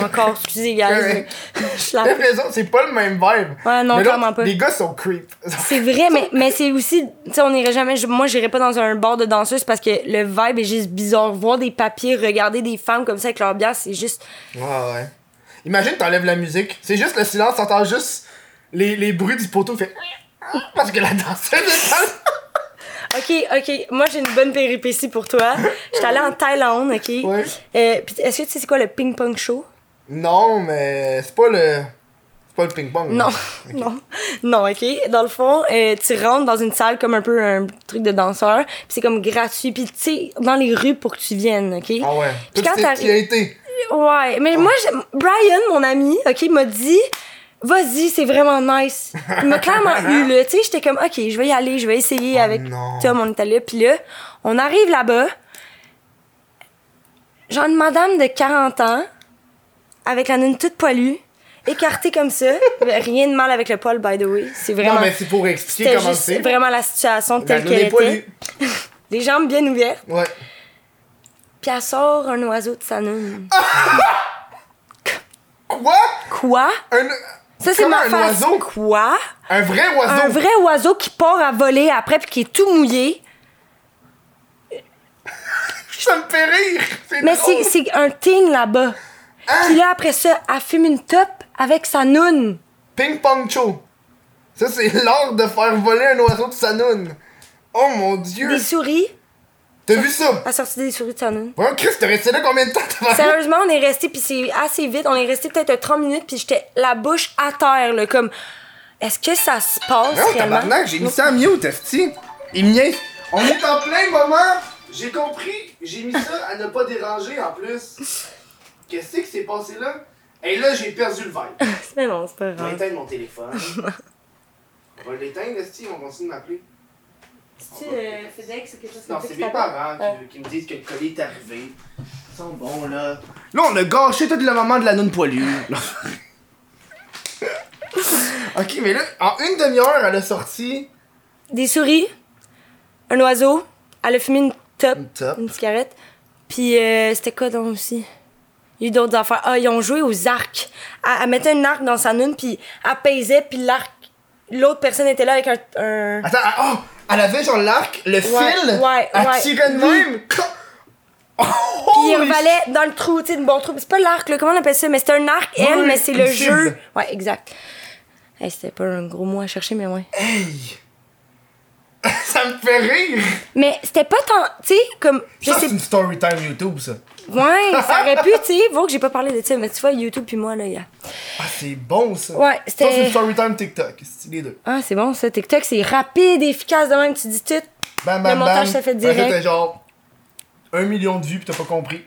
Speaker 3: Encore, excusez, guys.
Speaker 1: Ouais.
Speaker 3: mais Je suis
Speaker 1: j'ai
Speaker 3: la-
Speaker 1: l'impression que c'est pas le même vibe.
Speaker 3: Ouais, non,
Speaker 1: Mais l'autre,
Speaker 3: clairement pas.
Speaker 1: Les gars sont creep.
Speaker 3: C'est vrai, mais, mais c'est aussi. Tu sais, on n'irait jamais. je- Moi, j'irais pas dans un bar de danseuses parce que le vibe est juste bizarre. Voir des papiers, regarder des femmes comme ça avec leur bière, c'est juste.
Speaker 1: Ouais, ouais. Imagine, t'enlèves la musique. C'est juste le silence, t'entends juste les, les bruits du poteau. Fait parce que la danseuse est dans-
Speaker 3: Ok, ok. Moi, j'ai une bonne péripétie pour toi. J'étais allée en Thaïlande, ok?
Speaker 1: Ouais.
Speaker 3: Euh, puis Est-ce que tu sais c'est quoi le ping-pong show?
Speaker 1: Non, mais c'est pas le. C'est pas le ping-pong.
Speaker 3: Non, non, non, ok. Dans le fond, euh, tu rentres dans une salle comme un peu un truc de danseur, puis c'est comme gratuit, puis tu sais, dans les rues pour que tu viennes, ok?
Speaker 1: Ah ouais. Tout
Speaker 3: Puis quand
Speaker 1: ce qui a
Speaker 3: t'arrives.
Speaker 1: été.
Speaker 3: Ouais,
Speaker 1: Oh.
Speaker 3: mais moi, j'ai- Brian, mon ami, ok, m'a dit. Vas-y, c'est vraiment nice. Il m'a clairement eu, là. Tu sais, j'étais comme, OK, je vais y aller, je vais essayer avec
Speaker 1: Oh non.
Speaker 3: Tom, on était là. Puis là, on arrive là-bas. Genre une madame de 40 ans, avec la nune toute poilue, écartée comme ça. Rien de mal avec le poil, by the way. C'est vraiment...
Speaker 1: Non, mais c'est pour expliquer
Speaker 3: C'était
Speaker 1: comment
Speaker 3: juste
Speaker 1: c'est.
Speaker 3: vraiment la situation
Speaker 1: La
Speaker 3: telle
Speaker 1: noun
Speaker 3: qu'elle
Speaker 1: est
Speaker 3: était.
Speaker 1: poilue.
Speaker 3: Les jambes bien ouvertes.
Speaker 1: Ouais.
Speaker 3: Puis elle sort un oiseau de sa nune.
Speaker 1: Ah! Quoi?
Speaker 3: Quoi?
Speaker 1: Un.
Speaker 3: Ça, c'est
Speaker 1: Comment
Speaker 3: ma
Speaker 1: un
Speaker 3: face.
Speaker 1: oiseau?
Speaker 3: Quoi?
Speaker 1: Un vrai oiseau.
Speaker 3: Un vrai oiseau qui part à voler après puis qui est tout mouillé.
Speaker 1: Ça me fait rire. C'est
Speaker 3: Mais
Speaker 1: drôle. Hein?
Speaker 3: c'est, c'est un thing là-bas. Puis là, après ça, elle fume une top avec sa noune.
Speaker 1: Ping-pong show. Ça, c'est l'art de faire voler un oiseau de sa noune. Oh mon dieu.
Speaker 3: Des souris.
Speaker 1: T'as vu ça?
Speaker 3: Elle a sorti des souris de sa noune.
Speaker 1: Voyons, Chris, t'es resté là combien de temps? t'as-
Speaker 3: Sérieusement, on est resté, puis c'est assez vite. On est resté peut-être 30 minutes, puis j'étais la bouche à terre, là, comme... Est-ce que ça se passe
Speaker 1: Non,
Speaker 3: réellement?
Speaker 1: tabarnak, j'ai mis ça en mute, esti. Il me niaise. On est en plein moment. J'ai compris. J'ai mis ça à ne pas déranger en plus. Qu'est-ce que c'est passé là? Et là, j'ai perdu le vibe.
Speaker 3: Mais non, c'est pas
Speaker 1: Je vais
Speaker 3: grave.
Speaker 1: éteindre mon téléphone. On va l'éteindre, Esti, on continue de m'appeler.
Speaker 3: C'est-tu euh, FedEx ou quelque chose
Speaker 1: Non,
Speaker 3: comme ça
Speaker 1: c'est
Speaker 3: qui
Speaker 1: mes
Speaker 3: t'appelle?
Speaker 1: parents qui-
Speaker 3: Ouais.
Speaker 1: qui, me disent que le colis est arrivé. Ils sont bons, là. Là, on a gâché tout le moment de la noune poilue. ok, mais là, en une demi-heure, elle a sorti
Speaker 3: Des souris, un oiseau, elle a fumé une top,
Speaker 1: une top.
Speaker 3: une cigarette. Puis euh, c'était quoi donc aussi? Il y a eu d'autres affaires. Ah, ils ont joué aux arcs. Elle, elle mettait un arc dans sa lune, puis elle pesait, puis l'arc. L'autre personne était là avec un. un-
Speaker 1: Attends, elle- oh, elle avait genre l'arc, le fil,
Speaker 3: ouais,
Speaker 1: elle
Speaker 3: ouais.
Speaker 1: tirait de
Speaker 3: Oui.
Speaker 1: même. Oh,
Speaker 3: Puis il
Speaker 1: holy
Speaker 3: revalait dans le trou, tu sais, le bon trou. C'est pas l'arc, là, comment on appelle ça? Mais c'était un arc,
Speaker 1: Ouais,
Speaker 3: elle,
Speaker 1: ouais,
Speaker 3: mais c'est
Speaker 1: une
Speaker 3: le
Speaker 1: cible.
Speaker 3: jeu. Ouais, exact. Hey, c'était pas un gros mot à chercher, mais ouais.
Speaker 1: Hey! ça me fait rire!
Speaker 3: Mais c'était pas tant. Tu sais, comme. Je
Speaker 1: Ça, c'est
Speaker 3: sais
Speaker 1: une story time YouTube, ça.
Speaker 3: Ouais, ça aurait pu, tu sais. Vaut que j'ai pas parlé de ça, mais tu vois, YouTube puis moi, là, il y a.
Speaker 1: Ah, c'est bon, ça.
Speaker 3: Ouais, c'était-
Speaker 1: Ça, c'est une story time TikTok. C'est les deux.
Speaker 3: Ah, c'est bon, ça. TikTok, c'est rapide, efficace de même, tu dis tout.
Speaker 1: Bam, bam,
Speaker 3: Le montage,
Speaker 1: bam.
Speaker 3: ça fait
Speaker 1: Après,
Speaker 3: direct.
Speaker 1: t'as genre un million de vues pis t'as pas compris.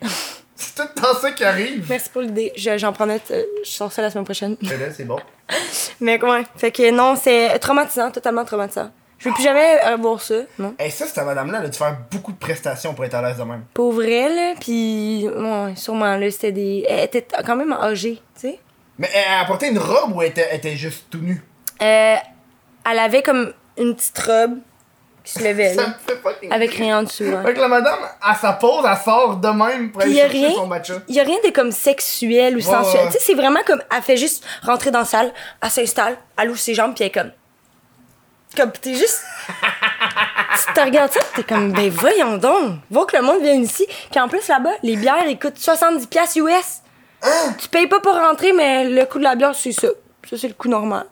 Speaker 1: c'est tout le temps ça qui arrive.
Speaker 3: Merci pour l'idée. Je- J'en prends note. euh, Je sors ça la semaine prochaine.
Speaker 1: Mais là, Eh ben, c'est bon.
Speaker 3: Mais ouais. Fait que non, c'est traumatisant, totalement traumatisant. Je veux plus jamais revoir ça, non.
Speaker 1: Et Eh, ça, cette madame-là, elle a dû faire beaucoup de prestations pour être à l'aise de même.
Speaker 3: Pour vrai, là. Puis, ouais, sûrement, là, c'était des. Elle était quand même âgée, tu sais.
Speaker 1: Mais elle a porté une robe ou elle était, elle était juste tout nue?
Speaker 3: Euh, elle avait comme une petite robe qui se levait,
Speaker 1: Ça me
Speaker 3: là.
Speaker 1: fait fucking...
Speaker 3: Avec rien en dessous, hein.
Speaker 1: Fait que la madame, à sa pause, elle sort de même pour
Speaker 3: Puis
Speaker 1: aller
Speaker 3: y a
Speaker 1: chercher
Speaker 3: rien.
Speaker 1: son matcha.
Speaker 3: Il y a rien de comme sexuel ou sensuel.
Speaker 1: ouais.
Speaker 3: Tu sais, c'est vraiment comme elle fait juste rentrer dans la salle, elle s'installe, elle ouvre ses jambes puis elle est comme comme t'es juste tu te regardes ça, puis t'es comme ben voyons donc, vaut que le monde vienne ici. Puis en plus là-bas, les bières elles coûtent 70 pièces US.
Speaker 1: Hein?
Speaker 3: Tu payes pas pour rentrer mais le coût de la bière c'est ça. Ça c'est le coût normal.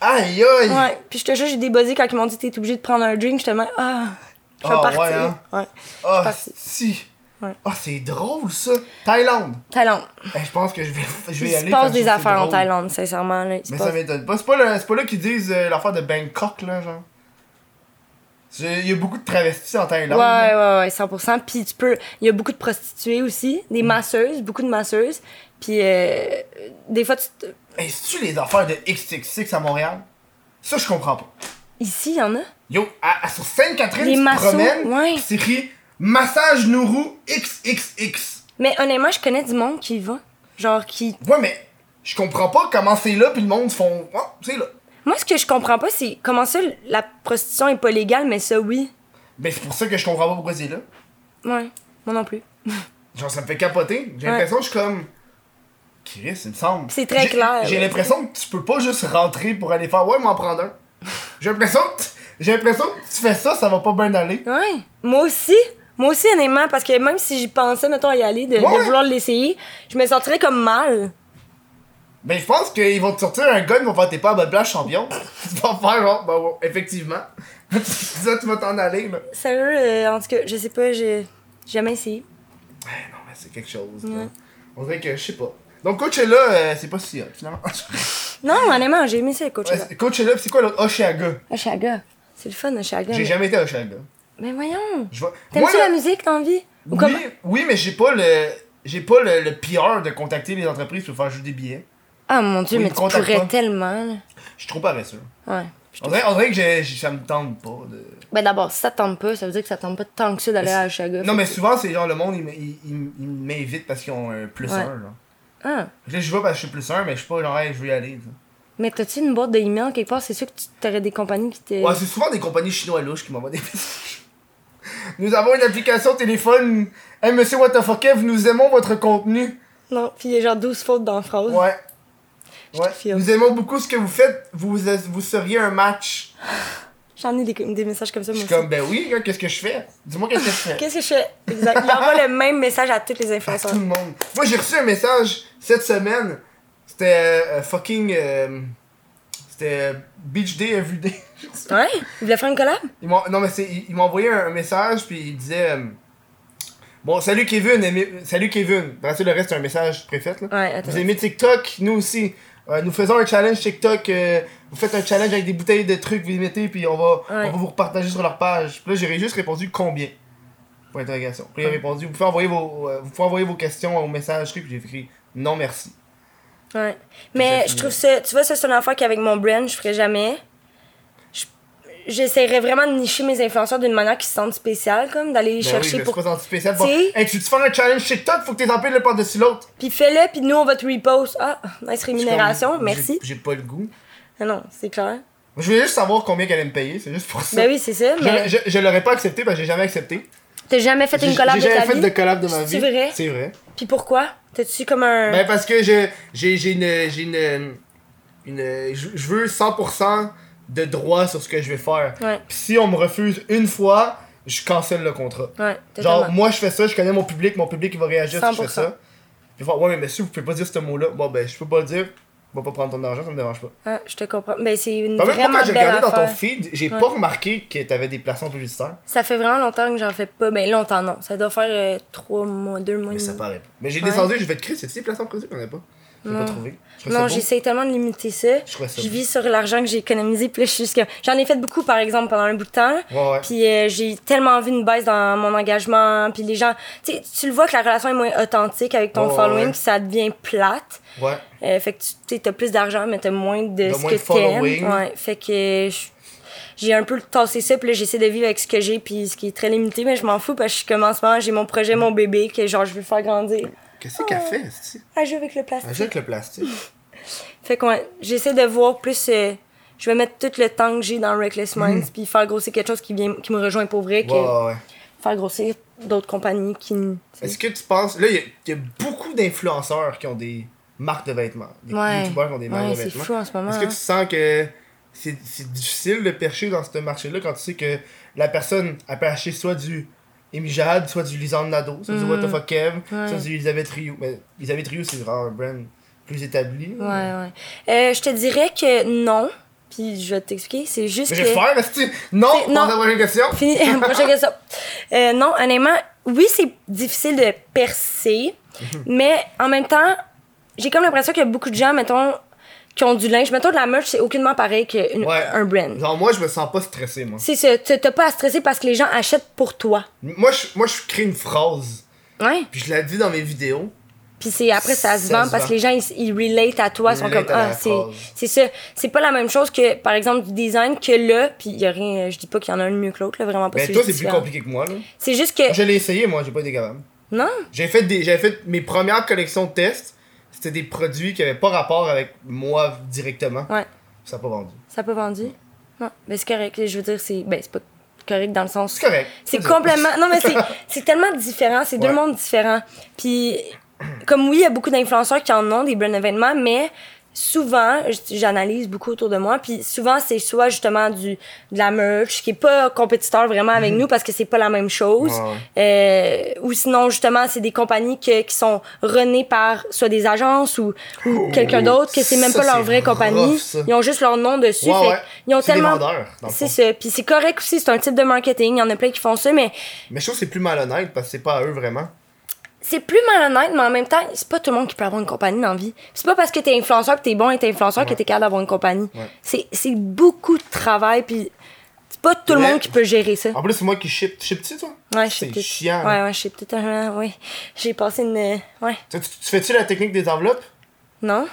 Speaker 1: Aïe aïe!
Speaker 3: Ouais, puis je te jure, j'ai débosé quand ils m'ont dit t'es obligé de prendre un drink, j'étais même ah, je vais
Speaker 1: Ah,
Speaker 3: partir.
Speaker 1: ouais, hein?
Speaker 3: Ouais.
Speaker 1: Ah,
Speaker 3: parti.
Speaker 1: si! Ah,
Speaker 3: Ouais.
Speaker 1: c'est drôle ça! Thaïlande!
Speaker 3: Talent.
Speaker 1: Eh, je pense que je vais, je vais
Speaker 3: Il
Speaker 1: y aller.
Speaker 3: se passe
Speaker 1: parce que
Speaker 3: des
Speaker 1: c'est
Speaker 3: affaires en
Speaker 1: drôle.
Speaker 3: Thaïlande, sincèrement. Là. Il se
Speaker 1: Mais
Speaker 3: passe-
Speaker 1: ça m'étonne pas. C'est pas, le- c'est pas là qu'ils disent euh, l'affaire de Bangkok, là, genre. C'est- Il y a beaucoup de travestis en Thaïlande.
Speaker 3: Ouais, ouais, ouais, 100%. Puis tu peux. Il y a beaucoup de prostituées aussi,
Speaker 1: Mm.
Speaker 3: des masseuses, beaucoup de masseuses. Puis euh, des fois, tu te-
Speaker 1: Et tu les affaires de XXX à Montréal? Ça, je comprends pas.
Speaker 3: ici, il y en a.
Speaker 1: Yo, à- à- sur Sainte-Catherine,
Speaker 3: Les
Speaker 1: tu te
Speaker 3: massos,
Speaker 1: promènes,
Speaker 3: ouais.
Speaker 1: pis c'est écrit Massage Nourou XXX.
Speaker 3: Mais honnêtement, je connais du monde qui y va. Genre, qui.
Speaker 1: Ouais, mais je comprends pas comment c'est là, puis le monde font. Oh, c'est là.
Speaker 3: Moi, ce que je comprends pas, c'est comment ça, la prostitution est pas légale, mais ça, oui.
Speaker 1: Mais c'est pour ça que je comprends pas pourquoi c'est là.
Speaker 3: Ouais, moi non plus.
Speaker 1: Genre, ça me fait capoter. J'ai
Speaker 3: Ouais.
Speaker 1: l'impression que je suis comme. Chris, il me semble.
Speaker 3: C'est très
Speaker 1: J'ai-
Speaker 3: clair,
Speaker 1: J'ai
Speaker 3: ouais.
Speaker 1: l'impression que tu peux pas juste rentrer pour aller faire. Ouais, m'en prendre un. J'ai l'impression que. t- J'ai l'impression que tu fais ça, ça va pas bien aller.
Speaker 3: Ouais. Moi aussi. Moi aussi, honnêtement, parce que même si j'y pensais, mettons, à y aller, de, de
Speaker 1: Ouais.
Speaker 3: vouloir l'essayer, je me sentirais comme mal.
Speaker 1: Mais je pense qu'ils vont te sortir un gun, ils vont faire t'es pas à bonne place, champion. tu vas faire genre, bah ouais, effectivement. ça, tu vas t'en aller, là.
Speaker 3: Sérieux, euh, en tout cas, je sais pas, j'ai j'ai jamais essayé.
Speaker 1: Eh non, mais c'est quelque chose, là. On dirait que, je sais pas. Donc, Coachella, euh, c'est pas si hot, finalement.
Speaker 3: Non, honnêtement, j'ai aimé ça, coach.
Speaker 1: Ouais, Coachella, pis c'est quoi l'autre? Oshiaga.
Speaker 3: Oshaga. C'est le fun, Oshaga.
Speaker 1: J'ai
Speaker 3: mais-
Speaker 1: jamais été à Oshiaga.
Speaker 3: Mais voyons.
Speaker 1: Je vais- Moi,
Speaker 3: T'aimes-tu
Speaker 1: là-
Speaker 3: la musique dans la vie? Ou
Speaker 1: Oui,
Speaker 3: comment-
Speaker 1: oui, mais j'ai pas le j'ai pas le, le PR de contacter les entreprises pour faire juste des billets.
Speaker 3: Ah mon dieu,
Speaker 1: Oui,
Speaker 3: mais
Speaker 1: me
Speaker 3: tu
Speaker 1: contacte
Speaker 3: pourrais
Speaker 1: pas.
Speaker 3: tellement. là.
Speaker 1: Je suis trop paresseux.
Speaker 3: Ouais.
Speaker 1: On dirait, on dirait que j'ai- j'ai- ça me tente pas. de-
Speaker 3: Ben d'abord, si ça te tente pas, ça veut dire que ça te tente pas tant que ça d'aller à Oshaga.
Speaker 1: Non, mais souvent, c'est genre le monde, il, me- il, il- il m'invite parce qu'ils ont un plus
Speaker 3: Ouais.
Speaker 1: un. Là,
Speaker 3: Ah.
Speaker 1: là je vais parce que je suis plus un, mais je suis pas genre, hey, je veux y aller. ça.
Speaker 3: Mais t'as-tu une boîte de email quelque part? C'est sûr que tu t'aurais des compagnies qui t'es.
Speaker 1: Ouais, c'est souvent des compagnies chinois louches qui m'envoient des messages. Nous avons une application téléphone. Hey, monsieur WTF, nous aimons votre contenu.
Speaker 3: non, pis il y a genre 12 fautes dans la phrase.
Speaker 1: Ouais. Ouais.
Speaker 3: confirme.
Speaker 1: Nous aimons beaucoup ce que vous faites. Vous, vous seriez un match.
Speaker 3: J'en ai des, des messages comme ça,
Speaker 1: Je
Speaker 3: moi
Speaker 1: suis
Speaker 3: aussi.
Speaker 1: comme, ben oui, gars, qu'est-ce que je fais? Dis-moi qu'est-ce que je fais.
Speaker 3: Qu'est-ce que je fais? Exact. Il envoie le même message à tous les
Speaker 1: À
Speaker 3: influenceurs.
Speaker 1: tout le monde. Moi, j'ai reçu un message cette semaine. C'était euh, euh, fucking. euh, C'était euh, Beach Day Everyday.
Speaker 3: Ouais? Hein? Il voulait faire une collab?
Speaker 1: Ils m'ont- non, mais c'est, ils, ils m'ont envoyé un, un message, puis il disait. euh, Bon, salut Kevin, aimez- salut Kevin. Dans le reste, c'est un message préfet. Là.
Speaker 3: Ouais, attends.
Speaker 1: Vous aimez TikTok? Nous aussi. Euh, nous faisons un challenge TikTok. euh, vous faites un challenge avec des bouteilles de trucs, vous les mettez, puis on va,
Speaker 3: Ouais.
Speaker 1: on va vous repartager sur leur page. Puis là, j'ai juste répondu combien Pour interrogation. Puis il a répondu vous pouvez, envoyer vos, euh, vous pouvez envoyer vos questions aux messages, puis j'ai écrit non merci.
Speaker 3: Ouais. Mais je trouve ça, tu vois, ça, c'est une affaire qu'avec mon brand, je ferais jamais. Je- J'essaierais vraiment de nicher mes influenceurs d'une manière qui se sente spéciale, comme d'aller les
Speaker 1: Ben oui,
Speaker 3: chercher
Speaker 1: mais
Speaker 3: pour.
Speaker 1: c'est pas gentil spécial. Bon,
Speaker 3: T'sais-
Speaker 1: hey, tu te fais un challenge TikTok, faut que t'es empiles le par-dessus l'autre.
Speaker 3: Puis fais-le, puis nous, on va te repost. Ah, nice rémunération,
Speaker 1: Comme, j'ai-
Speaker 3: merci.
Speaker 1: J'ai pas le goût.
Speaker 3: Ah non, c'est clair.
Speaker 1: Je voulais juste savoir combien qu'elle allait me payer, c'est juste pour ça.
Speaker 3: Ben oui, c'est ça,
Speaker 1: Je-
Speaker 3: mais
Speaker 1: Je, je l'aurais pas accepté parce que j'ai jamais accepté.
Speaker 3: t'as jamais fait
Speaker 1: J'ai
Speaker 3: une collab
Speaker 1: j'ai
Speaker 3: de ta
Speaker 1: jamais fait
Speaker 3: vie.
Speaker 1: de collab de ma vie.
Speaker 3: C'est vrai?
Speaker 1: C'est vrai.
Speaker 3: Puis pourquoi? T'as-tu comme un.
Speaker 1: Ben parce que je- j'ai j'ai une j'ai une une je je veux 100% de droit sur ce que je vais faire.
Speaker 3: Ouais.
Speaker 1: Puis si on me refuse une fois, je cancelle le contrat.
Speaker 3: Ouais, totalement.
Speaker 1: Genre moi je fais ça, je connais mon public, mon public il va réagir si je fais
Speaker 3: 100%.
Speaker 1: ça. Puis faire, ouais mais monsieur, vous pouvez pas dire ce mot là. Bon ben je peux pas le dire. On va pas prendre ton argent, ça me dérange pas.
Speaker 3: Ah, je te comprends. Ben, c'est une
Speaker 1: Par même
Speaker 3: vraiment
Speaker 1: quand j'ai
Speaker 3: belle
Speaker 1: regardé dans
Speaker 3: affaire.
Speaker 1: ton feed, j'ai
Speaker 3: Ouais.
Speaker 1: pas remarqué que t'avais des placements publicitaires.
Speaker 3: Ça fait vraiment longtemps que j'en fais pas. Ben, longtemps, non. Ça doit faire euh, trois mois, deux mois.
Speaker 1: Mais
Speaker 3: et
Speaker 1: ça
Speaker 3: demi.
Speaker 1: paraît pas. Mais j'ai
Speaker 3: Ouais.
Speaker 1: descendu, je vais te créer, c'est-tu des placements produits qu'on a pas? J'ai pas
Speaker 3: Non.
Speaker 1: trouvé. Je trouvais ça
Speaker 3: Non,
Speaker 1: beau.
Speaker 3: j'essaie tellement de limiter ça.
Speaker 1: Je trouvais ça
Speaker 3: Je
Speaker 1: beau.
Speaker 3: vis sur l'argent que j'ai économisé, puis là, je suis juste comme- J'en ai fait beaucoup, par exemple, pendant un bout de temps.
Speaker 1: Ouais, ouais.
Speaker 3: Puis euh, j'ai tellement vu une baisse dans mon engagement, puis les gens... Tu sais, tu le vois que la relation est moins authentique avec ton
Speaker 1: Ouais, ouais,
Speaker 3: following,
Speaker 1: ouais.
Speaker 3: puis ça devient plate.
Speaker 1: Ouais.
Speaker 3: Euh, fait que tu tu sais, t'as plus d'argent, mais t'as moins de
Speaker 1: T'as
Speaker 3: ce
Speaker 1: moins
Speaker 3: que
Speaker 1: de following.
Speaker 3: t'aimes. Ouais, fait que je- j'ai un peu tassé ça, puis là, j'essaie de vivre avec ce que j'ai, puis ce qui est très limité, mais je m'en fous, parce que je suis comme en ce moment, j'ai mon projet, mon bébé, que genre, je veux faire grandir.
Speaker 1: Qu'est-ce qu'elle
Speaker 3: Oh.
Speaker 1: fait, esti?
Speaker 3: À jouer avec le plastique.
Speaker 1: Elle joue avec le plastique.
Speaker 3: Fait que ouais, j'essaie de voir plus. euh, je vais mettre tout le temps que j'ai dans Reckless
Speaker 1: Mhm.
Speaker 3: Minds, puis faire grossir quelque chose qui, vient, qui me rejoint pour vrai, que
Speaker 1: Ouais, ouais, ouais.
Speaker 3: faire grossir d'autres compagnies qui.
Speaker 1: Est-ce que tu penses. Là, il y a- il y, a beaucoup d'influenceurs qui ont des marques de vêtements. Des
Speaker 3: Ouais.
Speaker 1: youtubeurs qui ont des marques
Speaker 3: Ouais,
Speaker 1: de
Speaker 3: c'est
Speaker 1: vêtements.
Speaker 3: fou en ce moment,
Speaker 1: Est-ce que
Speaker 3: hein.
Speaker 1: tu sens que c'est c'est difficile de percher dans ce marché-là quand tu sais que la personne, elle peut acheter soit du Amy Jade, soit du Lisanne Nadeau, soit du
Speaker 3: Mm.
Speaker 1: What the fuck Kev, soit du Elisabeth Rioux. Mais Elisabeth Rioux, c'est vraiment un brand plus établi.
Speaker 3: Ouais, ouais. Euh, je te dirais que non, puis je vais t'expliquer. C'est juste
Speaker 1: Mais
Speaker 3: que.
Speaker 1: j'espère, esti. Non,
Speaker 3: C'est-
Speaker 1: on
Speaker 3: non.
Speaker 1: a la prochaine question.
Speaker 3: Fini. Prochaine question. Euh, non, honnêtement, oui, c'est difficile de percer,
Speaker 1: Mhm.
Speaker 3: mais en même temps, j'ai comme l'impression qu'il y a beaucoup de gens, mettons, qui ont du linge. Mettons de la merch, c'est aucunement pareil qu'un
Speaker 1: Ouais.
Speaker 3: un brand.
Speaker 1: Genre, moi, je me sens pas stressé, moi.
Speaker 3: C'est ça. T'as t'as pas à stresser parce que les gens achètent pour toi.
Speaker 1: Moi, je, moi, je crée une phrase,
Speaker 3: Ouais.
Speaker 1: puis je la dis dans mes vidéos.
Speaker 3: Puis c'est après ça se
Speaker 1: Ça
Speaker 3: vend
Speaker 1: se
Speaker 3: parce
Speaker 1: vend.
Speaker 3: que les gens ils, ils relate à toi, ils sont
Speaker 1: Relate
Speaker 3: comme
Speaker 1: à la
Speaker 3: ah c'est
Speaker 1: phrase.
Speaker 3: c'est ça, c'est pas la même chose que par exemple du design que là, puis il y a rien je dis pas qu'il y en a un de mieux que l'autre là, vraiment pas
Speaker 1: Ben,
Speaker 3: c'est
Speaker 1: toi,
Speaker 3: juste
Speaker 1: c'est plus
Speaker 3: différent.
Speaker 1: compliqué que moi, là.
Speaker 3: C'est juste que
Speaker 1: Je l'ai essayé, moi, j'ai pas été capable.
Speaker 3: non,
Speaker 1: J'ai fait des. J'avais fait mes premières collections de tests. C'était des produits qui avaient pas rapport avec moi directement.
Speaker 3: ouais,
Speaker 1: Ça a pas vendu.
Speaker 3: ça a pas vendu. Non, mais c'est correct, je veux dire c'est ben c'est pas correct dans le sens
Speaker 1: C'est correct.
Speaker 3: C'est
Speaker 1: Vas-y.
Speaker 3: complètement. Non, mais c'est- c'est tellement différent. C'est
Speaker 1: Ouais.
Speaker 3: deux mondes différents. Puis, comme oui, il y a beaucoup d'influenceurs qui en ont des brands événements, mais souvent, j- j'analyse beaucoup autour de moi. Puis, souvent, c'est soit justement du, de la merch, qui est pas compétiteur vraiment avec nous parce que c'est pas la même chose.
Speaker 1: Mhm. Ouais,
Speaker 3: Euh, ou sinon, justement, c'est des compagnies que- qui sont renées par soit des agences ou, ou quelqu'un d'autre, que c'est même
Speaker 1: Oh, ça,
Speaker 3: pas leur
Speaker 1: c'est
Speaker 3: vraie
Speaker 1: rough,
Speaker 3: compagnie.
Speaker 1: ça.
Speaker 3: Ils ont juste leur nom dessus.
Speaker 1: Ouais,
Speaker 3: Fait
Speaker 1: ouais.
Speaker 3: Ils ont
Speaker 1: C'est des
Speaker 3: tellement.
Speaker 1: vendeurs, dans le
Speaker 3: C'est
Speaker 1: fond.
Speaker 3: ça. Puis c'est correct aussi, c'est un type de marketing. Il y en a plein qui font ça, mais
Speaker 1: Mais je trouve que c'est plus malhonnête parce que c'est pas à eux vraiment.
Speaker 3: c'est plus malhonnête, mais en même temps, c'est pas tout le monde qui peut avoir une compagnie dans la vie. C'est pas parce que t'es influenceur que t'es bon et t'es influenceur que t'es capable d'avoir une compagnie.
Speaker 1: Ouais.
Speaker 3: C'est c'est beaucoup de travail, puis c'est pas tout le
Speaker 1: Mais-
Speaker 3: monde qui peut gérer ça.
Speaker 1: En plus, c'est moi qui ship. Ship-tu, toi Ah,
Speaker 3: Ouais, je sais
Speaker 1: C'est
Speaker 3: peut-être-
Speaker 1: chiant.
Speaker 3: Ouais, ouais, je sais peut-être un. Ouais. J'ai passé une. euh, Ouais.
Speaker 1: Tu, tu- tu fais-tu la technique des enveloppes
Speaker 3: Non?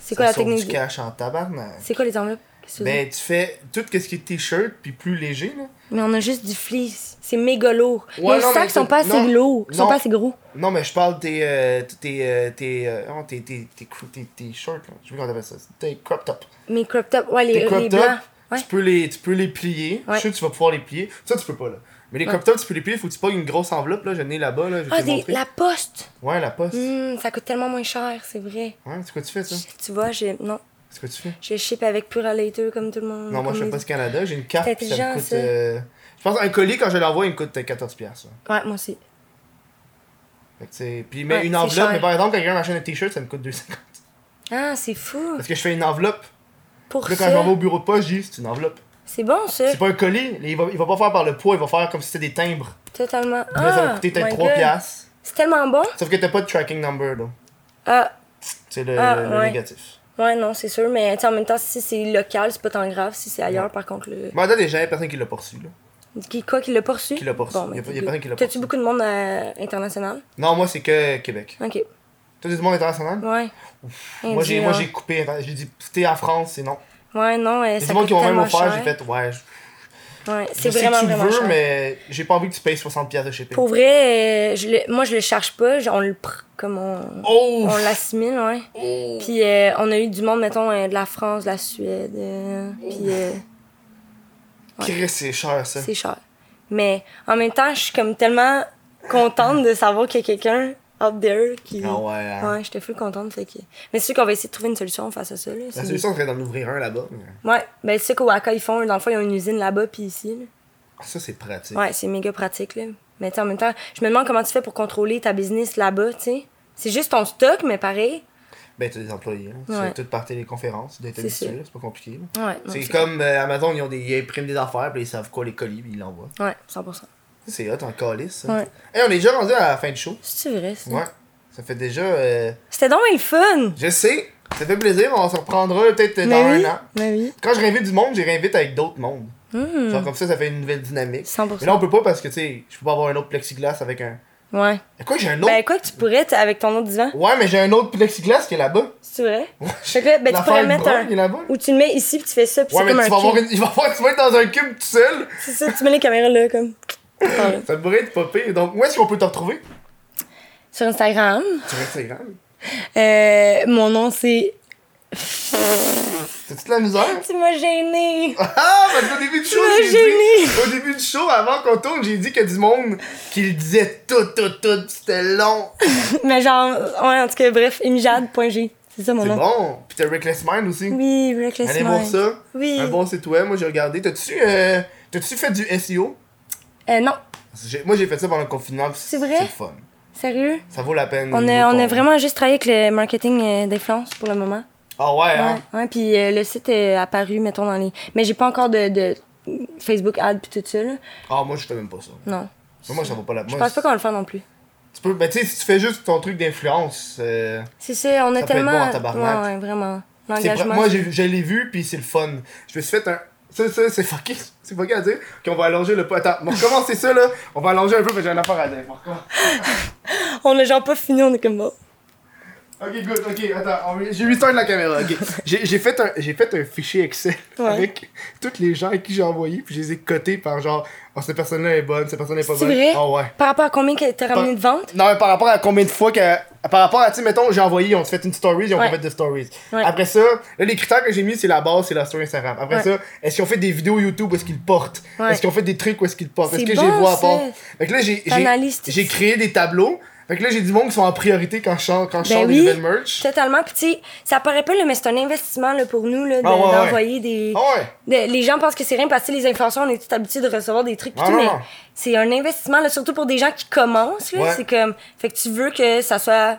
Speaker 3: C'est quoi
Speaker 1: Ça
Speaker 3: la
Speaker 1: sauve
Speaker 3: technique?
Speaker 1: du cash en tabarnak.
Speaker 3: C'est quoi les enveloppes? Qu'est-ce que tu veux dire?
Speaker 1: Ben, tu fais tout ce qui est t-shirt puis plus léger, là.
Speaker 3: Mais on a juste du fleece. C'est méga lourd.
Speaker 1: Ouais,
Speaker 3: Nos
Speaker 1: non, mais
Speaker 3: sacs sont
Speaker 1: c'est-
Speaker 3: pas assez
Speaker 1: non,
Speaker 3: lourds. Ils sont
Speaker 1: non.
Speaker 3: pas assez gros.
Speaker 1: Non, mais je parle des. euh, tes. euh, tes. euh, non, tes. tes. tes. cro- tes. tes shorts, là. Je sais plus comment t'appelles ça. Tes crop top.
Speaker 3: Mes crop top. Ouais, les,
Speaker 1: Tes crop
Speaker 3: les
Speaker 1: top,
Speaker 3: blancs. Ouais.
Speaker 1: tu, peux les, tu peux les plier. Je
Speaker 3: Ouais.
Speaker 1: suis sûr que tu vas pouvoir les plier. Ça, tu peux pas, là. Mais les crop tops, tu peux les plier. Faut que tu pognes une grosse enveloppe, là. J'en ai là-bas, là. Je vais
Speaker 3: Ah,
Speaker 1: te
Speaker 3: des,
Speaker 1: montrer.
Speaker 3: la poste.
Speaker 1: Ouais, la poste.
Speaker 3: Hum, ça coûte tellement moins cher, c'est vrai.
Speaker 1: Ouais, c'est quoi tu fais, ça?
Speaker 3: Tu vois, j'ai. Non.
Speaker 1: C'est quoi tu fais?
Speaker 3: Je ship avec Pura Later comme tout le monde.
Speaker 1: Non, moi, je
Speaker 3: comme
Speaker 1: fais pas
Speaker 3: les-
Speaker 1: du Canada. J'ai une carte.
Speaker 3: C'est
Speaker 1: puis Ça me
Speaker 3: intelligent,
Speaker 1: coûte.
Speaker 3: ça.
Speaker 1: euh, Je pense un colis, quand je l'envoie, il me coûte euh, 14$. piastres, là.
Speaker 3: Ouais, moi aussi.
Speaker 1: Fait que c'est- Puis, mais
Speaker 3: Ouais,
Speaker 1: une
Speaker 3: c'est
Speaker 1: enveloppe,
Speaker 3: cher.
Speaker 1: mais par exemple, quand quelqu'un m'achète un t-shirt, ça me coûte 250$.
Speaker 3: Ah, c'est fou.
Speaker 1: Parce que je fais une enveloppe.
Speaker 3: Pour
Speaker 1: Puis Là, quand
Speaker 3: ça.
Speaker 1: j'en vais au bureau de poste, je dis, c'est une enveloppe.
Speaker 3: C'est bon, ça.
Speaker 1: C'est pas un colis, il va, il va pas faire par le poids, il va faire comme si c'était des timbres.
Speaker 3: Totalement.
Speaker 1: Puis Là, ça va
Speaker 3: Ah,
Speaker 1: coûter peut-être
Speaker 3: my
Speaker 1: 3
Speaker 3: God.
Speaker 1: piastres.
Speaker 3: C'est tellement bon.
Speaker 1: Sauf que t'as pas de tracking number, là.
Speaker 3: Ah,
Speaker 1: C'est le,
Speaker 3: Ah,
Speaker 1: le
Speaker 3: ouais.
Speaker 1: négatif.
Speaker 3: ouais, non, c'est sûr. Mais tu sais, en même temps, si c'est local, c'est pas tant grave. Si c'est ailleurs, par contre, le.
Speaker 1: Mais attendez, j'avais personne qui l'a poursuivi, là.
Speaker 3: Qui, quoi, qui l'a poursu?
Speaker 1: Qui l'a poursu. Y a pas- y a
Speaker 3: ben,
Speaker 1: personne qui l'a
Speaker 3: T'as-tu
Speaker 1: poursu.
Speaker 3: beaucoup de monde euh, international?
Speaker 1: Non, moi, c'est que Québec.
Speaker 3: Ok.
Speaker 1: Toi, T'as du monde international?
Speaker 3: Ouais.
Speaker 1: Moi, j'ai, moi,
Speaker 3: Indien.
Speaker 1: j'ai coupé. inter- J'ai dit, c'était à France, c'est non.
Speaker 3: Ouais, non, euh,
Speaker 1: Il y a
Speaker 3: ça
Speaker 1: du monde
Speaker 3: coûte
Speaker 1: qui vont même
Speaker 3: tellement
Speaker 1: offert, j'ai
Speaker 3: cher.
Speaker 1: fait, ouais, je,
Speaker 3: Ouais,
Speaker 1: je
Speaker 3: c'est
Speaker 1: sais
Speaker 3: vraiment,
Speaker 1: que tu
Speaker 3: vraiment
Speaker 1: veux,
Speaker 3: cher.
Speaker 1: mais j'ai pas envie que tu payes 60$ piastres de shipping.
Speaker 3: Pour vrai, euh, je le- moi, je le charge pas. je- On le pr- comme on...
Speaker 1: Oh!
Speaker 3: On l'assimile, ouais.
Speaker 1: Oh!
Speaker 3: Puis euh, on a eu du monde, mettons, euh, de la France, de la Suède. euh, puis euh, ouais.
Speaker 1: Christ, c'est cher, ça.
Speaker 3: c'est cher. Mais en même temps, je suis comme tellement contente de savoir qu'il y a quelqu'un out there qui.
Speaker 1: Ah ouais, hein.
Speaker 3: Ouais, j'étais full contente. Fait que... Mais c'est sûr qu'on va essayer de trouver une solution face à ça. Là.
Speaker 1: La
Speaker 3: C'est-
Speaker 1: solution serait d'en ouvrir un là-bas. mais-
Speaker 3: Ouais, ben c'est ça qu'au Oaxaca, ils font. Dans le fond, ils ont une usine là-bas, puis ici. là.
Speaker 1: Ah, ça, c'est pratique.
Speaker 3: Ouais, c'est méga pratique, là. Mais tu sais, en même temps, je me demande comment tu fais pour contrôler ta business là-bas, tu sais. C'est juste ton stock, mais pareil.
Speaker 1: Ben, t'as des employés. Hein.
Speaker 3: Ouais.
Speaker 1: Tu fais tout par téléconférence. Tu dois être
Speaker 3: C'est
Speaker 1: habitué,
Speaker 3: ça.
Speaker 1: là, c'est pas compliqué. là.
Speaker 3: Ouais, non,
Speaker 1: C'est
Speaker 3: c'est-
Speaker 1: comme euh, Amazon, ils, ont des, ils impriment des affaires, puis ils savent quoi les colis, puis ils l'envoient.
Speaker 3: Ouais, 100%.
Speaker 1: C'est hot, en calice. ça.
Speaker 3: Ouais.
Speaker 1: Hey, on est déjà rendu à la fin de show.
Speaker 3: C'est vrai, ça.
Speaker 1: Ouais. Ça fait déjà. euh,
Speaker 3: C'était donc bien le fun!
Speaker 1: Je sais. Ça fait plaisir. On se reprendra peut-être dans
Speaker 3: Mais oui,
Speaker 1: un an.
Speaker 3: mais oui.
Speaker 1: Quand je réinvite du monde, je réinvite avec d'autres mondes.
Speaker 3: Hmm.
Speaker 1: Genre comme ça, ça fait une nouvelle dynamique.
Speaker 3: 100%.
Speaker 1: Mais là, on peut pas parce que, tu sais, je peux pas avoir un autre plexiglas avec un.
Speaker 3: Ouais.
Speaker 1: Quoi, j'ai un autre.
Speaker 3: Ben, quoi que tu pourrais, t- avec ton autre divan,
Speaker 1: Ouais, mais j'ai un autre plexiglas qui est là-bas.
Speaker 3: c'est vrai? Fait que là, ben, tu
Speaker 1: L'affaire
Speaker 3: pourrais mettre
Speaker 1: brune, il est
Speaker 3: un.
Speaker 1: là-bas.
Speaker 3: Ou tu le mets ici, puis tu fais ça, puis
Speaker 1: Ouais, mais
Speaker 3: c'est comme
Speaker 1: tu vas,
Speaker 3: un.
Speaker 1: avoir
Speaker 3: cube.
Speaker 1: une... il va falloir que tu vas être dans un cube tout seul.
Speaker 3: C'est ça, tu mets les caméras là, comme. Attends, là.
Speaker 1: Ça pourrait être pas pire. Donc, où est-ce qu'on peut te retrouver hein?
Speaker 3: Sur Instagram,
Speaker 1: Sur Instagram.
Speaker 3: euh, mon nom c'est.
Speaker 1: C'est toute la misère.
Speaker 3: Tu m'as gêné!
Speaker 1: Ah, parce qu'au début du show,
Speaker 3: Le
Speaker 1: j'ai
Speaker 3: génie.
Speaker 1: dit, au début du show, avant qu'on tourne, j'ai dit qu'il y a du monde qui le disait tout, tout, tout, c'était long.
Speaker 3: mais genre, ouais, en tout cas, bref, imjade.g. C'est ça mon
Speaker 1: C'est
Speaker 3: nom.
Speaker 1: bon. Puis t'as Reckless Mind aussi.
Speaker 3: Oui, Reckless
Speaker 1: Allez
Speaker 3: Mind.
Speaker 1: voir ça.
Speaker 3: Oui.
Speaker 1: Un bon site web, moi j'ai regardé. T'as-tu euh, t'as-tu fait du SEO?
Speaker 3: Euh, non,
Speaker 1: Parce que j'ai- Moi j'ai fait ça pendant le confinement. puis
Speaker 3: C'est vrai?
Speaker 1: C'est le fun.
Speaker 3: sérieux?
Speaker 1: Ça vaut la peine.
Speaker 3: On
Speaker 1: de
Speaker 3: a, on a
Speaker 1: voir.
Speaker 3: vraiment juste travaillé avec le marketing euh, d'influence pour le moment.
Speaker 1: Ah ouais,
Speaker 3: Ouais,
Speaker 1: hein?
Speaker 3: ouais, puis euh, le site est apparu, mettons, dans les. Mais j'ai pas encore de, de Facebook ad puis tout ça, là.
Speaker 1: Ah, moi je fais même pas ça.
Speaker 3: Non.
Speaker 1: Mais Moi ça vaut pas la peine.
Speaker 3: Je pense pas qu'on va le faire non plus.
Speaker 1: Tu peux, ben tu sais, si tu fais juste ton truc d'influence, euh,
Speaker 3: C'est ça, on
Speaker 1: Ça peut
Speaker 3: a
Speaker 1: être
Speaker 3: tellement.
Speaker 1: bon en tabarnak.
Speaker 3: Ouais, ouais, vraiment.
Speaker 1: c'est
Speaker 3: L'engagement.
Speaker 1: vrai- moi j'ai- je l'ai vu puis c'est le fun. Je me suis fait un. Ça, ça, c'est fucké, c'est fucké à dire qu'on va allonger le pot. Attends, bon, comment c'est ça là? On va allonger un peu, mais j'ai un affaire à dire. Bon, comment?
Speaker 3: On a genre pas fini, on est comme bon.
Speaker 1: Ok, good, ok, attends, on- j'ai mis de la caméra, ok. J'ai j'ai fait, un- j'ai fait un fichier Excel
Speaker 3: Ouais.
Speaker 1: avec tous les gens à qui j'ai envoyé, puis je les ai cotés par genre, oh, cette personne-là est bonne, cette personne-là est pas
Speaker 3: C'est
Speaker 1: bonne.
Speaker 3: vrai?
Speaker 1: Ah ouais.
Speaker 3: Par rapport à combien que t'as ramené de ventes?
Speaker 1: Non, mais par rapport à combien de fois que. Par rapport à, tu sais, mettons, j'ai envoyé, on se fait une story, ils ont
Speaker 3: Ouais.
Speaker 1: pas fait de stories.
Speaker 3: Ouais.
Speaker 1: Après ça, là, les critères que j'ai mis, c'est la base, c'est la story Instagram. Après
Speaker 3: Ouais.
Speaker 1: ça, est-ce qu'ils ont fait des vidéos YouTube où est-ce qu'ils portent
Speaker 3: Ouais.
Speaker 1: Est-ce qu'ils ont fait des trucs où est-ce qu'ils portent Est-ce
Speaker 3: C'est
Speaker 1: que
Speaker 3: bon,
Speaker 1: j'ai vois à
Speaker 3: ça.
Speaker 1: part Fait que là, j'ai- j'ai
Speaker 3: T'analyses tout
Speaker 1: j'ai
Speaker 3: ça.
Speaker 1: créé des tableaux. Fait que là, j'ai du monde qui sont en priorité quand je sors quand je
Speaker 3: Ben
Speaker 1: sors des
Speaker 3: oui.
Speaker 1: nouvelles merch.
Speaker 3: Totalement. Puis, tu sais, ça paraît pas, là, mais c'est un investissement là, pour nous là, de-
Speaker 1: Ah ouais, ouais.
Speaker 3: d'envoyer des.
Speaker 1: Ah ouais.
Speaker 3: de- les gens pensent que c'est rien parce que les influenceurs, on est tout habitués de recevoir des trucs. pis
Speaker 1: Ah
Speaker 3: tout,
Speaker 1: non,
Speaker 3: mais
Speaker 1: non.
Speaker 3: c'est un investissement, là, surtout pour des gens qui commencent. là.
Speaker 1: Ouais.
Speaker 3: C'est comme. Fait que tu veux que ça soit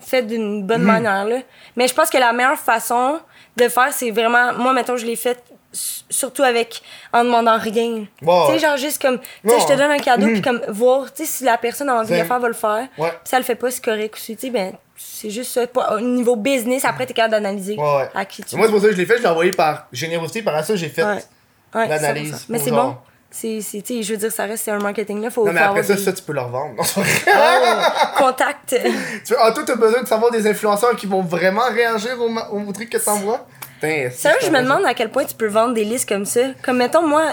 Speaker 3: fait d'une bonne
Speaker 1: Mhm.
Speaker 3: manière. Là. Mais je pense que la meilleure façon de faire, c'est vraiment. Moi, mettons, je l'ai fait s- surtout avec en demandant rien.
Speaker 1: Ouais,
Speaker 3: tu
Speaker 1: ouais.
Speaker 3: sais, genre juste comme tu sais,
Speaker 1: Ouais,
Speaker 3: je te
Speaker 1: ouais.
Speaker 3: donne un cadeau puis comme voir, tu sais si la personne a envie de
Speaker 1: C'est-
Speaker 3: le faire va le faire.
Speaker 1: Ouais.
Speaker 3: Puis ça le fait pas c'est correct aussi, tu sais ben c'est juste ça pas- au niveau business après t'es capable d'analyser
Speaker 1: Ouais, ouais.
Speaker 3: à Ah, qui tu
Speaker 1: Mais Moi, c'est pour ça que je l'ai fait, je l'ai envoyé par générosité, par ça, j'ai fait.
Speaker 3: Ouais. Ouais,
Speaker 1: l'analyse
Speaker 3: 100%. Mais
Speaker 1: pour
Speaker 3: c'est
Speaker 1: genre-
Speaker 3: bon. C'est, c'est, tu sais, je veux dire, ça reste c'est un marketing là. Faut,
Speaker 1: Non, mais
Speaker 3: faut Ah
Speaker 1: après ça,
Speaker 3: avoir
Speaker 1: ça, tu peux le revendre.
Speaker 3: des contacts.
Speaker 1: tu veux, ah, toi, t'as besoin de savoir des influenceurs qui vont vraiment réagir au, ma- au truc que t'envoies? Putain, si
Speaker 3: Sérieux, je me
Speaker 1: t'envoie ça-
Speaker 3: demande à quel point tu peux vendre des listes comme ça. Comme mettons, moi,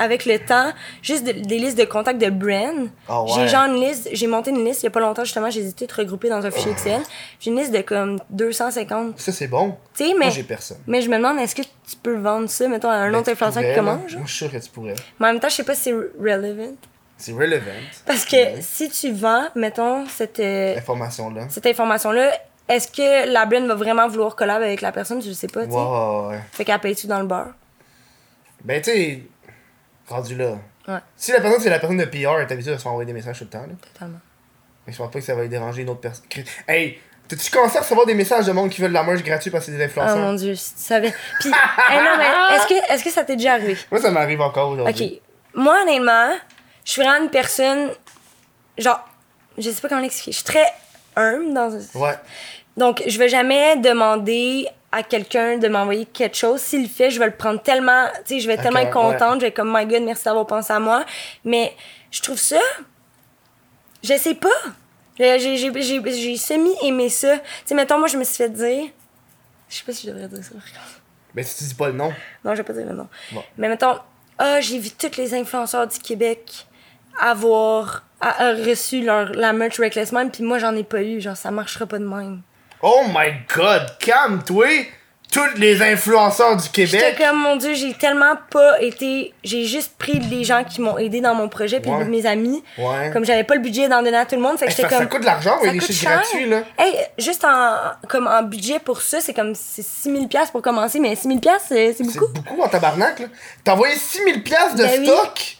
Speaker 3: avec le temps, juste de- des listes de contacts de brand.
Speaker 1: Ah ouais.
Speaker 3: J'ai genre une liste, j'ai monté une liste il y a pas longtemps, justement, j'ai tout regroupé dans un fichier Excel. J'ai une liste de comme 250.
Speaker 1: Ça, c'est bon.
Speaker 3: Tu sais,
Speaker 1: Moi,
Speaker 3: mais.
Speaker 1: j'ai personne.
Speaker 3: mais je me demande, est-ce que tu peux vendre ça, mettons, à un
Speaker 1: Mais
Speaker 3: autre
Speaker 1: tu
Speaker 3: influenceur qui
Speaker 1: pourrais, là.
Speaker 3: commence, genre?
Speaker 1: Moi, je suis sûr que tu pourrais.
Speaker 3: Mais en même temps, je sais pas si c'est relevant.
Speaker 1: C'est relevant,
Speaker 3: Parce que si tu vends, mettons, cette. euh,
Speaker 1: l'information-là.
Speaker 3: cette information-là, est-ce que la brand va vraiment vouloir collaborer avec la personne? Je sais pas, tu sais.
Speaker 1: Wow, ouais.
Speaker 3: Fait qu'elle paye-tu dans le beurre?
Speaker 1: Ben, tu sais, rendu là.
Speaker 3: Ouais.
Speaker 1: Si la personne, c'est la personne de PR, t'es habitué à se faire envoyer des messages tout le temps, là.
Speaker 3: Totalement.
Speaker 1: Mais je pense pas que ça va déranger une autre personne. Hey, t'as-tu commencé à recevoir des messages de monde qui veulent de la merch gratuite parce que c'est des
Speaker 3: Oh
Speaker 1: influenceurs?
Speaker 3: mon Dieu, si tu savais. Puis, hey, non, mais est-ce que, est-ce que ça t'est déjà arrivé?
Speaker 1: Moi, ça m'arrive encore aujourd'hui.
Speaker 3: OK. Moi, honnêtement, je suis vraiment une personne... Genre, je sais pas comment l'expliquer. Je suis très humble dans...
Speaker 1: Ouais.
Speaker 3: Donc, je vais jamais demander à quelqu'un de m'envoyer quelque chose. S'il le fait, je vais le prendre tellement, tu sais, je vais
Speaker 1: Ok,
Speaker 3: tellement être
Speaker 1: ouais.
Speaker 3: contente. Je vais être comme, my god, merci d'avoir pensé à moi. Mais je trouve ça, je sais pas. Euh, J'ai j'ai- j'ai- j'ai semi-aimé ça. Tu sais, mettons, moi, je me suis fait dire. Je sais pas si je devrais dire ça, par contre.
Speaker 1: Mais Ben, si tu dis pas le nom.
Speaker 3: Non, je vais pas dire le nom.
Speaker 1: Bon.
Speaker 3: Mais mettons, ah, j'ai vu tous les influenceurs du Québec avoir a- a reçu leur, la merch Reckless Mind, puis moi, j'en ai pas eu. Genre, ça marchera pas de même.
Speaker 1: Oh my god, calme-toi! Tous les influenceurs du
Speaker 3: J'étais
Speaker 1: Québec.
Speaker 3: comme, mon Dieu, j'ai tellement pas été. J'ai juste pris les gens qui m'ont aidé dans mon projet, puis
Speaker 1: Ouais.
Speaker 3: mes amis.
Speaker 1: Ouais.
Speaker 3: Comme j'avais pas le budget d'en donner à tout le monde, fait que
Speaker 1: Hey, ça,
Speaker 3: j'étais
Speaker 1: ça
Speaker 3: comme.
Speaker 1: coûte de l'argent, ouais,
Speaker 3: Ça
Speaker 1: les
Speaker 3: coûte
Speaker 1: shit
Speaker 3: cher.
Speaker 1: gratuits, là.
Speaker 3: Hey, juste en, comme en budget pour ça, c'est comme c'est 6000 pièces pour commencer, mais 6000 pièces euh, c'est c'est
Speaker 1: C'est
Speaker 3: beaucoup.
Speaker 1: beaucoup en tabarnak, là. T'as envoyé 6000 piastres de
Speaker 3: Ben oui.
Speaker 1: stock?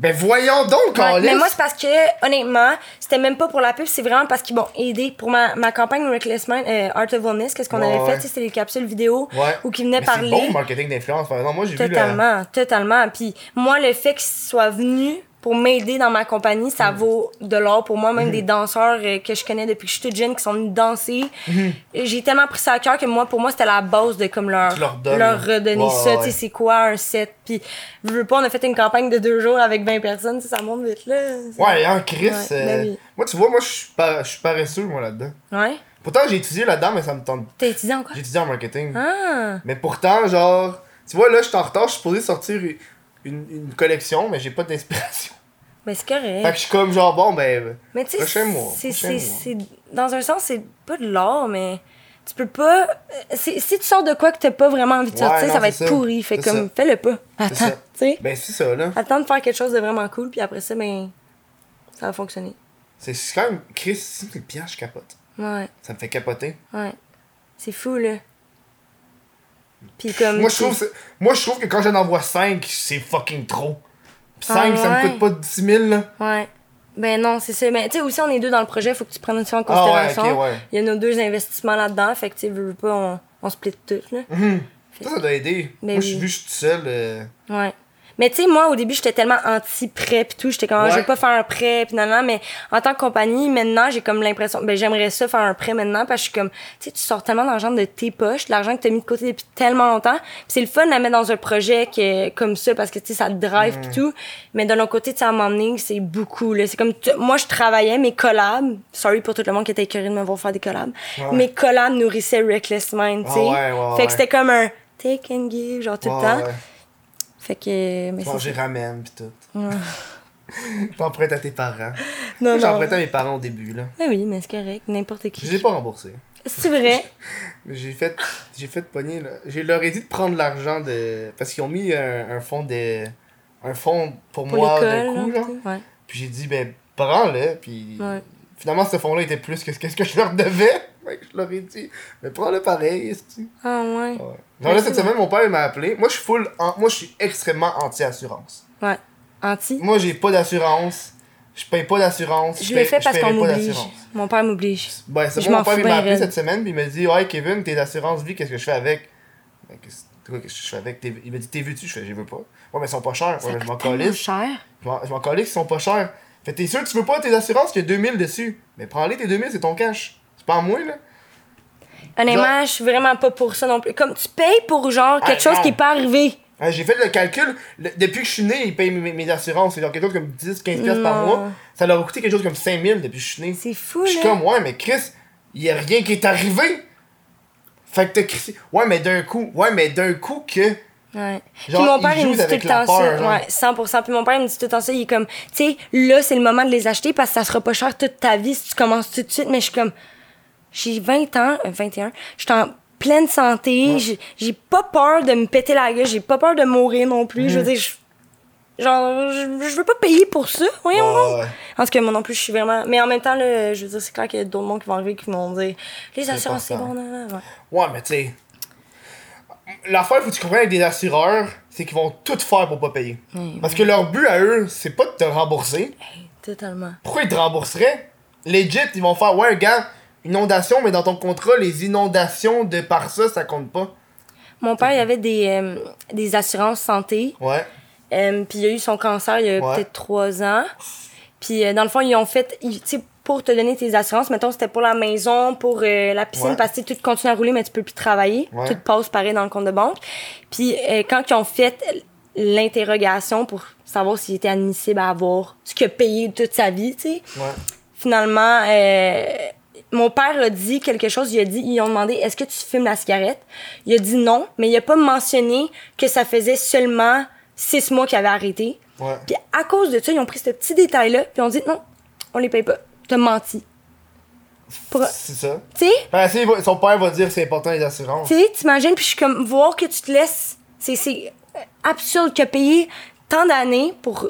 Speaker 1: Ben voyons donc,
Speaker 3: Ouais,
Speaker 1: Calis.
Speaker 3: mais moi, c'est parce que, honnêtement, c'était même pas pour la pub, c'est vraiment parce qu'ils m'ont aidé pour ma, ma campagne Reckless Mind, euh, Art of Wellness, qu'est-ce qu'on
Speaker 1: Ouais,
Speaker 3: avait
Speaker 1: ouais.
Speaker 3: fait, tu sais, c'était les capsules vidéo
Speaker 1: Ouais.
Speaker 3: où ils venaient
Speaker 1: Mais
Speaker 3: parler.
Speaker 1: C'est bon, le marketing d'influence. Par exemple, moi, j'ai vu le...
Speaker 3: Totalement, totalement. Puis moi, le fait qu'ils soient venus pour m'aider dans ma compagnie,
Speaker 1: Mm.
Speaker 3: ça vaut de l'or pour moi.
Speaker 1: Mm-hmm.
Speaker 3: Même des danseurs euh, que je connais depuis que je suis toute jeune qui sont venus danser. J'ai tellement pris ça à cœur que moi, pour moi, c'était la base de comme leur,
Speaker 1: Mm-hmm. Tu leur donnes.
Speaker 3: redonner
Speaker 1: Ouais, ouais,
Speaker 3: ça. Tu sais,
Speaker 1: ouais.
Speaker 3: c'est quoi un set? Puis je veux pas, on a fait une campagne de deux jours avec 20 personnes. tu sais, Ça monte vite, là.
Speaker 1: Ouais, hein, Chris.
Speaker 3: Ouais,
Speaker 1: euh,
Speaker 3: ben oui.
Speaker 1: Moi, tu vois, moi, je suis pas- je suis paresseux, moi, là-dedans.
Speaker 3: Ouais.
Speaker 1: Pourtant, j'ai étudié là-dedans, mais ça me tente.
Speaker 3: T'as étudié en quoi?
Speaker 1: J'ai étudié en marketing.
Speaker 3: Ah!
Speaker 1: Mais pourtant, genre, tu vois, là, je suis en retard, je suis supposé sortir une, une- une collection, mais j'ai pas d'inspiration.
Speaker 3: Mais Ben, c'est correct.
Speaker 1: Fait que je suis comme, genre, bon, ben.
Speaker 3: Mais tu sais,
Speaker 1: Prochain mois,
Speaker 3: c'est-
Speaker 1: prochain
Speaker 3: c'est-
Speaker 1: mois.
Speaker 3: c'est- dans un sens, c'est pas de l'art, mais tu peux pas. c'est- Si tu sors de quoi que t'as pas vraiment envie de
Speaker 1: Ouais,
Speaker 3: sortir,
Speaker 1: non,
Speaker 3: ça va
Speaker 1: c'est
Speaker 3: être
Speaker 1: ça.
Speaker 3: pourri. Fait
Speaker 1: C'est
Speaker 3: comme,
Speaker 1: ça.
Speaker 3: fais-le pas.
Speaker 1: ça.
Speaker 3: Attends, tu sais.
Speaker 1: Ben, c'est ça, là.
Speaker 3: Attends de faire quelque chose de vraiment cool, puis après ça, ben, ça va fonctionner.
Speaker 1: C'est c'est quand même. Chris, 6000 piastres, je capote.
Speaker 3: Ouais,
Speaker 1: Ça me fait capoter.
Speaker 3: ouais. C'est fou, là. Puis comme.
Speaker 1: Moi je, trouve, c'est- moi, je trouve que quand j'en envoie 5, c'est fucking trop. 5, ça
Speaker 3: Ah ouais.
Speaker 1: me coûte pas 10 000, là.
Speaker 3: Ouais. Ben non, c'est ça. Mais tu sais, aussi, on est deux dans le projet, faut que tu prennes aussi
Speaker 1: Ah
Speaker 3: en
Speaker 1: ouais,
Speaker 3: considération.
Speaker 1: ok, ouais.
Speaker 3: Il y a nos deux investissements là-dedans, fait que tu sais, veux, veux pas, on, on split tout, là.
Speaker 1: Ça, ça doit aider.
Speaker 3: Ben
Speaker 1: moi, je suis
Speaker 3: oui.
Speaker 1: vu, je suis tout seul. euh,
Speaker 3: Ouais. Mais tu sais, moi, au début, j'étais tellement anti-prêt pis tout. J'étais comme, Ah, je
Speaker 1: Ouais.
Speaker 3: vais pas faire un prêt pis nan, nan. Mais en tant que compagnie, maintenant, j'ai comme l'impression, ben, j'aimerais ça faire un prêt maintenant parce que je suis comme, tu sais, tu sors tellement d'argent de tes poches, de l'argent que t'as mis de côté depuis tellement longtemps. Pis c'est le fun de la mettre dans un projet qui est comme ça parce que, tu sais, ça te drive pis tout. Mais de l'autre côté, tu sais, à un moment donné, c'est beaucoup, là. C'est comme, tu- moi, je travaillais, mes collabs, sorry pour tout le monde qui était écœuré de me voir faire des collabs.
Speaker 1: Ouais.
Speaker 3: Mes collabs nourrissaient Reckless Mind, tu sais.
Speaker 1: Ah ouais, ouais,
Speaker 3: fait
Speaker 1: ouais.
Speaker 3: que c'était comme un take and give, genre tout
Speaker 1: ouais,
Speaker 3: le temps.
Speaker 1: ouais.
Speaker 3: Fait que. euh, Mais
Speaker 1: Bon, j'y
Speaker 3: c'est Ah.
Speaker 1: ramène, pis tout. T'en prêtes à tes parents.
Speaker 3: Non,
Speaker 1: Moi, J'en
Speaker 3: non.
Speaker 1: prêtais à mes parents au début, là.
Speaker 3: Ah oui, mais c'est correct, n'importe
Speaker 1: Je les ai
Speaker 3: qui.
Speaker 1: pas remboursés.
Speaker 3: C'est vrai.
Speaker 1: Mais J'ai fait, j'ai fait pogner, là. Je leur ai dit de prendre l'argent de. Parce qu'ils ont mis un, un fonds de. Un fonds pour,
Speaker 3: Pour
Speaker 1: moi de
Speaker 3: l'école.
Speaker 1: coup,
Speaker 3: là,
Speaker 1: genre.
Speaker 3: tu sais. Ouais.
Speaker 1: Puis j'ai dit, ben, prends-le. Puis
Speaker 3: Ouais.
Speaker 1: finalement, ce fonds-là était plus que ce que ce que je leur devais. Fait que je leur ai dit, mais prends-le pareil, esti.
Speaker 3: Ah ouais.
Speaker 1: Ouais. Genre là, cette semaine, mon père il m'a appelé. Moi, je suis full. an- Moi, je suis extrêmement anti-assurance.
Speaker 3: Ouais. Anti.
Speaker 1: Moi, j'ai pas d'assurance. Je paye pas d'assurance.
Speaker 3: Je le
Speaker 1: paye-
Speaker 3: fais parce
Speaker 1: paierai
Speaker 3: qu'on
Speaker 1: pas
Speaker 3: m'oblige.
Speaker 1: d'assurance.
Speaker 3: Mon père m'oblige.
Speaker 1: Ouais, c'est
Speaker 3: Je
Speaker 1: bon,
Speaker 3: m'en
Speaker 1: mon père
Speaker 3: fous
Speaker 1: il m'a
Speaker 3: bien
Speaker 1: appelé
Speaker 3: raide.
Speaker 1: cette semaine, puis il m'a dit Ouais, Kevin, tes assurances vie, qu'est-ce que je fais avec Ben, qu'est-ce- c'est quoi que je fais avec T'es- Il m'a dit T'es vu-tu Je fais J'y veux pas. Ouais, mais ils sont pas chers. Ouais, mais je m'en
Speaker 3: Tellement
Speaker 1: calisse.
Speaker 3: cher.
Speaker 1: Je m'en- je m'en calisse, ils sont pas chers. Fait T'es sûr que tu veux pas tes assurances Il y a 2000 dessus. Mais prends-les, tes 2000, c'est ton cash. C'est pas à moi, là.
Speaker 3: Honnêtement, je suis vraiment pas pour ça non plus. Comme tu payes pour genre quelque
Speaker 1: Ah,
Speaker 3: chose
Speaker 1: non.
Speaker 3: qui est pas arrivé.
Speaker 1: Ouais, J'ai fait le calcul. Le- depuis que je suis né, ils payent mes, mes assurances. C'est genre quelque chose comme 10, 15 piastres par
Speaker 3: Non.
Speaker 1: mois. Ça leur a coûté quelque chose comme 5000 depuis que je suis né.
Speaker 3: C'est fou,
Speaker 1: Puis Je suis
Speaker 3: là.
Speaker 1: comme, ouais, mais Chris, il y a rien qui est arrivé. Fait que t'as crissé. Ouais, mais d'un coup, ouais, mais d'un coup que.
Speaker 3: Ouais.
Speaker 1: Genre,
Speaker 3: puis mon
Speaker 1: ils
Speaker 3: père, il
Speaker 1: jouent
Speaker 3: me dit tout le
Speaker 1: avec la
Speaker 3: temps ça.
Speaker 1: peur, genre.
Speaker 3: Ouais, 100%. Puis mon père, il me dit tout le temps ça. Il est comme, tu sais, là, c'est le moment de les acheter parce que ça sera pas cher toute ta vie si tu commences tout de suite. Mais je suis comme, j'ai 20 ans, euh, 21, je suis en pleine santé, j'ai- j'ai pas peur de me péter la gueule, j'ai pas peur de mourir non plus.
Speaker 1: Mm.
Speaker 3: Je veux dire, je- genre, je, je veux pas payer pour ça. Voyons,
Speaker 1: Ouais,
Speaker 3: non.
Speaker 1: ouais.
Speaker 3: En tout cas, moi non plus, je suis vraiment. Mais en même temps, là, je veux dire, c'est clair qu'il y a d'autres mondes qui vont arriver qui vont dire, les assurances, c'est bon,
Speaker 1: important.
Speaker 3: non, non, ouais.
Speaker 1: Ouais, mais tu sais. L'affaire, faut que tu comprennes avec des assureurs, c'est qu'ils vont tout faire pour pas payer. Parce que leur but à eux, c'est pas de te rembourser.
Speaker 3: Totalement.
Speaker 1: Pourquoi ils te rembourseraient Legit, ils vont faire, ouais, gars, inondation, mais dans ton contrat, les inondations de par ça, ça compte pas.
Speaker 3: Mon père, il avait des, euh, des assurances santé.
Speaker 1: Ouais.
Speaker 3: Euh, puis il a eu son cancer il y a
Speaker 1: Ouais.
Speaker 3: peut-être trois ans. Puis euh, dans le fond, ils ont fait, ils- tu sais, pour te donner tes assurances, mettons, c'était pour la maison, pour euh, la piscine,
Speaker 1: Ouais.
Speaker 3: parce que tu sais, tout continue à rouler, mais tu peux plus travailler.
Speaker 1: Ouais.
Speaker 3: Tout passe pareil dans le compte de banque. Puis euh, quand ils ont fait l'interrogation pour savoir s'il était admissible à avoir ce qu'il a payé toute sa vie, tu sais,
Speaker 1: Ouais.
Speaker 3: finalement, euh, mon père a dit quelque chose. Il a dit, ils ont demandé, est-ce que tu fumes la cigarette? Il a dit non, mais il a pas mentionné que ça faisait seulement six mois qu'il avait arrêté.
Speaker 1: Ouais.
Speaker 3: Puis à cause de ça, ils ont pris ce petit détail-là, puis on dit non, on les paye pas. T'as menti. Pour-
Speaker 1: C'est ça.
Speaker 3: Tu sais?
Speaker 1: Ben, c'est- son père va dire c'est important les assurances.
Speaker 3: Tu sais, t'imagines, puis je suis comme, voir que tu te laisses, c'est- c'est absurde que payer tant d'années pour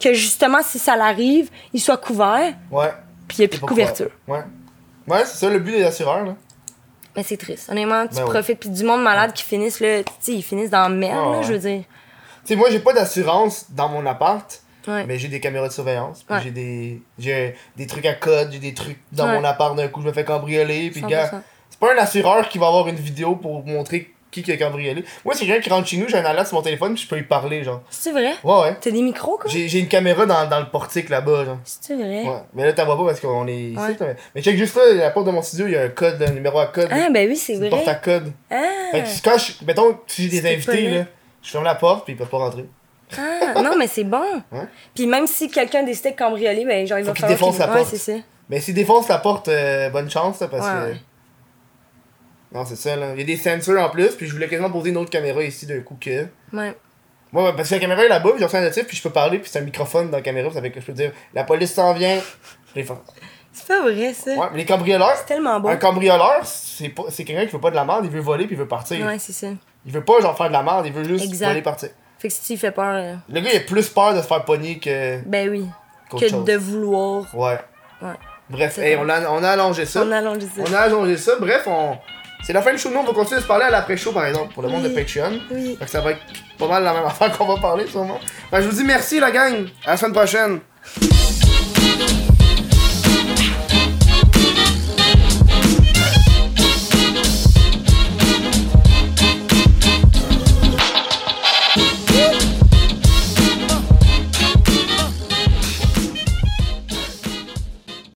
Speaker 3: que justement, si ça l'arrive, il soit couvert,
Speaker 1: Ouais.
Speaker 3: puis il n'y a plus de
Speaker 1: Pourquoi?
Speaker 3: couverture.
Speaker 1: Ouais. Ouais, c'est ça le but des assureurs, là.
Speaker 3: Mais c'est triste. Honnêtement, tu
Speaker 1: Ben ouais.
Speaker 3: profites, puis du monde malade qui finissent, là, tu sais, ils finissent dans la merde,
Speaker 1: Ah
Speaker 3: là,
Speaker 1: ouais.
Speaker 3: je veux dire.
Speaker 1: Tu sais, moi, j'ai pas d'assurance dans mon appart,
Speaker 3: Ouais.
Speaker 1: mais j'ai des caméras de surveillance. puis
Speaker 3: Ouais.
Speaker 1: J'ai des, j'ai des trucs à code, j'ai des trucs dans
Speaker 3: Ouais.
Speaker 1: mon appart. D'un coup, je me fais cambrioler. Puis,
Speaker 3: 100%.
Speaker 1: gars, c'est pas un assureur qui va avoir une vidéo pour montrer qui qui a cambriolé. Moi, si quelqu'un qui rentre chez nous, j'ai un alerte sur mon téléphone, puis je peux lui parler, genre.
Speaker 3: C'est vrai?
Speaker 1: Ouais, ouais.
Speaker 3: T'as des micros, quoi?
Speaker 1: J'ai j'ai une caméra dans, dans le portique là-bas, genre.
Speaker 3: C'est vrai?
Speaker 1: Ouais. Mais là, t'en vois pas parce qu'on est ici.
Speaker 3: Ouais.
Speaker 1: là, mais- Mais check juste là, la porte de mon studio, il y a un code, un numéro à code.
Speaker 3: Ah, ben oui, c'est
Speaker 1: une porte à
Speaker 3: vrai.
Speaker 1: code.
Speaker 3: Ah,
Speaker 1: Fait que quand je. Mettons, si j'ai des
Speaker 3: C'est pas
Speaker 1: invités,
Speaker 3: vrai.
Speaker 1: là, je ferme la porte, puis ils peuvent pas rentrer.
Speaker 3: ah, non, mais c'est bon.
Speaker 1: Ouais.
Speaker 3: Puis même si quelqu'un décidait de cambrioler, ben genre, il
Speaker 1: Hein? Faut
Speaker 3: va
Speaker 1: qu'il
Speaker 3: falloir
Speaker 1: défonce la
Speaker 3: Ouais,
Speaker 1: porte.
Speaker 3: c'est ça.
Speaker 1: Mais s'ils défoncent la porte, euh, bonne chance, là, parce
Speaker 3: Ouais,
Speaker 1: que.
Speaker 3: ouais.
Speaker 1: Non, c'est ça, là. Il y a des sensors en plus, puis je voulais quasiment poser une autre caméra ici d'un coup que.
Speaker 3: Ouais.
Speaker 1: Ouais, ouais, parce que la caméra est là-bas, puis j'ai reçu un notif, puis je peux parler, puis c'est un microphone dans la caméra, puis ça fait que je peux dire la police s'en vient. Je les fais.
Speaker 3: C'est pas vrai, ça.
Speaker 1: Ouais, mais les cambrioleurs.
Speaker 3: C'est tellement beau.
Speaker 1: Un cambrioleur, c'est pas- c'est quelqu'un qui veut pas de la merde, il veut voler, puis il veut partir.
Speaker 3: Ouais, c'est ça.
Speaker 1: Il veut pas, genre, faire de la merde, il veut juste
Speaker 3: Exact.
Speaker 1: voler, partir.
Speaker 3: Fait que si tu y fais peur, euh,
Speaker 1: Le gars, il a plus peur de se faire pogner que.
Speaker 3: ben oui.
Speaker 1: Qu'autre
Speaker 3: Que
Speaker 1: chose.
Speaker 3: de vouloir.
Speaker 1: Ouais.
Speaker 3: Ouais.
Speaker 1: Bref,
Speaker 3: C'est
Speaker 1: hey,
Speaker 3: vrai.
Speaker 1: on, a, on a allongé ça.
Speaker 3: En allant, je disais.
Speaker 1: On a allongé ça, bref, on... c'est la fin du show. Nous, on va continuer de se parler à l'après-show, par exemple, pour le monde
Speaker 3: Oui.
Speaker 1: de Patreon.
Speaker 3: Oui.
Speaker 1: Fait que ça va être pas mal la même affaire qu'on va parler, sûrement. Fait que je vous dis merci, la gang. À la semaine prochaine.